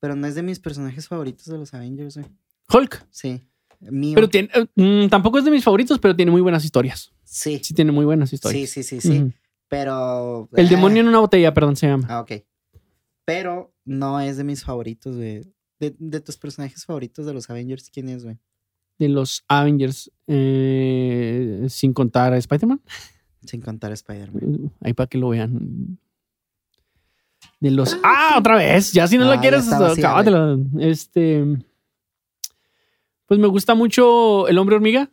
Speaker 3: Pero no es de mis personajes favoritos de los Avengers, güey.
Speaker 2: Hulk.
Speaker 3: Sí. Mío.
Speaker 2: Pero tiene, eh, mm, tampoco es de mis favoritos, pero tiene muy buenas historias.
Speaker 3: sí.
Speaker 2: Sí, tiene muy buenas
Speaker 3: Sí,
Speaker 2: historias.
Speaker 3: sí, sí, sí.
Speaker 2: Ujú.
Speaker 3: Pero.
Speaker 2: El
Speaker 3: ah,
Speaker 2: demonio en una botella, perdón, se llama.
Speaker 3: Ah, ok. Pero no es de mis favoritos, güey. De, de tus personajes favoritos de los Avengers, ¿quién es, güey?
Speaker 2: De los Avengers, eh, sin contar a Spider-Man.
Speaker 3: Sin contar a Spider-Man.
Speaker 2: Eh, Ahí para que lo vean. De los. ¡Ah! Otra vez. Ya si no
Speaker 3: Ah,
Speaker 2: la
Speaker 3: ya
Speaker 2: quieres,
Speaker 3: está vacía,
Speaker 2: acábatela. Este. Pues me gusta mucho El Hombre Hormiga.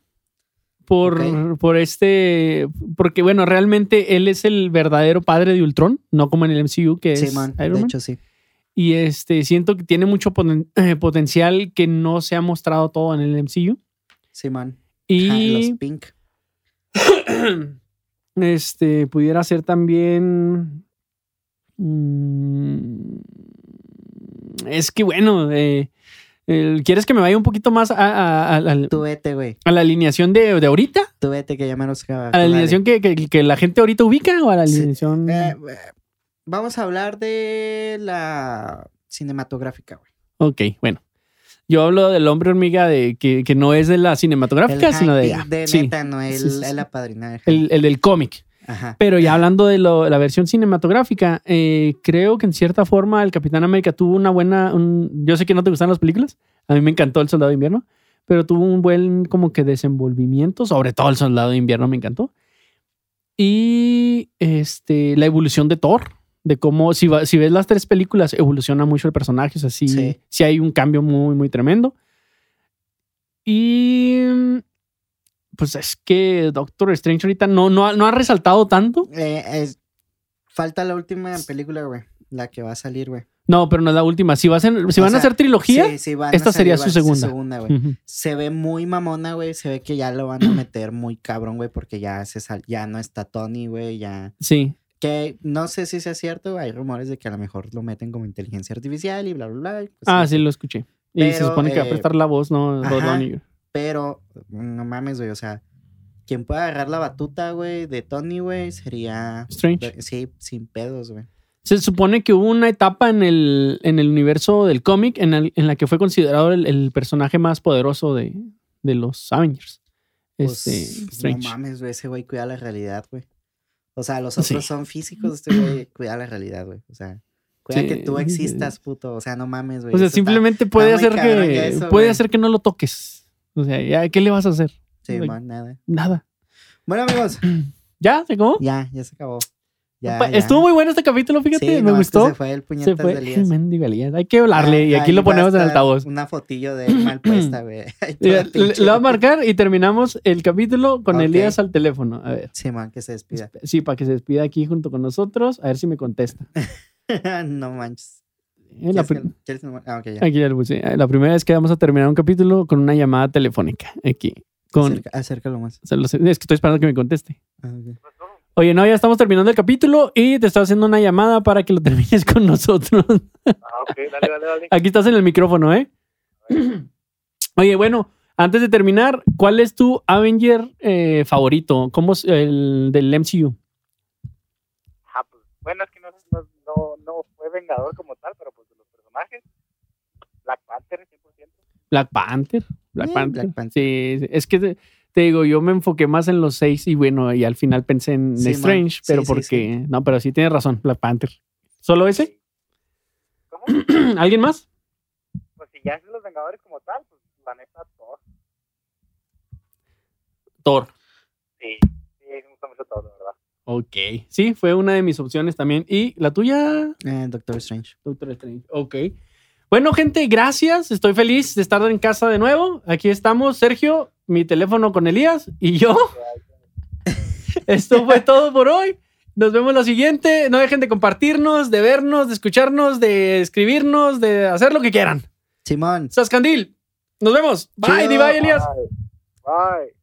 Speaker 2: Por,
Speaker 3: Ok.
Speaker 2: por este. Porque, bueno, realmente él es el verdadero padre de Ultron, no como en el MCU, que es
Speaker 3: Simón,
Speaker 2: Iron
Speaker 3: de
Speaker 2: Man.
Speaker 3: hecho, sí.
Speaker 2: Y este, siento que tiene mucho poten- (laughs) potencial que no se ha mostrado todo en el MCU.
Speaker 3: Simón. Ja,
Speaker 2: Y
Speaker 3: los Pink.
Speaker 2: Este, pudiera ser también. mm, Es que bueno, eh, el- ¿quieres que me vaya un poquito más a, a- a- al-
Speaker 3: Tú vete, güey.
Speaker 2: a la alineación de, de ahorita?
Speaker 3: Tú vete que ya me los
Speaker 2: ¿A la alineación que, que- que la gente ahorita ubica o a la
Speaker 3: Sí,
Speaker 2: alineación?
Speaker 3: Eh, eh, vamos a hablar de la cinematográfica, güey.
Speaker 2: Ok, bueno. Yo hablo del hombre hormiga de que, que no es de la cinematográfica,
Speaker 3: El
Speaker 2: sino de
Speaker 3: hype
Speaker 2: allá.
Speaker 3: de
Speaker 2: Sí,
Speaker 3: neta, no el,
Speaker 2: sí, sí, sí.
Speaker 3: el apadrinado del
Speaker 2: el, el del cómic.
Speaker 3: hype. Ajá.
Speaker 2: Pero ya hablando de lo- la versión cinematográfica, eh, creo que en cierta forma el Capitán América tuvo una buena. un- yo sé que no te gustan las películas, a mí me encantó El Soldado de Invierno, pero tuvo un buen como que desenvolvimiento, sobre todo El Soldado de Invierno me encantó. Y este, la evolución de Thor, de cómo, si, va- si ves las tres películas, evoluciona mucho el personaje, o sea, sí,
Speaker 3: Sí.
Speaker 2: sí hay un cambio muy, muy tremendo. Y. Pues es que Doctor Strange ahorita no, no, ha- no ha resaltado tanto.
Speaker 3: Eh, es- falta la última película, güey. La que va a salir, güey.
Speaker 2: No, pero no es la última. Si, vas en- si
Speaker 3: O
Speaker 2: van a
Speaker 3: sea,
Speaker 2: hacer trilogía.
Speaker 3: Sí, sí, van a
Speaker 2: esta sería
Speaker 3: salir,
Speaker 2: su
Speaker 3: va a ser
Speaker 2: segunda.
Speaker 3: güey.
Speaker 2: Ujú.
Speaker 3: Se ve muy mamona, güey. Se ve que ya lo van a meter muy cabrón, güey, porque ya se sal- ya no está Tony, güey, ya.
Speaker 2: Sí.
Speaker 3: Que no sé si sea cierto, hay rumores de que a lo mejor lo meten como inteligencia artificial y bla, bla, bla. y pues,
Speaker 2: Ah,
Speaker 3: no
Speaker 2: sí,
Speaker 3: sé.
Speaker 2: lo escuché. Y se
Speaker 3: Pero,
Speaker 2: supone que va a
Speaker 3: eh,
Speaker 2: prestar la voz, ¿no? Rod
Speaker 3: ajá.
Speaker 2: Downey.
Speaker 3: Pero, no mames, güey, o sea, quien pueda agarrar la batuta, güey, de Tony, güey, sería...
Speaker 2: Strange.
Speaker 3: Sí, sin pedos, güey.
Speaker 2: Se supone que hubo una etapa en el, en el universo del cómic en, el- en la que fue considerado el, el personaje más poderoso de, de los Avengers.
Speaker 3: Pues,
Speaker 2: Este, Strange.
Speaker 3: No mames, güey, ese güey cuida la realidad, güey. O sea, los
Speaker 2: Sí.
Speaker 3: otros son físicos, este güey cuida la realidad, güey. O sea, cuida
Speaker 2: Sí,
Speaker 3: que tú
Speaker 2: eh,
Speaker 3: existas, puto. O sea, no mames, güey.
Speaker 2: o sea,
Speaker 3: eso está-
Speaker 2: simplemente puede
Speaker 3: muy
Speaker 2: hacer
Speaker 3: cabrón
Speaker 2: que
Speaker 3: eso,
Speaker 2: puede
Speaker 3: güey.
Speaker 2: hacer que no lo toques. O sea, ya, ¿qué le vas a hacer?
Speaker 3: Sí,
Speaker 2: güey.
Speaker 3: man, nada.
Speaker 2: Nada.
Speaker 3: Bueno, amigos,
Speaker 2: ¿Ya? ¿Se acabó?
Speaker 3: ya, ya se acabó. Ya,
Speaker 2: Pa-
Speaker 3: ya.
Speaker 2: Estuvo muy bueno este capítulo,
Speaker 3: Sí,
Speaker 2: fíjate, me
Speaker 3: nomás que
Speaker 2: gustó.
Speaker 3: Se fue el
Speaker 2: Se
Speaker 3: puñetazo
Speaker 2: fue.
Speaker 3: de
Speaker 2: Ay,
Speaker 3: Elías.
Speaker 2: mendigo Elías. Hay que hablarle y
Speaker 3: Ah,
Speaker 2: aquí
Speaker 3: ahí
Speaker 2: lo
Speaker 3: va a
Speaker 2: ponemos en
Speaker 3: estar
Speaker 2: altavoz.
Speaker 3: Una fotillo de él mal puesta, güey. (laughs) Ahí toda
Speaker 2: Mira, Le
Speaker 3: pinche-
Speaker 2: le voy a marcar y terminamos el capítulo con
Speaker 3: Ok.
Speaker 2: Elías al teléfono. A ver.
Speaker 3: Sí, man, que se
Speaker 2: (laughs)
Speaker 3: despida.
Speaker 2: Sí, para que se despida aquí junto con nosotros. A ver si me
Speaker 3: (laughs)
Speaker 2: contesta.
Speaker 3: no manches.
Speaker 2: Eh, la
Speaker 3: ¿Quieres que-
Speaker 2: pri-
Speaker 3: quieres que lo mar- Ah, ok, ya.
Speaker 2: Aquí ya lo puse. Eh, La primera vez que vamos a terminar un capítulo con una llamada telefónica. Aquí. Con,
Speaker 3: Acerca- acércalo más.
Speaker 2: o sea, los- es que estoy esperando que me conteste.
Speaker 3: Ah, ok.
Speaker 2: Oye, no, ya estamos terminando el capítulo y te está haciendo una llamada para que lo termines (laughs) con nosotros.
Speaker 7: Ah, ok, dale, dale, dale.
Speaker 2: Aquí estás en el micrófono, ¿eh? Oye, bueno, antes de terminar, ¿cuál es tu Avenger eh, favorito? ¿Cómo es el del MCU?
Speaker 7: Ah, pues, bueno, es que no, no, no, no fue Vengador como tal, pero pues de los personajes. Black Panther, 100%.
Speaker 2: Black Panther. Black
Speaker 3: Eh,
Speaker 2: Panther.
Speaker 3: Black Panther.
Speaker 2: Sí, sí. es que te, te digo, yo me enfoqué más en los seis y bueno, y al final pensé en
Speaker 3: Sí, man.
Speaker 2: Strange,
Speaker 3: Sí,
Speaker 2: pero
Speaker 3: sí,
Speaker 2: porque. No, pero sí tienes razón, Black Panther. ¿Solo ese?
Speaker 7: ¿Cómo?
Speaker 2: (clears throat) ¿Alguien más?
Speaker 7: Pues si ya es de los Vengadores como tal, pues la neta, todos.
Speaker 2: Thor.
Speaker 7: Sí, sí, me gusta mucho todo, de verdad.
Speaker 2: Ok. Sí, fue una de mis opciones también. ¿Y la tuya?
Speaker 3: Eh, Doctor Strange.
Speaker 2: Doctor Strange. Ok. Bueno, gente, gracias. Estoy feliz de estar en casa de nuevo. Aquí estamos, Sergio, mi teléfono con Elías y yo. (laughs) Esto fue todo por hoy. Nos vemos la siguiente. No dejen de compartirnos, de vernos, de escucharnos, de escribirnos, de hacer lo que quieran.
Speaker 3: Simón.
Speaker 2: Sascandil. Nos vemos. Bye,
Speaker 3: Chido.
Speaker 2: Divay Elías.
Speaker 7: Bye. Bye.